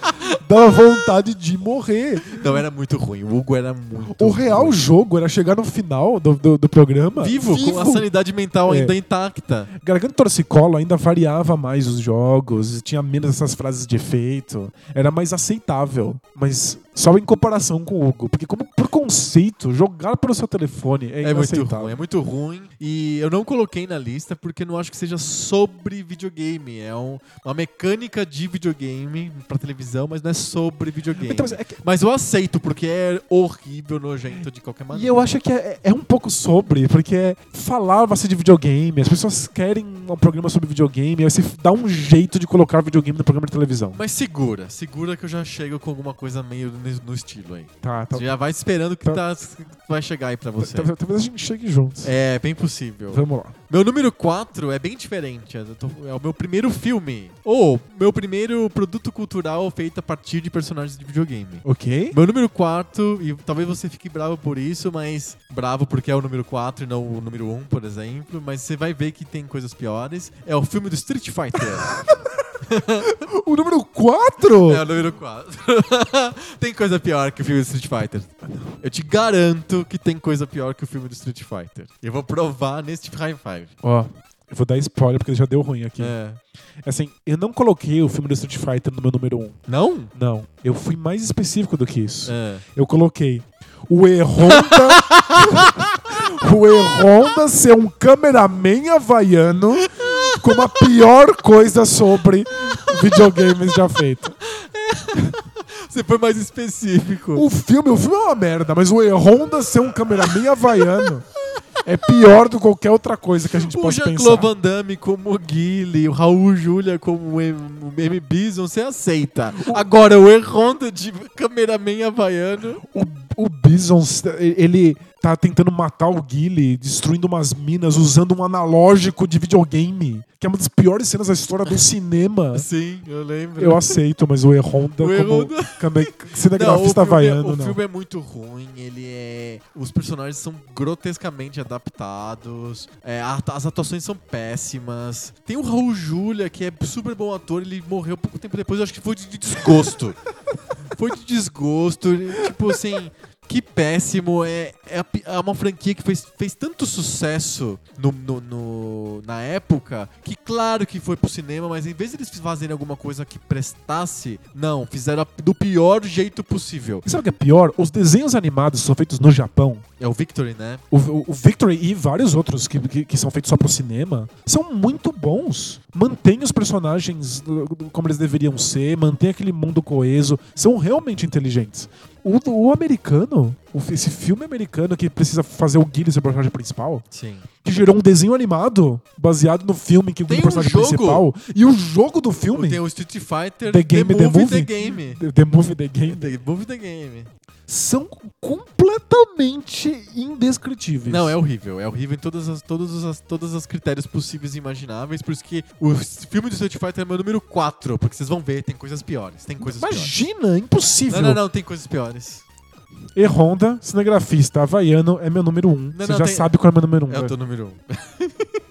[SPEAKER 2] Dava vontade de morrer.
[SPEAKER 1] Não, Então, era muito ruim. O Hugo era muito
[SPEAKER 2] O real
[SPEAKER 1] ruim.
[SPEAKER 2] jogo era chegar no final do, do, do programa.
[SPEAKER 1] Vivo, com a sanidade mental
[SPEAKER 2] É.
[SPEAKER 1] ainda intacta.
[SPEAKER 2] Garganta e Torcicolo ainda variava mais os jogos, tinha menos essas frases de efeito, era mais aceitável, mas só em comparação com o Hugo, porque como por conceito, jogar pelo seu telefone é,
[SPEAKER 1] É, muito
[SPEAKER 2] inaceitável.
[SPEAKER 1] ruim, é muito ruim. E eu não coloquei na lista porque não acho que seja sobre videogame. É um- uma mecânica de videogame pra televisão, mas não é sobre videogame.
[SPEAKER 2] Então, mas é que-
[SPEAKER 1] Mas eu aceito, porque é horrível, nojento de qualquer maneira.
[SPEAKER 2] E eu acho que é, é um pouco sobre, porque falava-se de videogame, as pessoas querem um programa sobre videogame, aí você dá um jeito de colocar videogame no programa de televisão.
[SPEAKER 1] Mas segura, segura que eu já chego com alguma coisa meio no no estilo aí.
[SPEAKER 2] Tá, tá.
[SPEAKER 1] Você já vai esperando que
[SPEAKER 2] Tá.
[SPEAKER 1] tá- vai chegar aí pra você.
[SPEAKER 2] Talvez talvez a gente chegue juntos.
[SPEAKER 1] É, bem possível.
[SPEAKER 2] então, Vamos lá.
[SPEAKER 1] Meu número 4 é bem diferente. eu tô- É o meu primeiro filme. Ou meu primeiro produto cultural feito a partir de personagens de videogame.
[SPEAKER 2] Ok?
[SPEAKER 1] Meu número 4, e talvez você fique bravo por isso, mas bravo porque é o número 4 e não o número 1, por exemplo. Mas você vai ver que tem coisas piores. É o filme do Street Fighter.
[SPEAKER 2] O número 4?
[SPEAKER 1] É o número 4. tem coisa pior que o filme do Street Fighter. Ah, Eu te garanto que tem coisa pior que o filme do Street Fighter. Eu vou provar neste High Five.
[SPEAKER 2] Ó, eu vou dar spoiler porque já deu ruim aqui.
[SPEAKER 1] É.
[SPEAKER 2] Assim, eu não coloquei o filme do Street Fighter no meu número 1.
[SPEAKER 1] Não?
[SPEAKER 2] Não. Eu fui mais específico do que isso.
[SPEAKER 1] É.
[SPEAKER 2] Eu coloquei o E-Honda. o E-Honda ser um cameraman havaiano com a pior coisa sobre videogames já feito.
[SPEAKER 1] Você foi mais específico.
[SPEAKER 2] O filme, o filme é uma merda, mas o E-Honda ser um cameraman havaiano É pior do que qualquer outra coisa que a gente
[SPEAKER 1] tipo, O
[SPEAKER 2] pode
[SPEAKER 1] Jean-Claude
[SPEAKER 2] pensar.
[SPEAKER 1] Van Damme como o Guile, o Raul Júlia como o M, o M. Bison, você aceita. Agora, o Erronda de cameraman havaiano.
[SPEAKER 2] O, o Bison, ele tá tentando matar o Guile, destruindo umas minas, usando um analógico de videogame, que é uma das piores cenas da história do cinema.
[SPEAKER 1] Sim, É. eu lembro.
[SPEAKER 2] Eu aceito, mas o E-Honda
[SPEAKER 1] O
[SPEAKER 2] como é
[SPEAKER 1] E-Honda.
[SPEAKER 2] também
[SPEAKER 1] Não, o
[SPEAKER 2] cinegrafista
[SPEAKER 1] filme,
[SPEAKER 2] havaiano,
[SPEAKER 1] o
[SPEAKER 2] não.
[SPEAKER 1] filme é muito ruim, ele é. Os personagens são grotescamente adaptados, é, a- as atuações são péssimas. Tem o Raul Júlia, que é super bom ator, ele morreu pouco tempo depois, eu acho que foi de desgosto. foi de desgosto, ele, tipo assim. Que péssimo, é, é, a pi- é uma franquia que fez, fez tanto sucesso no, no- no- na época que, claro que foi pro cinema, mas em vez de eles fazerem alguma coisa que prestasse, não, fizeram a- do pior jeito possível.
[SPEAKER 2] E sabe o que é pior? Os desenhos animados são feitos no Japão.
[SPEAKER 1] É o Victory, né?
[SPEAKER 2] O, o- o Victory e vários outros que, que, que são feitos só pro cinema são muito bons. Mantém os personagens do- do- como eles deveriam ser, mantém aquele mundo coeso. São realmente inteligentes. O, do- o americano, o fi- esse filme americano que precisa fazer o Guile ser o personagem principal,
[SPEAKER 1] Sim.
[SPEAKER 2] que gerou um desenho animado baseado no filme que o Guile é
[SPEAKER 1] Tem
[SPEAKER 2] o
[SPEAKER 1] um
[SPEAKER 2] personagem
[SPEAKER 1] jogo.
[SPEAKER 2] principal. E o jogo do filme.
[SPEAKER 1] Tem o Street Fighter,
[SPEAKER 2] The Game, The
[SPEAKER 1] Movie, The
[SPEAKER 2] Movie.
[SPEAKER 1] Game.
[SPEAKER 2] The Movie The Game
[SPEAKER 1] The Movie, The Game.
[SPEAKER 2] são completamente indescritíveis.
[SPEAKER 1] Não, é horrível. É horrível em todas as, todos as, todas as critérios possíveis e imagináveis. Por isso que o filme do Street Fighter é meu número 4. Porque vocês vão ver, tem coisas piores. Tem coisas piores.
[SPEAKER 2] Imagina, impossível.
[SPEAKER 1] Não, não, não, tem coisas piores.
[SPEAKER 2] E Honda, cinegrafista havaiano, é meu número um. Você
[SPEAKER 1] não,
[SPEAKER 2] já
[SPEAKER 1] tem-
[SPEAKER 2] sabe qual é meu número um.
[SPEAKER 1] É o
[SPEAKER 2] né?
[SPEAKER 1] teu número 1.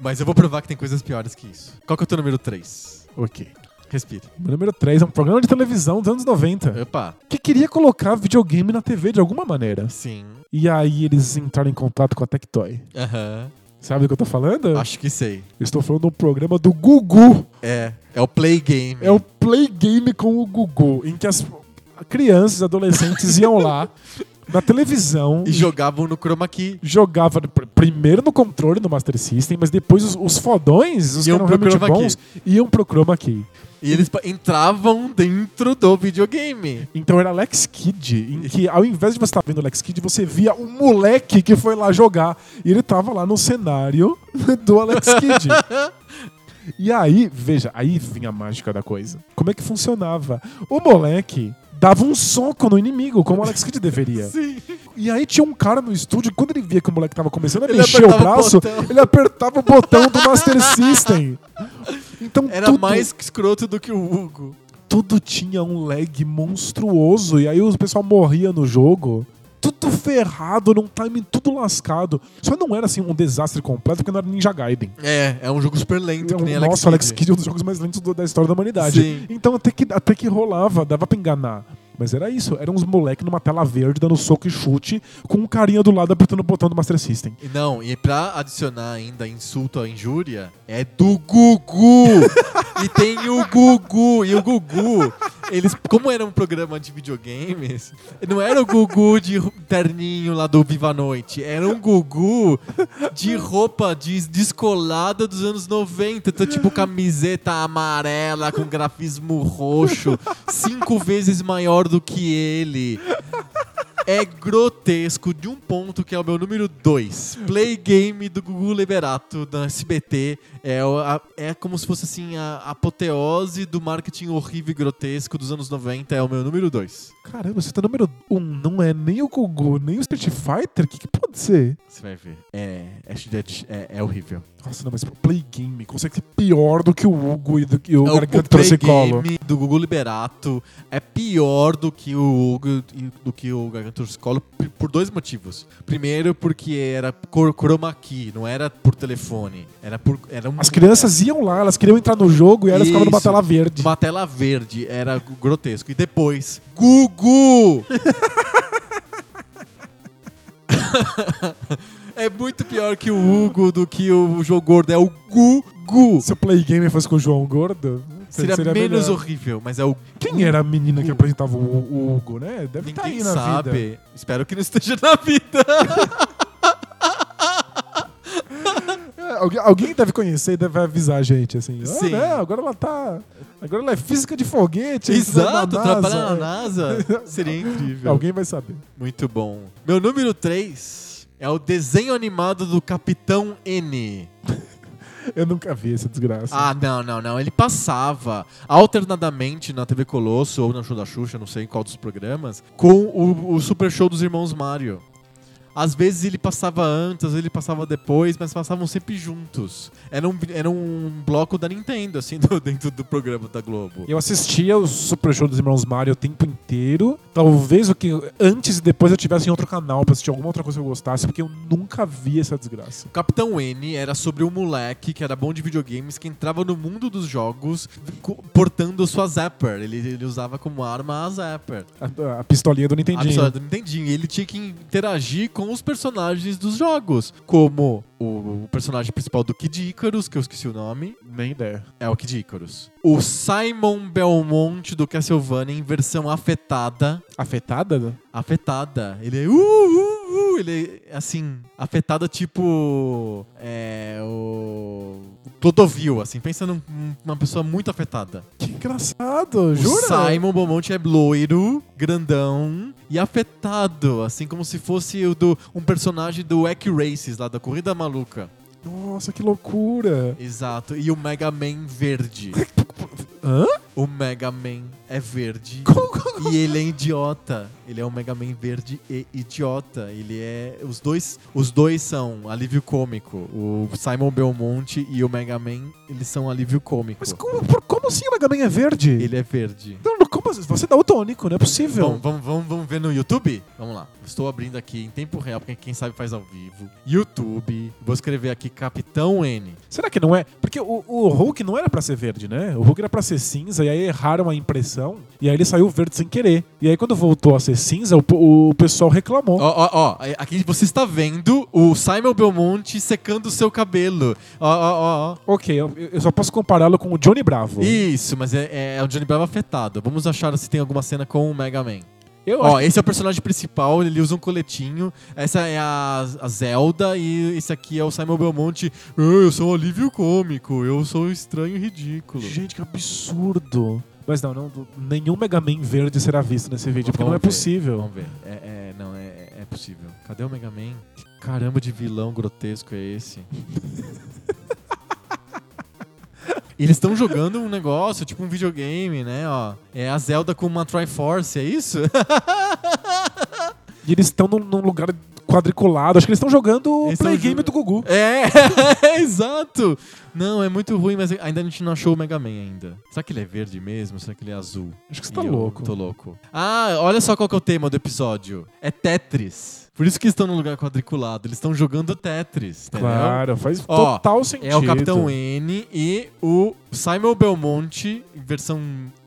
[SPEAKER 1] Mas eu vou provar que tem coisas piores que isso. Qual que é o teu número 3?
[SPEAKER 2] Ok.
[SPEAKER 1] Respira.
[SPEAKER 2] Meu número 3 é um programa de televisão dos anos 90
[SPEAKER 1] Opa.
[SPEAKER 2] que queria colocar videogame na TV de alguma maneira.
[SPEAKER 1] Sim.
[SPEAKER 2] E aí eles entraram em contato com a Tectoy.
[SPEAKER 1] Aham.
[SPEAKER 2] Sabe do que eu tô falando?
[SPEAKER 1] Acho que sei.
[SPEAKER 2] Eu estou falando do programa do Gugu.
[SPEAKER 1] É. É o Play Game.
[SPEAKER 2] É o Play Game com o Gugu, em que as crianças, adolescentes iam lá na televisão
[SPEAKER 1] E jogavam no Chroma Key.
[SPEAKER 2] jogava pr- primeiro no controle do Master System, mas depois os, os fodões, os
[SPEAKER 1] Iam
[SPEAKER 2] que eram
[SPEAKER 1] pro
[SPEAKER 2] realmente
[SPEAKER 1] chroma key.
[SPEAKER 2] bons, iam pro Chroma Key.
[SPEAKER 1] E eles pa- entravam dentro do videogame.
[SPEAKER 2] Então era Lex Kid, em que ao invés de você estar vendo Lex Kid, você via um moleque que foi lá jogar. E ele tava lá no cenário do Alex Kid. E aí, veja, aí vinha a mágica da coisa. Como é que funcionava? O moleque dava um soco no inimigo, como o Alex Kidd deveria.
[SPEAKER 1] Sim.
[SPEAKER 2] E aí tinha um cara no estúdio, que quando ele via que o moleque tava começando a
[SPEAKER 1] Ele
[SPEAKER 2] mexer o
[SPEAKER 1] apertava o
[SPEAKER 2] braço,
[SPEAKER 1] botão.
[SPEAKER 2] ele apertava o botão do Master System. Então
[SPEAKER 1] Era
[SPEAKER 2] tudo,
[SPEAKER 1] mais escroto do que o Hugo.
[SPEAKER 2] tudo tinha um lag monstruoso. E aí o pessoal morria no jogo. Tudo ferrado, num timing tudo lascado. Só não era assim um desastre completo, porque não era Ninja Gaiden.
[SPEAKER 1] É, é um jogo super lento, que nem Alex
[SPEAKER 2] Nossa, Alex
[SPEAKER 1] Kidd.
[SPEAKER 2] Kidd é um dos jogos mais lentos do- da história da humanidade.
[SPEAKER 1] Sim.
[SPEAKER 2] Então até que, até que rolava, dava pra enganar. Mas era isso, eram uns moleques numa tela verde dando soco e chute, com um carinha do lado apertando o botão do Master System.
[SPEAKER 1] E Não, e pra adicionar ainda insulto à injúria, é do Gugu! e tem o Gugu, e o Gugu, eles, como era um programa de videogames, não era o Gugu de ru- terninho lá do Viva a Noite, era um Gugu de roupa de descolada dos anos 90, então, tipo camiseta amarela com grafismo roxo, cinco vezes maior do que ele é grotesco de um ponto que é o meu número 2. Play Game do Gugu Liberato da SBT é, o- a- é como se fosse assim a apoteose do marketing horrível e grotesco dos anos 90, é o meu número 2.
[SPEAKER 2] Caramba, você tá número um, não é nem o Gugu, nem o Street Fighter? O que, que pode ser?
[SPEAKER 1] Você vai ver. É, é, é, é horrível.
[SPEAKER 2] Nossa, não, mas Play Game consegue ser pior do que o Hugo e do que o
[SPEAKER 1] É
[SPEAKER 2] Garganta
[SPEAKER 1] Play
[SPEAKER 2] Torcicolo.
[SPEAKER 1] Game do Gugu Liberato é pior do que o Hugo e do que o Garganta Torcicolo p- por dois motivos. Primeiro, porque era cor- chroma key, não era por telefone. Era por era um,
[SPEAKER 2] As crianças iam lá, elas queriam entrar no jogo e elas ficavam numa
[SPEAKER 1] Isso.
[SPEAKER 2] tela verde.
[SPEAKER 1] Uma tela verde, era grotesco. E depois, Gugu! é muito pior que o Hugo do que o jogo gordo, é o Gugu.
[SPEAKER 2] Se o Play Game fosse com o João Gordo,
[SPEAKER 1] Seria, menos
[SPEAKER 2] melhor.
[SPEAKER 1] horrível, mas é o
[SPEAKER 2] Quem era a menina que
[SPEAKER 1] Hugo.
[SPEAKER 2] apresentava o, o Hugo, né?
[SPEAKER 1] Ninguém
[SPEAKER 2] Deve estar aí na
[SPEAKER 1] sabe.
[SPEAKER 2] vida.
[SPEAKER 1] Espero que não esteja na vida.
[SPEAKER 2] É, alguém, alguém deve conhecer e deve avisar a gente, assim. "Ah,
[SPEAKER 1] Sim.
[SPEAKER 2] né, agora ela tá. Agora ela é física de foguete.
[SPEAKER 1] Exato,
[SPEAKER 2] entrou na NASA."
[SPEAKER 1] trabalhar na NASA seria incrível.
[SPEAKER 2] Alguém vai saber.
[SPEAKER 1] Muito bom. Meu número 3 É o desenho animado do Capitão N.
[SPEAKER 2] Eu nunca vi essa desgraça.
[SPEAKER 1] Ah, não, não, não. Ele passava alternadamente na TV Colosso ou na Show da Xuxa, não sei em qual dos programas, com o, o Super Show dos Irmãos Mario. Às vezes ele passava antes, às vezes ele passava depois, mas passavam sempre juntos. Era um, era um bloco da Nintendo, assim, do- dentro do programa da Globo.
[SPEAKER 2] Eu assistia o Super Show dos Irmãos Mario o tempo inteiro. Talvez o que antes e depois eu tivesse em outro canal pra assistir alguma outra coisa que eu gostasse, porque eu nunca vi essa desgraça.
[SPEAKER 1] O Capitão N era sobre um moleque que era bom de videogames que entrava no mundo dos jogos co- portando sua Zapper. Ele, ele usava como arma a Zapper.
[SPEAKER 2] A, a pistolinha do Nintendinho.
[SPEAKER 1] Absolutamente Nintendinho. E ele tinha que interagir com os personagens dos jogos, como o, o personagem principal do Kid Icarus, que eu esqueci o nome,
[SPEAKER 2] Nem ideia.
[SPEAKER 1] é o Kid Icarus. O Simon Belmont do Castlevania em versão afetada.
[SPEAKER 2] Afetada?
[SPEAKER 1] Afetada. Ele é. Uh, uh, uh, ele é assim. Afetada, tipo. É. O. Clodovil, assim. Pensa num- numa pessoa muito afetada.
[SPEAKER 2] Que engraçado,
[SPEAKER 1] O
[SPEAKER 2] jura?
[SPEAKER 1] Simon Beaumont é loiro, grandão e afetado, assim como se fosse o do, um personagem do Wacky Races, lá da Corrida Maluca.
[SPEAKER 2] Nossa, que loucura.
[SPEAKER 1] Exato. E o Mega Man verde.
[SPEAKER 2] Hã?
[SPEAKER 1] O Mega Man é verde.
[SPEAKER 2] Como- como-
[SPEAKER 1] E ele é idiota. Ele é um Mega Man verde e idiota. Ele é. Os dois, os dois são alívio cômico. O Simon Belmont e o Mega Man, eles são alívio cômico.
[SPEAKER 2] Mas como, por- como assim o Mega Man é verde?
[SPEAKER 1] Ele é verde.
[SPEAKER 2] Não, não, como assim? Você dá o tônico, não é possível.
[SPEAKER 1] Vamos, vamos, vamos, vamos ver no YouTube? Vamos lá. Estou abrindo aqui em tempo real, porque quem sabe faz ao vivo. YouTube. Vou escrever aqui Capitão N.
[SPEAKER 2] Será que não é? Porque o, o Hulk não era pra ser verde, né? O Hulk era pra ser cinza e aí erraram a impressão e aí ele saiu verde sem querer. E aí quando voltou a ser cinza, o, o pessoal reclamou.
[SPEAKER 1] Ó, ó, ó. é, Aqui você está vendo o Simon Belmonte secando o seu cabelo. Ó, ó, ó, ó.
[SPEAKER 2] Ok, eu, eu só posso compará-lo com o Johnny Bravo.
[SPEAKER 1] Isso, mas é, é o Johnny Bravo afetado. Vamos achar se tem alguma cena com o Mega Man.
[SPEAKER 2] eu
[SPEAKER 1] Ó,
[SPEAKER 2] acho
[SPEAKER 1] esse é o personagem principal, ele usa um coletinho. Essa é a, a Zelda e esse aqui é o Simon Belmonte. "Ah, eu sou um alívio cômico, eu sou um estranho e ridículo.
[SPEAKER 2] Gente, que absurdo. Mas não, não, nenhum Mega Man verde será visto nesse vídeo, porque
[SPEAKER 1] Vamos
[SPEAKER 2] não é
[SPEAKER 1] ver,
[SPEAKER 2] possível.
[SPEAKER 1] Vamos ver. É, é- não, é, é possível. Cadê o Mega Man? Que caramba de vilão grotesco é esse? Eles estão jogando um negócio, tipo um videogame, né? Ó, é a Zelda com uma Triforce, é isso?
[SPEAKER 2] E eles estão num, num lugar quadriculado. Acho que eles estão jogando o
[SPEAKER 1] Eles
[SPEAKER 2] play
[SPEAKER 1] tão
[SPEAKER 2] game
[SPEAKER 1] jo-
[SPEAKER 2] do Gugu.
[SPEAKER 1] É, exato! Não, é muito ruim, mas ainda a gente não achou o Mega Man ainda. Será que ele é verde mesmo? Será que ele é azul?
[SPEAKER 2] Acho que você tá
[SPEAKER 1] E eu
[SPEAKER 2] louco.
[SPEAKER 1] Tô louco. Ah, olha só qual que é o tema do episódio. É Tetris. Por isso que estão no lugar quadriculado. Eles estão jogando Tetris, entendeu?
[SPEAKER 2] Claro, faz
[SPEAKER 1] Ó,
[SPEAKER 2] total sentido.
[SPEAKER 1] É o Capitão N e o Simon Belmonte, em versão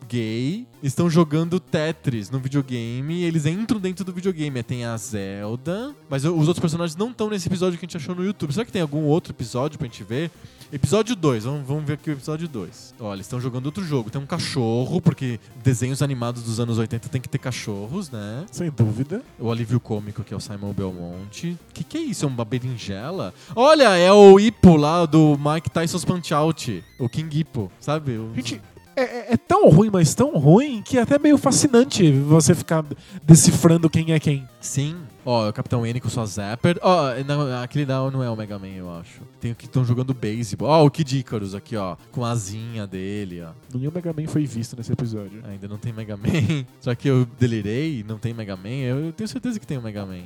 [SPEAKER 1] gay, estão jogando Tetris no videogame e eles entram dentro do videogame. Aí Tem a Zelda, mas o- os outros personagens não estão nesse episódio que a gente achou no YouTube. Será que tem algum outro episódio pra gente ver? Episódio 2, vamos, vamos ver aqui o episódio 2. Ó, eles estão jogando outro jogo. Tem um cachorro, porque desenhos animados dos anos 80 tem que ter cachorros, né?
[SPEAKER 2] Sem dúvida.
[SPEAKER 1] O alívio cômico que é o Simon Belmonte. Que que é isso? É uma berinjela? Olha, é o Ipo lá do Mike Tyson's Punch-Out. O King Ipo, sabe? O-
[SPEAKER 2] Gente, é, é- é tão ruim, mas tão ruim, que é até meio fascinante você ficar decifrando quem é quem.
[SPEAKER 1] Sim. Ó, o Capitão N com sua Zapper. Ó, não, aquele não, não é o Mega Man, eu acho. Tem o que estão jogando beisebol. Ó, o Kid Icarus aqui, ó. Com a asinha dele, ó.
[SPEAKER 2] Nenhum Mega Man foi visto nesse episódio.
[SPEAKER 1] Ainda não tem Mega Man. Só que eu delirei, não tem Mega Man. Eu, eu tenho certeza que tem o Mega Man.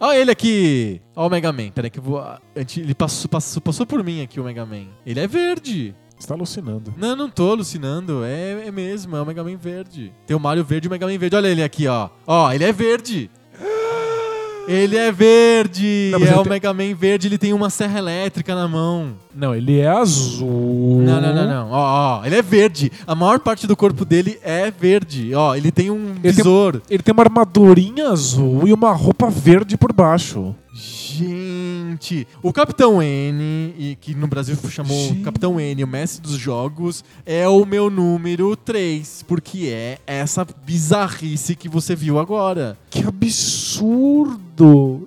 [SPEAKER 1] Ó ele aqui! Ó o Mega Man. Peraí que eu vou... ah, antes- Ele passou, passou, passou por mim aqui, o Mega Man. Ele é verde.
[SPEAKER 2] Você tá alucinando.
[SPEAKER 1] Não, não tô alucinando. É, é mesmo, é o Mega Man verde. Tem o Mario verde e o Mega Man verde. Olha ele aqui, ó. Ó, ele é verde. Ele é verde!
[SPEAKER 2] Não, mas
[SPEAKER 1] é
[SPEAKER 2] ele
[SPEAKER 1] o
[SPEAKER 2] tem-
[SPEAKER 1] Mega Man verde, ele tem uma serra elétrica na mão.
[SPEAKER 2] Não, ele é azul.
[SPEAKER 1] Não, não, não, não. Ó, ó, ele é verde. A maior parte do corpo dele é verde. Ó, ele tem um
[SPEAKER 2] tem-
[SPEAKER 1] visor.
[SPEAKER 2] Ele tem uma armadurinha azul e uma roupa verde por baixo.
[SPEAKER 1] Gente, o Capitão N, e que no Brasil chamou
[SPEAKER 2] Gente.
[SPEAKER 1] Capitão N, o mestre dos jogos, é o meu número 3, porque é essa bizarrice que você viu agora.
[SPEAKER 2] Que absurdo!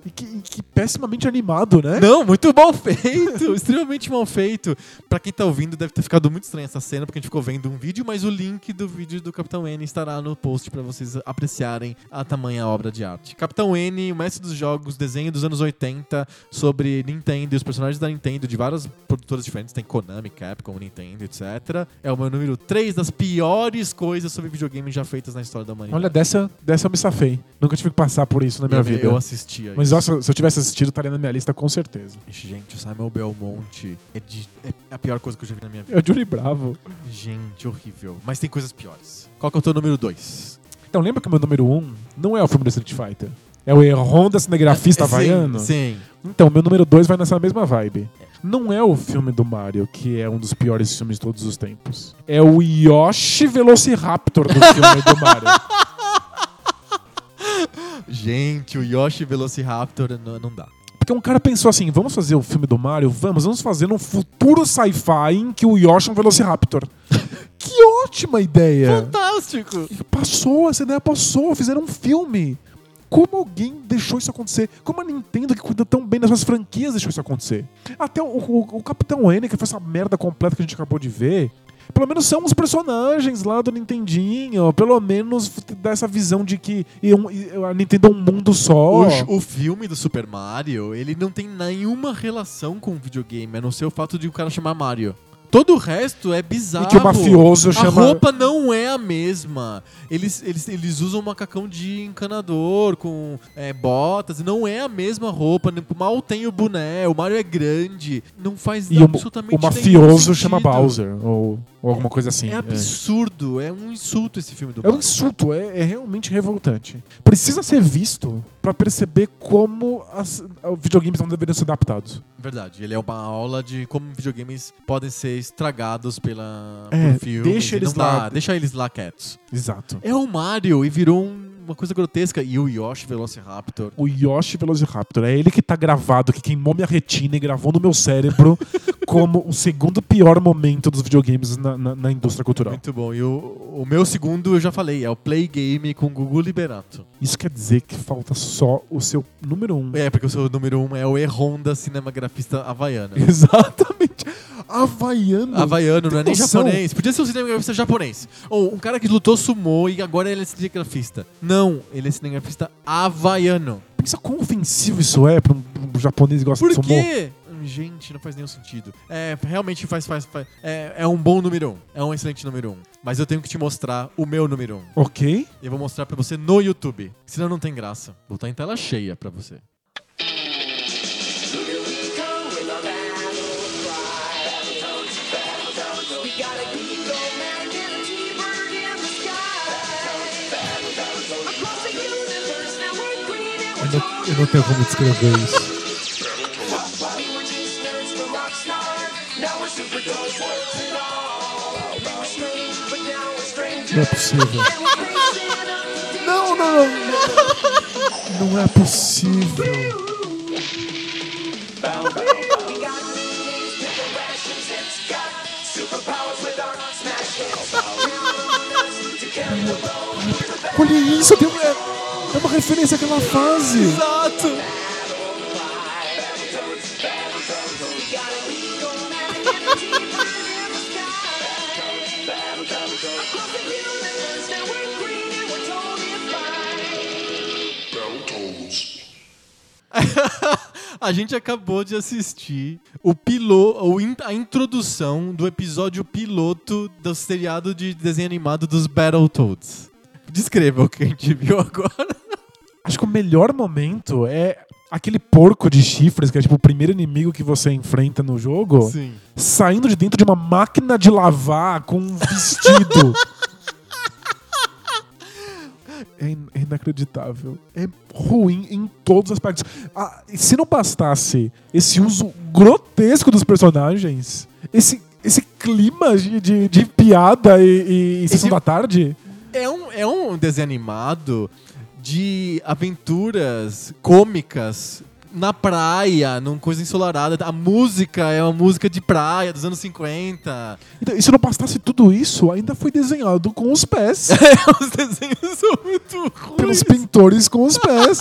[SPEAKER 2] E que, e que pessimamente animado, né?
[SPEAKER 1] Não, muito mal feito, extremamente mal feito. Pra quem tá ouvindo, deve ter ficado muito estranha essa cena, porque a gente ficou vendo um vídeo, mas o link do vídeo do Capitão N estará no post pra vocês apreciarem a tamanha obra de arte. Capitão N, o mestre dos jogos, desenho dos anos anos 80 sobre Nintendo e os personagens da Nintendo de várias produtoras diferentes, tem Konami, Capcom, Nintendo, etc. É o meu número 3 das piores coisas sobre videogame já feitas na história da humanidade.
[SPEAKER 2] Olha, dessa, dessa eu me safei. Nunca tive que passar por isso na minha
[SPEAKER 1] eu,
[SPEAKER 2] vida.
[SPEAKER 1] Eu assistia
[SPEAKER 2] Mas
[SPEAKER 1] isso.
[SPEAKER 2] nossa, se eu tivesse assistido, estaria na minha lista com certeza.
[SPEAKER 1] Ixi, Gente, o Simon Belmonte é, de- é a pior coisa que eu já vi na minha vida.
[SPEAKER 2] É o Johnny Bravo.
[SPEAKER 1] Gente, horrível. Mas tem coisas piores. Qual que é o teu número 2?
[SPEAKER 2] Então, lembra que o meu número 1 um não é o filme do Street Fighter? É o Erron da cinegrafista havaiano?
[SPEAKER 1] É, Sim. sim.
[SPEAKER 2] Então, meu número 2 vai nessa mesma vibe. Não é o filme do Mario, que é um dos piores filmes de todos os tempos. É o Yoshi Velociraptor do filme do Mario.
[SPEAKER 1] Gente, o Yoshi Velociraptor não, não dá.
[SPEAKER 2] Porque um cara pensou assim: vamos fazer o filme do Mario? Vamos, vamos fazer um futuro sci-fi em que o Yoshi é um Velociraptor. que ótima ideia!
[SPEAKER 1] Fantástico!
[SPEAKER 2] Passou, essa ideia passou, fizeram um filme. Como alguém deixou isso acontecer? Como a Nintendo, que cuida tão bem das suas franquias, deixou isso acontecer? Até o, o- o Capitão N, que foi essa merda completa que a gente acabou de ver. Pelo menos são os personagens lá do Nintendinho. Pelo menos dá essa visão de que e um- e a Nintendo é um mundo só.
[SPEAKER 1] O, o filme do Super Mario, ele não tem nenhuma relação com o videogame, a não ser o fato de o cara chamar Mario. Todo o resto é bizarro.
[SPEAKER 2] e que o mafioso
[SPEAKER 1] A
[SPEAKER 2] chama.
[SPEAKER 1] roupa não é a mesma. Eles, eles, eles usam macacão de encanador com é, botas. Não é a mesma roupa. nem- Mal tem o boné. O Mario é grande. Não faz
[SPEAKER 2] E o,
[SPEAKER 1] absolutamente
[SPEAKER 2] o
[SPEAKER 1] nenhum
[SPEAKER 2] mafioso chama
[SPEAKER 1] sentido.
[SPEAKER 2] Bowser, ou, ou alguma coisa assim.
[SPEAKER 1] É
[SPEAKER 2] é.
[SPEAKER 1] absurdo. É um insulto esse filme do
[SPEAKER 2] É um
[SPEAKER 1] Mario.
[SPEAKER 2] insulto, é, é realmente revoltante. Precisa ser visto pra perceber como as, os videogames não deveriam ser adaptados.
[SPEAKER 1] Verdade. Ele é uma aula de como videogames podem ser estragados pela,
[SPEAKER 2] É,
[SPEAKER 1] por filmes.
[SPEAKER 2] deixa
[SPEAKER 1] e
[SPEAKER 2] eles
[SPEAKER 1] não dá-
[SPEAKER 2] lá.
[SPEAKER 1] Deixa eles lá quietos.
[SPEAKER 2] Exato.
[SPEAKER 1] É o Mario e virou um- uma coisa grotesca. E o Yoshi Velociraptor.
[SPEAKER 2] O Yoshi Velociraptor, é ele que tá gravado, que queimou minha retina e gravou no meu cérebro como o segundo pior momento dos videogames na, na- na indústria cultural.
[SPEAKER 1] Muito bom. E o, o meu segundo, eu já falei, é o Play Game com o Gugu Liberato.
[SPEAKER 2] Isso quer dizer que falta só o seu número um.
[SPEAKER 1] É, porque o seu número um é o E-Honda Cinemagrafista Havaiana.
[SPEAKER 2] Exatamente. Havaiano.
[SPEAKER 1] Havaiano, não é nem
[SPEAKER 2] Tem noção?
[SPEAKER 1] japonês. Podia ser um cinegrafista japonês. Ou um cara que lutou sumô e agora ele é cinegrafista. Não, ele é cinegrafista havaiano.
[SPEAKER 2] Pensa quão ofensivo isso é pra um, um japonês que gosta
[SPEAKER 1] Por
[SPEAKER 2] de sumô.
[SPEAKER 1] quê? Hum, Gente, não faz nenhum sentido. É, realmente faz, faz, faz. É, é um bom número um. É um excelente número um. Mas eu tenho que te mostrar o meu número um.
[SPEAKER 2] Ok.
[SPEAKER 1] Eu vou mostrar pra você no YouTube. Senão não tem graça. Vou botar em tela cheia pra você.
[SPEAKER 2] Eu não, eu não tenho como descrever isso. Não é possível. Não, não, não. Não é possível. Olha isso, tem uma, é uma referência àquela fase.
[SPEAKER 1] Exato! A gente acabou de assistir o piloto, ou in- a introdução do episódio piloto do seriado de desenho animado dos Battletoads. Descreva o que a gente viu agora.
[SPEAKER 2] Acho que o melhor momento é aquele porco de chifres, que é tipo o primeiro inimigo que você enfrenta no jogo,
[SPEAKER 1] Sim.
[SPEAKER 2] saindo de dentro de uma máquina de lavar com um vestido. É in- é inacreditável. É ruim em todos os aspectos. Ah, e se não bastasse esse uso grotesco dos personagens, esse, esse clima de, de, de piada e, e sessão
[SPEAKER 1] Esse-
[SPEAKER 2] da tarde,
[SPEAKER 1] É um, é um desenho animado de aventuras cômicas na praia, numa coisa ensolarada. A música é uma música de praia dos anos 50.
[SPEAKER 2] Então, e se não bastasse tudo isso, ainda foi desenhado com É, os pés.
[SPEAKER 1] Os desenhos são muito ruins.
[SPEAKER 2] pelos pintores com os pés.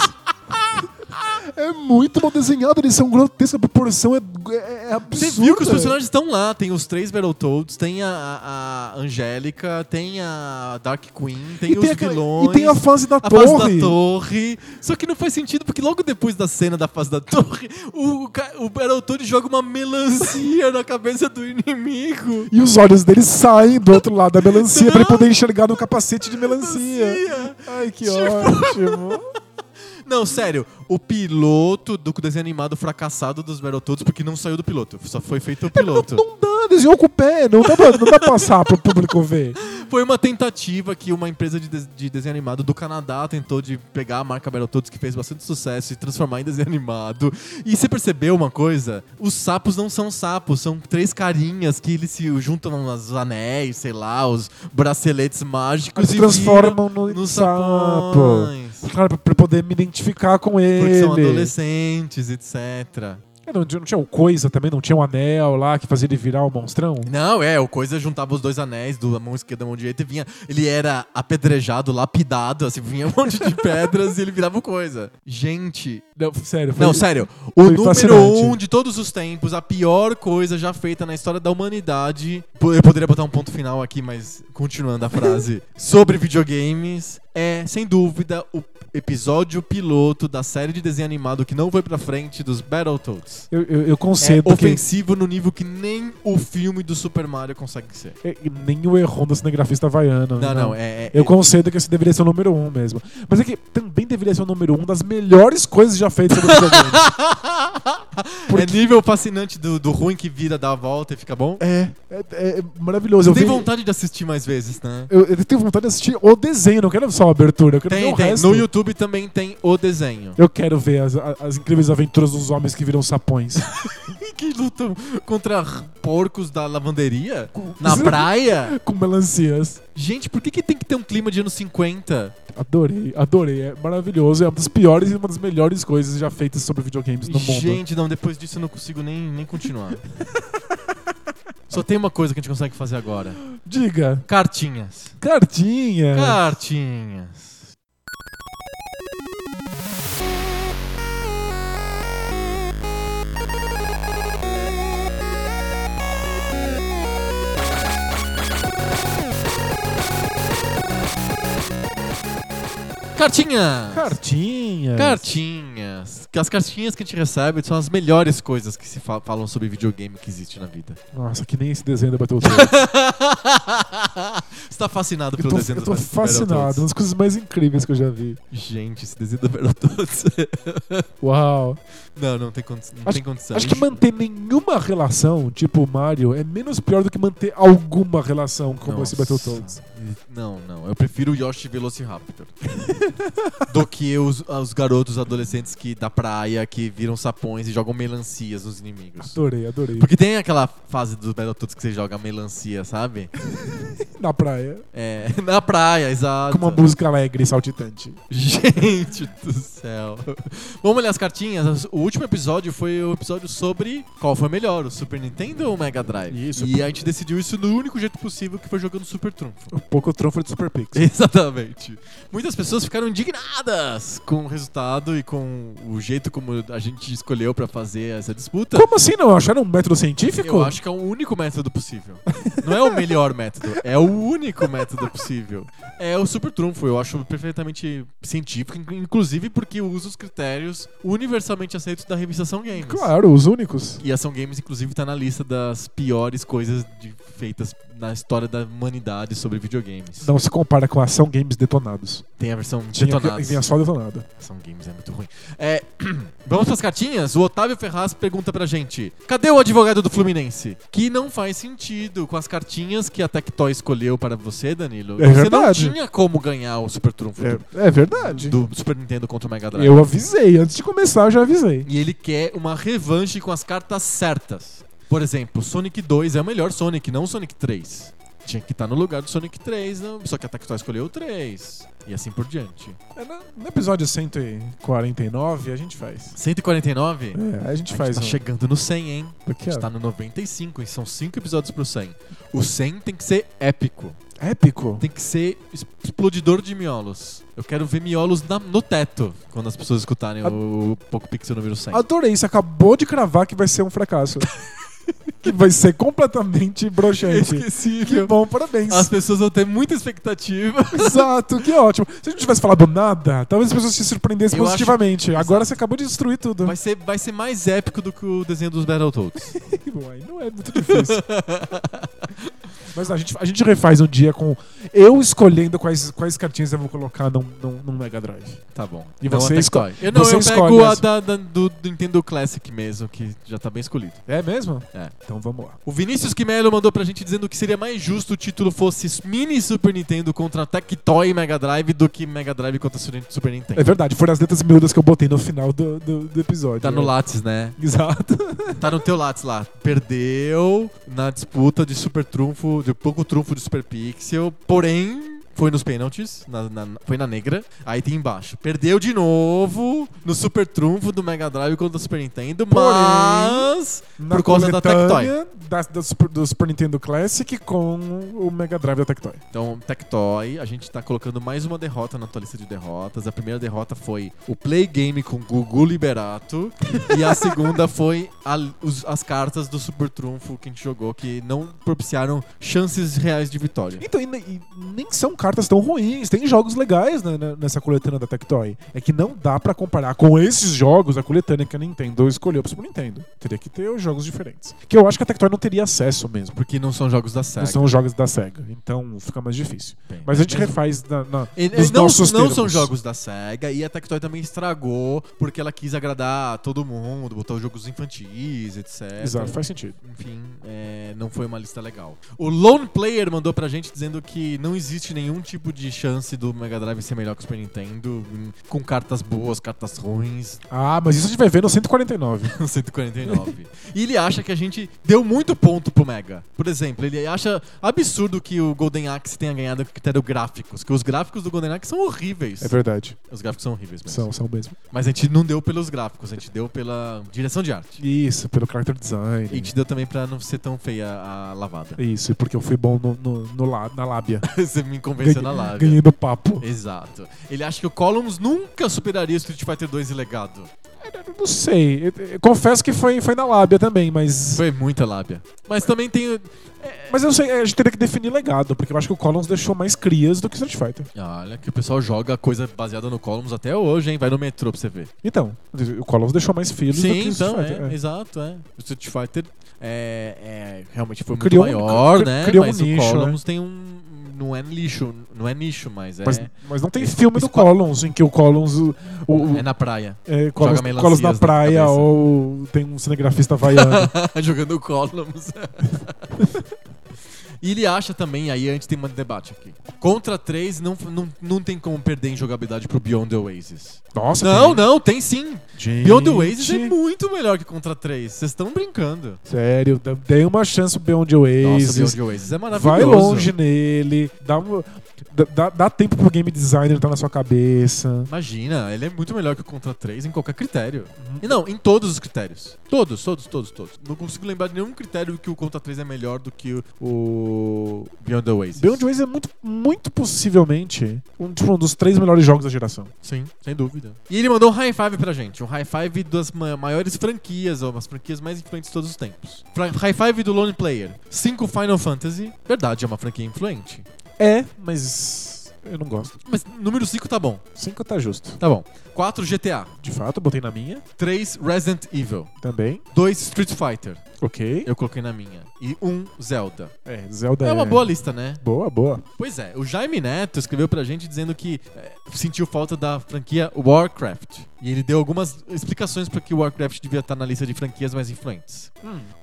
[SPEAKER 2] É muito mal desenhado, eles são grotescos, a proporção é, é, é absurda.
[SPEAKER 1] Você viu que os personagens estão lá. Tem os três Battletoads, tem a, a- a Angélica, tem a Dark Queen, tem
[SPEAKER 2] E
[SPEAKER 1] os
[SPEAKER 2] tem, aquela-
[SPEAKER 1] vilões.
[SPEAKER 2] e tem a fase da
[SPEAKER 1] a
[SPEAKER 2] torre.
[SPEAKER 1] fase da torre. Só que não faz sentido, porque logo depois da cena da fase da torre, o, o, ca- o Battletoad joga uma melancia na cabeça do inimigo.
[SPEAKER 2] E os olhos dele saem do outro lado da melancia pra ele poder enxergar no capacete de melancia.
[SPEAKER 1] Melancia.
[SPEAKER 2] Ai, que
[SPEAKER 1] Tipo-
[SPEAKER 2] ótimo.
[SPEAKER 1] Não, sério, o piloto do desenho animado fracassado dos Battletoads, porque não saiu do piloto, só foi feito o piloto.
[SPEAKER 2] Não dá, desenhou com o pé, não dá pra, não dá pra passar pro público ver.
[SPEAKER 1] Foi uma tentativa que uma empresa de, des- de desenho animado do Canadá tentou de pegar a marca Battletoads, que fez bastante sucesso, e transformar em desenho animado. E você percebeu uma coisa? Os sapos não são sapos, são três carinhas que eles se juntam nos anéis, sei lá, os braceletes mágicos
[SPEAKER 2] Eles
[SPEAKER 1] e
[SPEAKER 2] transformam
[SPEAKER 1] viram
[SPEAKER 2] no
[SPEAKER 1] nos
[SPEAKER 2] sapo.
[SPEAKER 1] sapões.
[SPEAKER 2] Claro, pra, pra poder me identificar com ele.
[SPEAKER 1] Porque são adolescentes, etc.
[SPEAKER 2] É, Não, tinha- não tinha o coisa também, não tinha um anel lá que fazia ele virar um monstrão?
[SPEAKER 1] Não, é, o Coisa juntava os dois anéis, do mão esquerda e mão direita, e vinha. Ele era apedrejado, lapidado, assim, vinha um monte de pedras e ele virava o Coisa. Gente.
[SPEAKER 2] Não, sério. foi-
[SPEAKER 1] Não, sério. O
[SPEAKER 2] foi
[SPEAKER 1] número
[SPEAKER 2] fascinante.
[SPEAKER 1] um de todos os tempos, a pior coisa já feita na história da humanidade. Po- Eu poderia botar um ponto final aqui, mas continuando a frase. sobre videogames, é, sem dúvida, o episódio piloto da série de desenho animado que não foi pra frente dos Battletoads.
[SPEAKER 2] Eu, eu, eu
[SPEAKER 1] É
[SPEAKER 2] concedo que
[SPEAKER 1] ofensivo no nível que nem o filme do Super Mario consegue ser.
[SPEAKER 2] é, nem o erro da cinegrafista havaiana.
[SPEAKER 1] Não, não, é. é-
[SPEAKER 2] Eu concedo que esse deveria ser o número um mesmo. Mas é que também deveria ser o número um das melhores coisas já feitas sobre videogame.
[SPEAKER 1] É nível fascinante do, do ruim que vira, dá a volta e fica bom.
[SPEAKER 2] é, é, é maravilhoso.
[SPEAKER 1] Você
[SPEAKER 2] Eu,
[SPEAKER 1] tem
[SPEAKER 2] vi-
[SPEAKER 1] vontade de assistir mais vezes, né?
[SPEAKER 2] eu, eu tenho vontade de assistir o desenho, não quero só a abertura, eu quero ver
[SPEAKER 1] Tem,
[SPEAKER 2] o
[SPEAKER 1] tem.
[SPEAKER 2] resto.
[SPEAKER 1] No YouTube também tem o desenho.
[SPEAKER 2] Eu quero ver as, a- as incríveis aventuras dos homens que viram sapões.
[SPEAKER 1] Que lutam contra porcos da lavanderia? Na
[SPEAKER 2] Sim.
[SPEAKER 1] praia?
[SPEAKER 2] com melancias.
[SPEAKER 1] Gente, por que, que tem que ter um clima de anos 50?
[SPEAKER 2] Adorei, adorei. É maravilhoso. É uma das piores e uma das melhores coisas já feitas sobre videogames no mundo.
[SPEAKER 1] Gente, não, depois disso eu não consigo nem, nem continuar. Só tem uma coisa que a gente consegue fazer agora:
[SPEAKER 2] Diga,
[SPEAKER 1] cartinhas.
[SPEAKER 2] cartinha.
[SPEAKER 1] Cartinhas. Cartinhas!
[SPEAKER 2] Cartinha.
[SPEAKER 1] Cartinhas. Que As cartinhas que a gente recebe são as melhores coisas que se fa- falam sobre videogame que existe na vida.
[SPEAKER 2] Nossa, que nem esse desenho da Battletoads.
[SPEAKER 1] Você tá fascinado
[SPEAKER 2] eu
[SPEAKER 1] pelo
[SPEAKER 2] tô,
[SPEAKER 1] desenho
[SPEAKER 2] eu tô
[SPEAKER 1] do Battletoads.
[SPEAKER 2] fascinado. Uma das coisas mais incríveis que eu já vi.
[SPEAKER 1] Gente, esse desenho do Battletoads.
[SPEAKER 2] Uau.
[SPEAKER 1] não, não tem, condi não
[SPEAKER 2] Acho-
[SPEAKER 1] tem condição.
[SPEAKER 2] Acho que manter nenhuma relação, tipo Mario, é menos pior do que manter alguma relação como esse
[SPEAKER 1] Nossa.
[SPEAKER 2] Battletoads.
[SPEAKER 1] Não, não. Eu prefiro o Yoshi Velociraptor. do que os, os garotos adolescentes que da praia que viram sapões e jogam melancias nos inimigos.
[SPEAKER 2] Adorei, adorei.
[SPEAKER 1] Porque tem aquela fase dos Battletoads que você joga melancia, sabe?
[SPEAKER 2] Na praia.
[SPEAKER 1] É, na praia, exato.
[SPEAKER 2] Com uma música alegre e saltitante.
[SPEAKER 1] Gente do céu. Vamos olhar as cartinhas. O último episódio foi o episódio sobre qual foi melhor, o Super Nintendo ou o Mega Drive.
[SPEAKER 2] Isso.
[SPEAKER 1] E a gente decidiu isso do único jeito possível, que foi jogando Super Trunfo.
[SPEAKER 2] Um pouco o trunfo de Super Pix.
[SPEAKER 1] Exatamente. Muitas pessoas ficaram indignadas com o resultado e com o jeito como a gente escolheu pra fazer essa disputa.
[SPEAKER 2] Como assim não? Acharam um método científico?
[SPEAKER 1] Eu acho que é o único método possível. Não é o melhor método, é o único método possível. É o super trunfo, eu acho perfeitamente científico, in- inclusive porque usa os critérios universalmente aceitos da revista Ação Games.
[SPEAKER 2] Claro, os únicos.
[SPEAKER 1] E a Ação Games, inclusive, tá na lista das piores coisas de- feitas na história da humanidade sobre videogames.
[SPEAKER 2] Não se compara com a ação games detonados.
[SPEAKER 1] Tem a versão
[SPEAKER 2] Tinha,
[SPEAKER 1] detonados.
[SPEAKER 2] vinha só detonada.
[SPEAKER 1] São games, é muito ruim. É, vamos pras cartinhas? O Otávio Ferraz pergunta pra gente: cadê o advogado do Fluminense? Que não faz sentido com as cartinhas que a Tectoy escolheu para você, Danilo.
[SPEAKER 2] É
[SPEAKER 1] você
[SPEAKER 2] verdade.
[SPEAKER 1] não tinha como ganhar o Super Trunfo do-
[SPEAKER 2] É, é verdade.
[SPEAKER 1] do Super Nintendo contra o Mega Drive.
[SPEAKER 2] Eu avisei, antes de começar eu já avisei.
[SPEAKER 1] E ele quer uma revanche com as cartas certas. Por exemplo, Sonic 2 é o melhor Sonic, não Sonic 3. Tinha que estar no lugar do Sonic 3, não. só que a Tectoy escolheu o 3. E assim por diante.
[SPEAKER 2] É, no- No episódio 149 a gente faz.
[SPEAKER 1] 149?
[SPEAKER 2] É, a gente faz.
[SPEAKER 1] tá
[SPEAKER 2] um-
[SPEAKER 1] chegando no 100, hein?
[SPEAKER 2] Porque
[SPEAKER 1] A gente tá no 95, e são 5 episódios pro 100. O 100 tem que ser épico.
[SPEAKER 2] é épico.
[SPEAKER 1] tá Tem que ser es- explodidor de miolos. Eu quero ver miolos na- no teto quando as pessoas escutarem
[SPEAKER 2] A-
[SPEAKER 1] o Poco Pixel número 100.
[SPEAKER 2] Adorei, você acabou de cravar que vai ser um fracasso. que vai ser completamente broxante. Que
[SPEAKER 1] Inesquecível.
[SPEAKER 2] bom, parabéns.
[SPEAKER 1] As pessoas vão ter muita expectativa.
[SPEAKER 2] Exato, que ótimo. Se a gente tivesse falado nada, talvez as pessoas se surpreendessem
[SPEAKER 1] Eu acho-
[SPEAKER 2] positivamente. Agora
[SPEAKER 1] Exato.
[SPEAKER 2] você acabou de destruir tudo.
[SPEAKER 1] Vai ser, vai ser mais épico do que o desenho dos Battletoads.
[SPEAKER 2] Bom, aí não é muito difícil. Mas a gente, a gente refaz um dia com eu escolhendo quais, quais cartinhas eu vou colocar num, num- num Mega Drive.
[SPEAKER 1] Tá bom.
[SPEAKER 2] E
[SPEAKER 1] Não,
[SPEAKER 2] você
[SPEAKER 1] até
[SPEAKER 2] esco-
[SPEAKER 1] que dói. Eu não,
[SPEAKER 2] você
[SPEAKER 1] eu
[SPEAKER 2] escolhe
[SPEAKER 1] pego a
[SPEAKER 2] essa.
[SPEAKER 1] da, da- do, do Nintendo Classic mesmo, que já tá bem escolhido.
[SPEAKER 2] É mesmo?
[SPEAKER 1] É.
[SPEAKER 2] Então vamos lá.
[SPEAKER 1] O Vinícius Quimelo mandou pra gente dizendo que seria mais justo o título fosse Mini Super Nintendo contra Tectoy Mega Drive do que Mega Drive contra Super Super Nintendo.
[SPEAKER 2] É verdade, foram as letras miúdas que eu botei no final do, do, do episódio.
[SPEAKER 1] Tá no Lattes, né?
[SPEAKER 2] Exato.
[SPEAKER 1] Tá no teu Lattes lá. Perdeu na disputa de super trunfo, de pouco trunfo de Super Pixel, porém foi nos pênaltis, na- na- foi na negra. Aí tem embaixo. Perdeu de novo no super trunfo do Mega Drive contra o Super Nintendo,
[SPEAKER 2] Porém,
[SPEAKER 1] mas por causa da Tectoy.
[SPEAKER 2] coletânea da- da Super- do Super Nintendo Classic com o Mega Drive da Tectoy.
[SPEAKER 1] Então, Tectoy, a gente tá colocando mais uma derrota na tua lista de derrotas. A primeira derrota foi o Play Game com Gugu Liberato. e a segunda foi a- os- as cartas do Super Trunfo que a gente jogou, que não propiciaram chances reais de vitória.
[SPEAKER 2] Então, e, ne- e nem são cartas tão ruins. Tem jogos legais né, né, nessa coletânea da Tectoy. É que não dá pra comparar com esses jogos a coletânea que a Nintendo escolheu pro Super Nintendo. Teria que ter os jogos diferentes. Que eu acho que a Tectoy não teria acesso mesmo.
[SPEAKER 1] Porque não são jogos da
[SPEAKER 2] Porque
[SPEAKER 1] SEGA.
[SPEAKER 2] são os jogos da SEGA. Então fica mais difícil.
[SPEAKER 1] Bem,
[SPEAKER 2] Mas a gente
[SPEAKER 1] mesmo-
[SPEAKER 2] refaz na, na,
[SPEAKER 1] E- e
[SPEAKER 2] nos
[SPEAKER 1] não,
[SPEAKER 2] nossos
[SPEAKER 1] não são
[SPEAKER 2] termos.
[SPEAKER 1] jogos da SEGA e a Tectoy também estragou porque ela quis agradar todo mundo, botou jogos infantis, etc.
[SPEAKER 2] Exato, faz sentido.
[SPEAKER 1] enfim, é, não foi uma lista legal. O Lone Player mandou pra gente dizendo que não existe nenhum tipo de chance do Mega Drive ser melhor que o Super Nintendo, hum, com cartas boas, cartas ruins,
[SPEAKER 2] Ah, mas isso a gente vai ver no 149.
[SPEAKER 1] no 149. e ele acha que a gente deu muito ponto pro Mega. Por exemplo, ele acha absurdo que o Golden Axe tenha ganhado com critério gráficos, que os gráficos do Golden Axe são horríveis.
[SPEAKER 2] É verdade.
[SPEAKER 1] os gráficos são horríveis mesmo.
[SPEAKER 2] São, são mesmo.
[SPEAKER 1] Mas a gente não deu pelos gráficos, a gente deu pela direção de arte.
[SPEAKER 2] Isso, pelo character
[SPEAKER 1] E a
[SPEAKER 2] design.
[SPEAKER 1] gente deu também pra não ser tão feia a lavada.
[SPEAKER 2] Isso, porque eu fui bom no, no, no lá- na lábia.
[SPEAKER 1] Você me convenceu na lábia.
[SPEAKER 2] Ganhei do papo.
[SPEAKER 1] Exato. Ele acha que o Columns nunca superaria o Street Fighter 2 e legado.
[SPEAKER 2] Eu Não sei. Eu- eu confesso que foi, foi na lábia também, mas.
[SPEAKER 1] Foi muita lábia. Mas também tem.
[SPEAKER 2] Mas eu não sei, a gente teria que definir legado, porque eu acho que o Collins deixou mais crias do que Street Fighter.
[SPEAKER 1] Ah, Olha, que o pessoal joga coisa baseada no Columns até hoje, hein? Vai no metrô pra você ver.
[SPEAKER 2] Então, o Collins deixou mais filhos do que
[SPEAKER 1] Sim,
[SPEAKER 2] o Street
[SPEAKER 1] então,
[SPEAKER 2] Fighter.
[SPEAKER 1] é,
[SPEAKER 2] é.
[SPEAKER 1] exato, é. O Street Fighter é, é, realmente foi muito
[SPEAKER 2] Criou um-
[SPEAKER 1] maior,
[SPEAKER 2] cri-
[SPEAKER 1] né?
[SPEAKER 2] criou um
[SPEAKER 1] mas
[SPEAKER 2] nicho,
[SPEAKER 1] o Columns tem um. Não é lixo, não é nicho, mas é.
[SPEAKER 2] Mas, mas não tem
[SPEAKER 1] Esse-
[SPEAKER 2] filme
[SPEAKER 1] esse
[SPEAKER 2] do Collins em que o Collins. O, o,
[SPEAKER 1] É na praia.
[SPEAKER 2] é, Collins,
[SPEAKER 1] melancias
[SPEAKER 2] Collins na
[SPEAKER 1] na
[SPEAKER 2] praia
[SPEAKER 1] cabeça.
[SPEAKER 2] ou tem um cinegrafista vaiano.
[SPEAKER 1] Tá Jogando columns. e ele acha também, aí a gente tem um debate aqui. Contra 3 não, não, não tem como perder em jogabilidade pro Beyond the Oasis.
[SPEAKER 2] Nossa,
[SPEAKER 1] Não,
[SPEAKER 2] tem-
[SPEAKER 1] não, tem sim.
[SPEAKER 2] Gente,
[SPEAKER 1] Beyond the Oasis é muito melhor que Contra 3. Vocês estão brincando.
[SPEAKER 2] Sério, dá- dei uma chance pro Beyond the Oasis.
[SPEAKER 1] Nossa, Beyond the Oasis é maravilhoso.
[SPEAKER 2] Vai longe né? nele, dá, um- dá- dá, dá tempo pro game designer estar na sua cabeça.
[SPEAKER 1] Imagina, ele é muito melhor que o Contra 3 em qualquer critério. E não, em todos os critérios. Todos, todos, todos, todos. Não consigo lembrar de nenhum critério que o Contra 3 é melhor do que o- o Beyond the Oasis.
[SPEAKER 2] Beyond the Ways é muito, muito possivelmente um, tipo, um dos três melhores jogos da geração.
[SPEAKER 1] Sim, sem dúvida. E ele mandou um high five pra gente. Um high five das ma- maiores franquias, ou as franquias mais influentes de todos os tempos. Fra- high five do Lone Player. 5 Final Fantasy. Verdade, é uma franquia influente.
[SPEAKER 2] É, mas eu não gosto.
[SPEAKER 1] Mas número 5 tá bom.
[SPEAKER 2] Cinco tá justo.
[SPEAKER 1] Tá bom. 4 GTA.
[SPEAKER 2] De fato, botei na minha
[SPEAKER 1] 3 Resident Evil.
[SPEAKER 2] também.
[SPEAKER 1] 2 Street Fighter.
[SPEAKER 2] Ok.
[SPEAKER 1] Eu coloquei na minha. E 1 um, Zelda.
[SPEAKER 2] É, Zelda
[SPEAKER 1] É uma boa lista, né?
[SPEAKER 2] Boa, boa.
[SPEAKER 1] Pois é, o Jaime Neto escreveu pra gente dizendo que eh, sentiu falta da franquia Warcraft. E ele deu algumas explicações pra que Warcraft devia estar na lista de franquias mais influentes.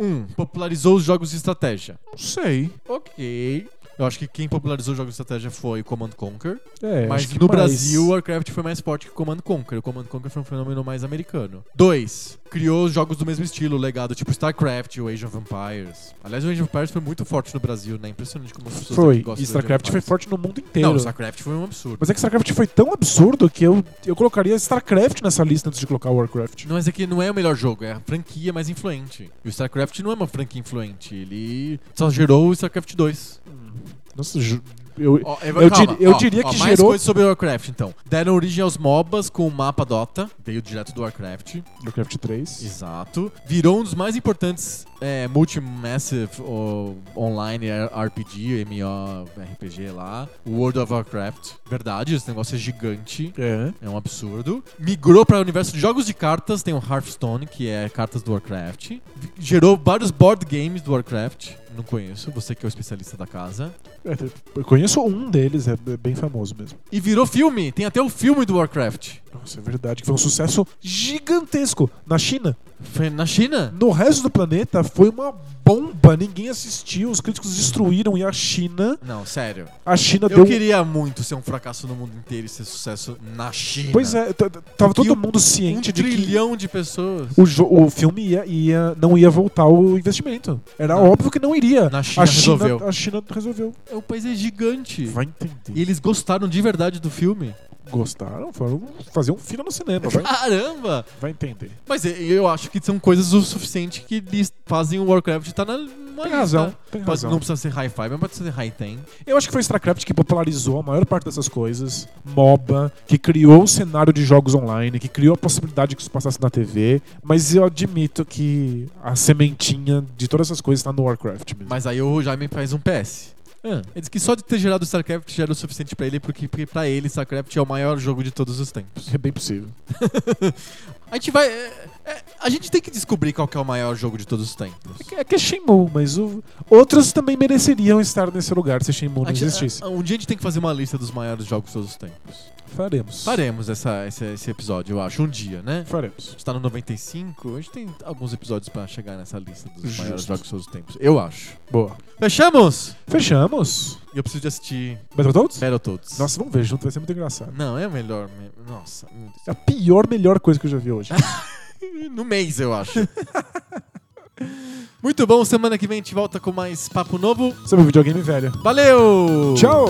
[SPEAKER 1] Um, popularizou os jogos de estratégia.
[SPEAKER 2] Não sei.
[SPEAKER 1] Ok. Eu acho que quem popularizou jogos de estratégia foi Command Conquer.
[SPEAKER 2] É,
[SPEAKER 1] Mas
[SPEAKER 2] acho que
[SPEAKER 1] no
[SPEAKER 2] mais.
[SPEAKER 1] Brasil, Warcraft foi mais forte que Command Conquer. O Command Conquer foi um fenômeno mais americano. Dois, criou jogos do mesmo estilo, legado, tipo StarCraft ou Age of Empires. Aliás, o Age of Empires foi muito forte no Brasil, né? Impressionante como as pessoas
[SPEAKER 2] Foi.
[SPEAKER 1] aqui gostam
[SPEAKER 2] E
[SPEAKER 1] do Age of
[SPEAKER 2] StarCraft foi
[SPEAKER 1] Empires.
[SPEAKER 2] forte no mundo inteiro.
[SPEAKER 1] Não, StarCraft foi um absurdo.
[SPEAKER 2] Mas é que StarCraft foi tão absurdo que eu, eu colocaria StarCraft nessa lista antes de colocar Warcraft.
[SPEAKER 1] Não, mas é que não é o melhor jogo, é a franquia mais influente. E o StarCraft não é uma franquia influente, ele só gerou o StarCraft 2.
[SPEAKER 2] Nossa, ju- eu,
[SPEAKER 1] Ó,
[SPEAKER 2] Eu dir- eu diria que
[SPEAKER 1] mais
[SPEAKER 2] gerou-
[SPEAKER 1] coisas sobre Warcraft, então. Deram origem aos MOBAs com o mapa Dota, veio direto do Warcraft.
[SPEAKER 2] Warcraft 3.
[SPEAKER 1] Exato. Virou um dos mais importantes é, multi-massive ou online RPG, MMORPG lá. World of Warcraft. Verdade, esse negócio é gigante.
[SPEAKER 2] É.
[SPEAKER 1] É um absurdo. Migrou para o universo de jogos de cartas. Tem o Hearthstone, que é cartas do Warcraft. V- Gerou vários board games do Warcraft. Não conheço, você que é o especialista da casa.
[SPEAKER 2] Eu conheço um deles, é é bem famoso mesmo.
[SPEAKER 1] E virou filme. Tem até o filme do Warcraft.
[SPEAKER 2] Nossa, é verdade, que foi um sucesso gigantesco na China.
[SPEAKER 1] Foi na China.
[SPEAKER 2] No resto do planeta foi uma bomba, ninguém assistiu, os críticos destruíram e a China,
[SPEAKER 1] Não, sério.
[SPEAKER 2] a China
[SPEAKER 1] Eu
[SPEAKER 2] deu
[SPEAKER 1] queria muito ser um fracasso no mundo inteiro e ser sucesso na China.
[SPEAKER 2] Pois é, t- t- tava
[SPEAKER 1] E o-
[SPEAKER 2] todo mundo
[SPEAKER 1] Um
[SPEAKER 2] ciente de que
[SPEAKER 1] trilhão de pessoas.
[SPEAKER 2] o, jo- o filme ia, ia- não ia voltar o investimento. Era
[SPEAKER 1] Não.
[SPEAKER 2] óbvio que não iria.
[SPEAKER 1] Na China
[SPEAKER 2] a China
[SPEAKER 1] resolveu.
[SPEAKER 2] A China resolveu.
[SPEAKER 1] O país é gigante.
[SPEAKER 2] Vai entender.
[SPEAKER 1] E eles gostaram de verdade do filme.
[SPEAKER 2] Gostaram, foram fazer um filme no cinema. Vai,
[SPEAKER 1] Caramba!
[SPEAKER 2] vai entender.
[SPEAKER 1] Mas e- eu acho que são coisas o suficiente que eles fazem o Warcraft estar na numa
[SPEAKER 2] Tem
[SPEAKER 1] lista.
[SPEAKER 2] razão, tem
[SPEAKER 1] Então, Pode-
[SPEAKER 2] razão.
[SPEAKER 1] não precisa ser high five, mas pode ser high ten.
[SPEAKER 2] Eu acho que foi StarCraft que popularizou a maior parte dessas coisas. MOBA, que criou o cenário de jogos online, que criou a possibilidade que isso passasse na TV. Mas eu admito que a sementinha de todas essas coisas está no Warcraft mesmo.
[SPEAKER 1] Mas aí o Jaime faz um PS.
[SPEAKER 2] É.
[SPEAKER 1] Ele diz que só de ter gerado StarCraft já era o suficiente pra ele, porque, porque pra ele StarCraft é o maior jogo de todos os tempos.
[SPEAKER 2] É bem possível.
[SPEAKER 1] A gente vai. é- é- a gente tem que descobrir qual que é o maior jogo de todos os tempos.
[SPEAKER 2] É que é Shenmue, mas o- outros também mereceriam estar nesse lugar se Shenmue não
[SPEAKER 1] A gente-
[SPEAKER 2] existisse.
[SPEAKER 1] a- um dia a gente tem que fazer uma lista dos maiores jogos de todos os tempos.
[SPEAKER 2] Faremos.
[SPEAKER 1] Faremos essa, esse, esse episódio, eu acho, um dia, né?
[SPEAKER 2] Faremos.
[SPEAKER 1] gente tá no 95, a gente tem alguns episódios pra chegar nessa lista dos
[SPEAKER 2] Justo.
[SPEAKER 1] maiores jogos de todos os tempos. Eu acho.
[SPEAKER 2] Boa.
[SPEAKER 1] Fechamos!
[SPEAKER 2] Fechamos.
[SPEAKER 1] E eu preciso de assistir
[SPEAKER 2] Battletoads?
[SPEAKER 1] Battletoads.
[SPEAKER 2] Nossa, vamos ver junto, vai ser muito engraçado.
[SPEAKER 1] Não, é a melhor. me- Nossa. meu Deus.
[SPEAKER 2] É a pior, melhor coisa que eu já vi hoje.
[SPEAKER 1] No mês, eu acho. Muito bom, semana que vem a gente volta com mais papo novo.
[SPEAKER 2] Sobre o videogame velho.
[SPEAKER 1] Valeu!
[SPEAKER 2] Tchau!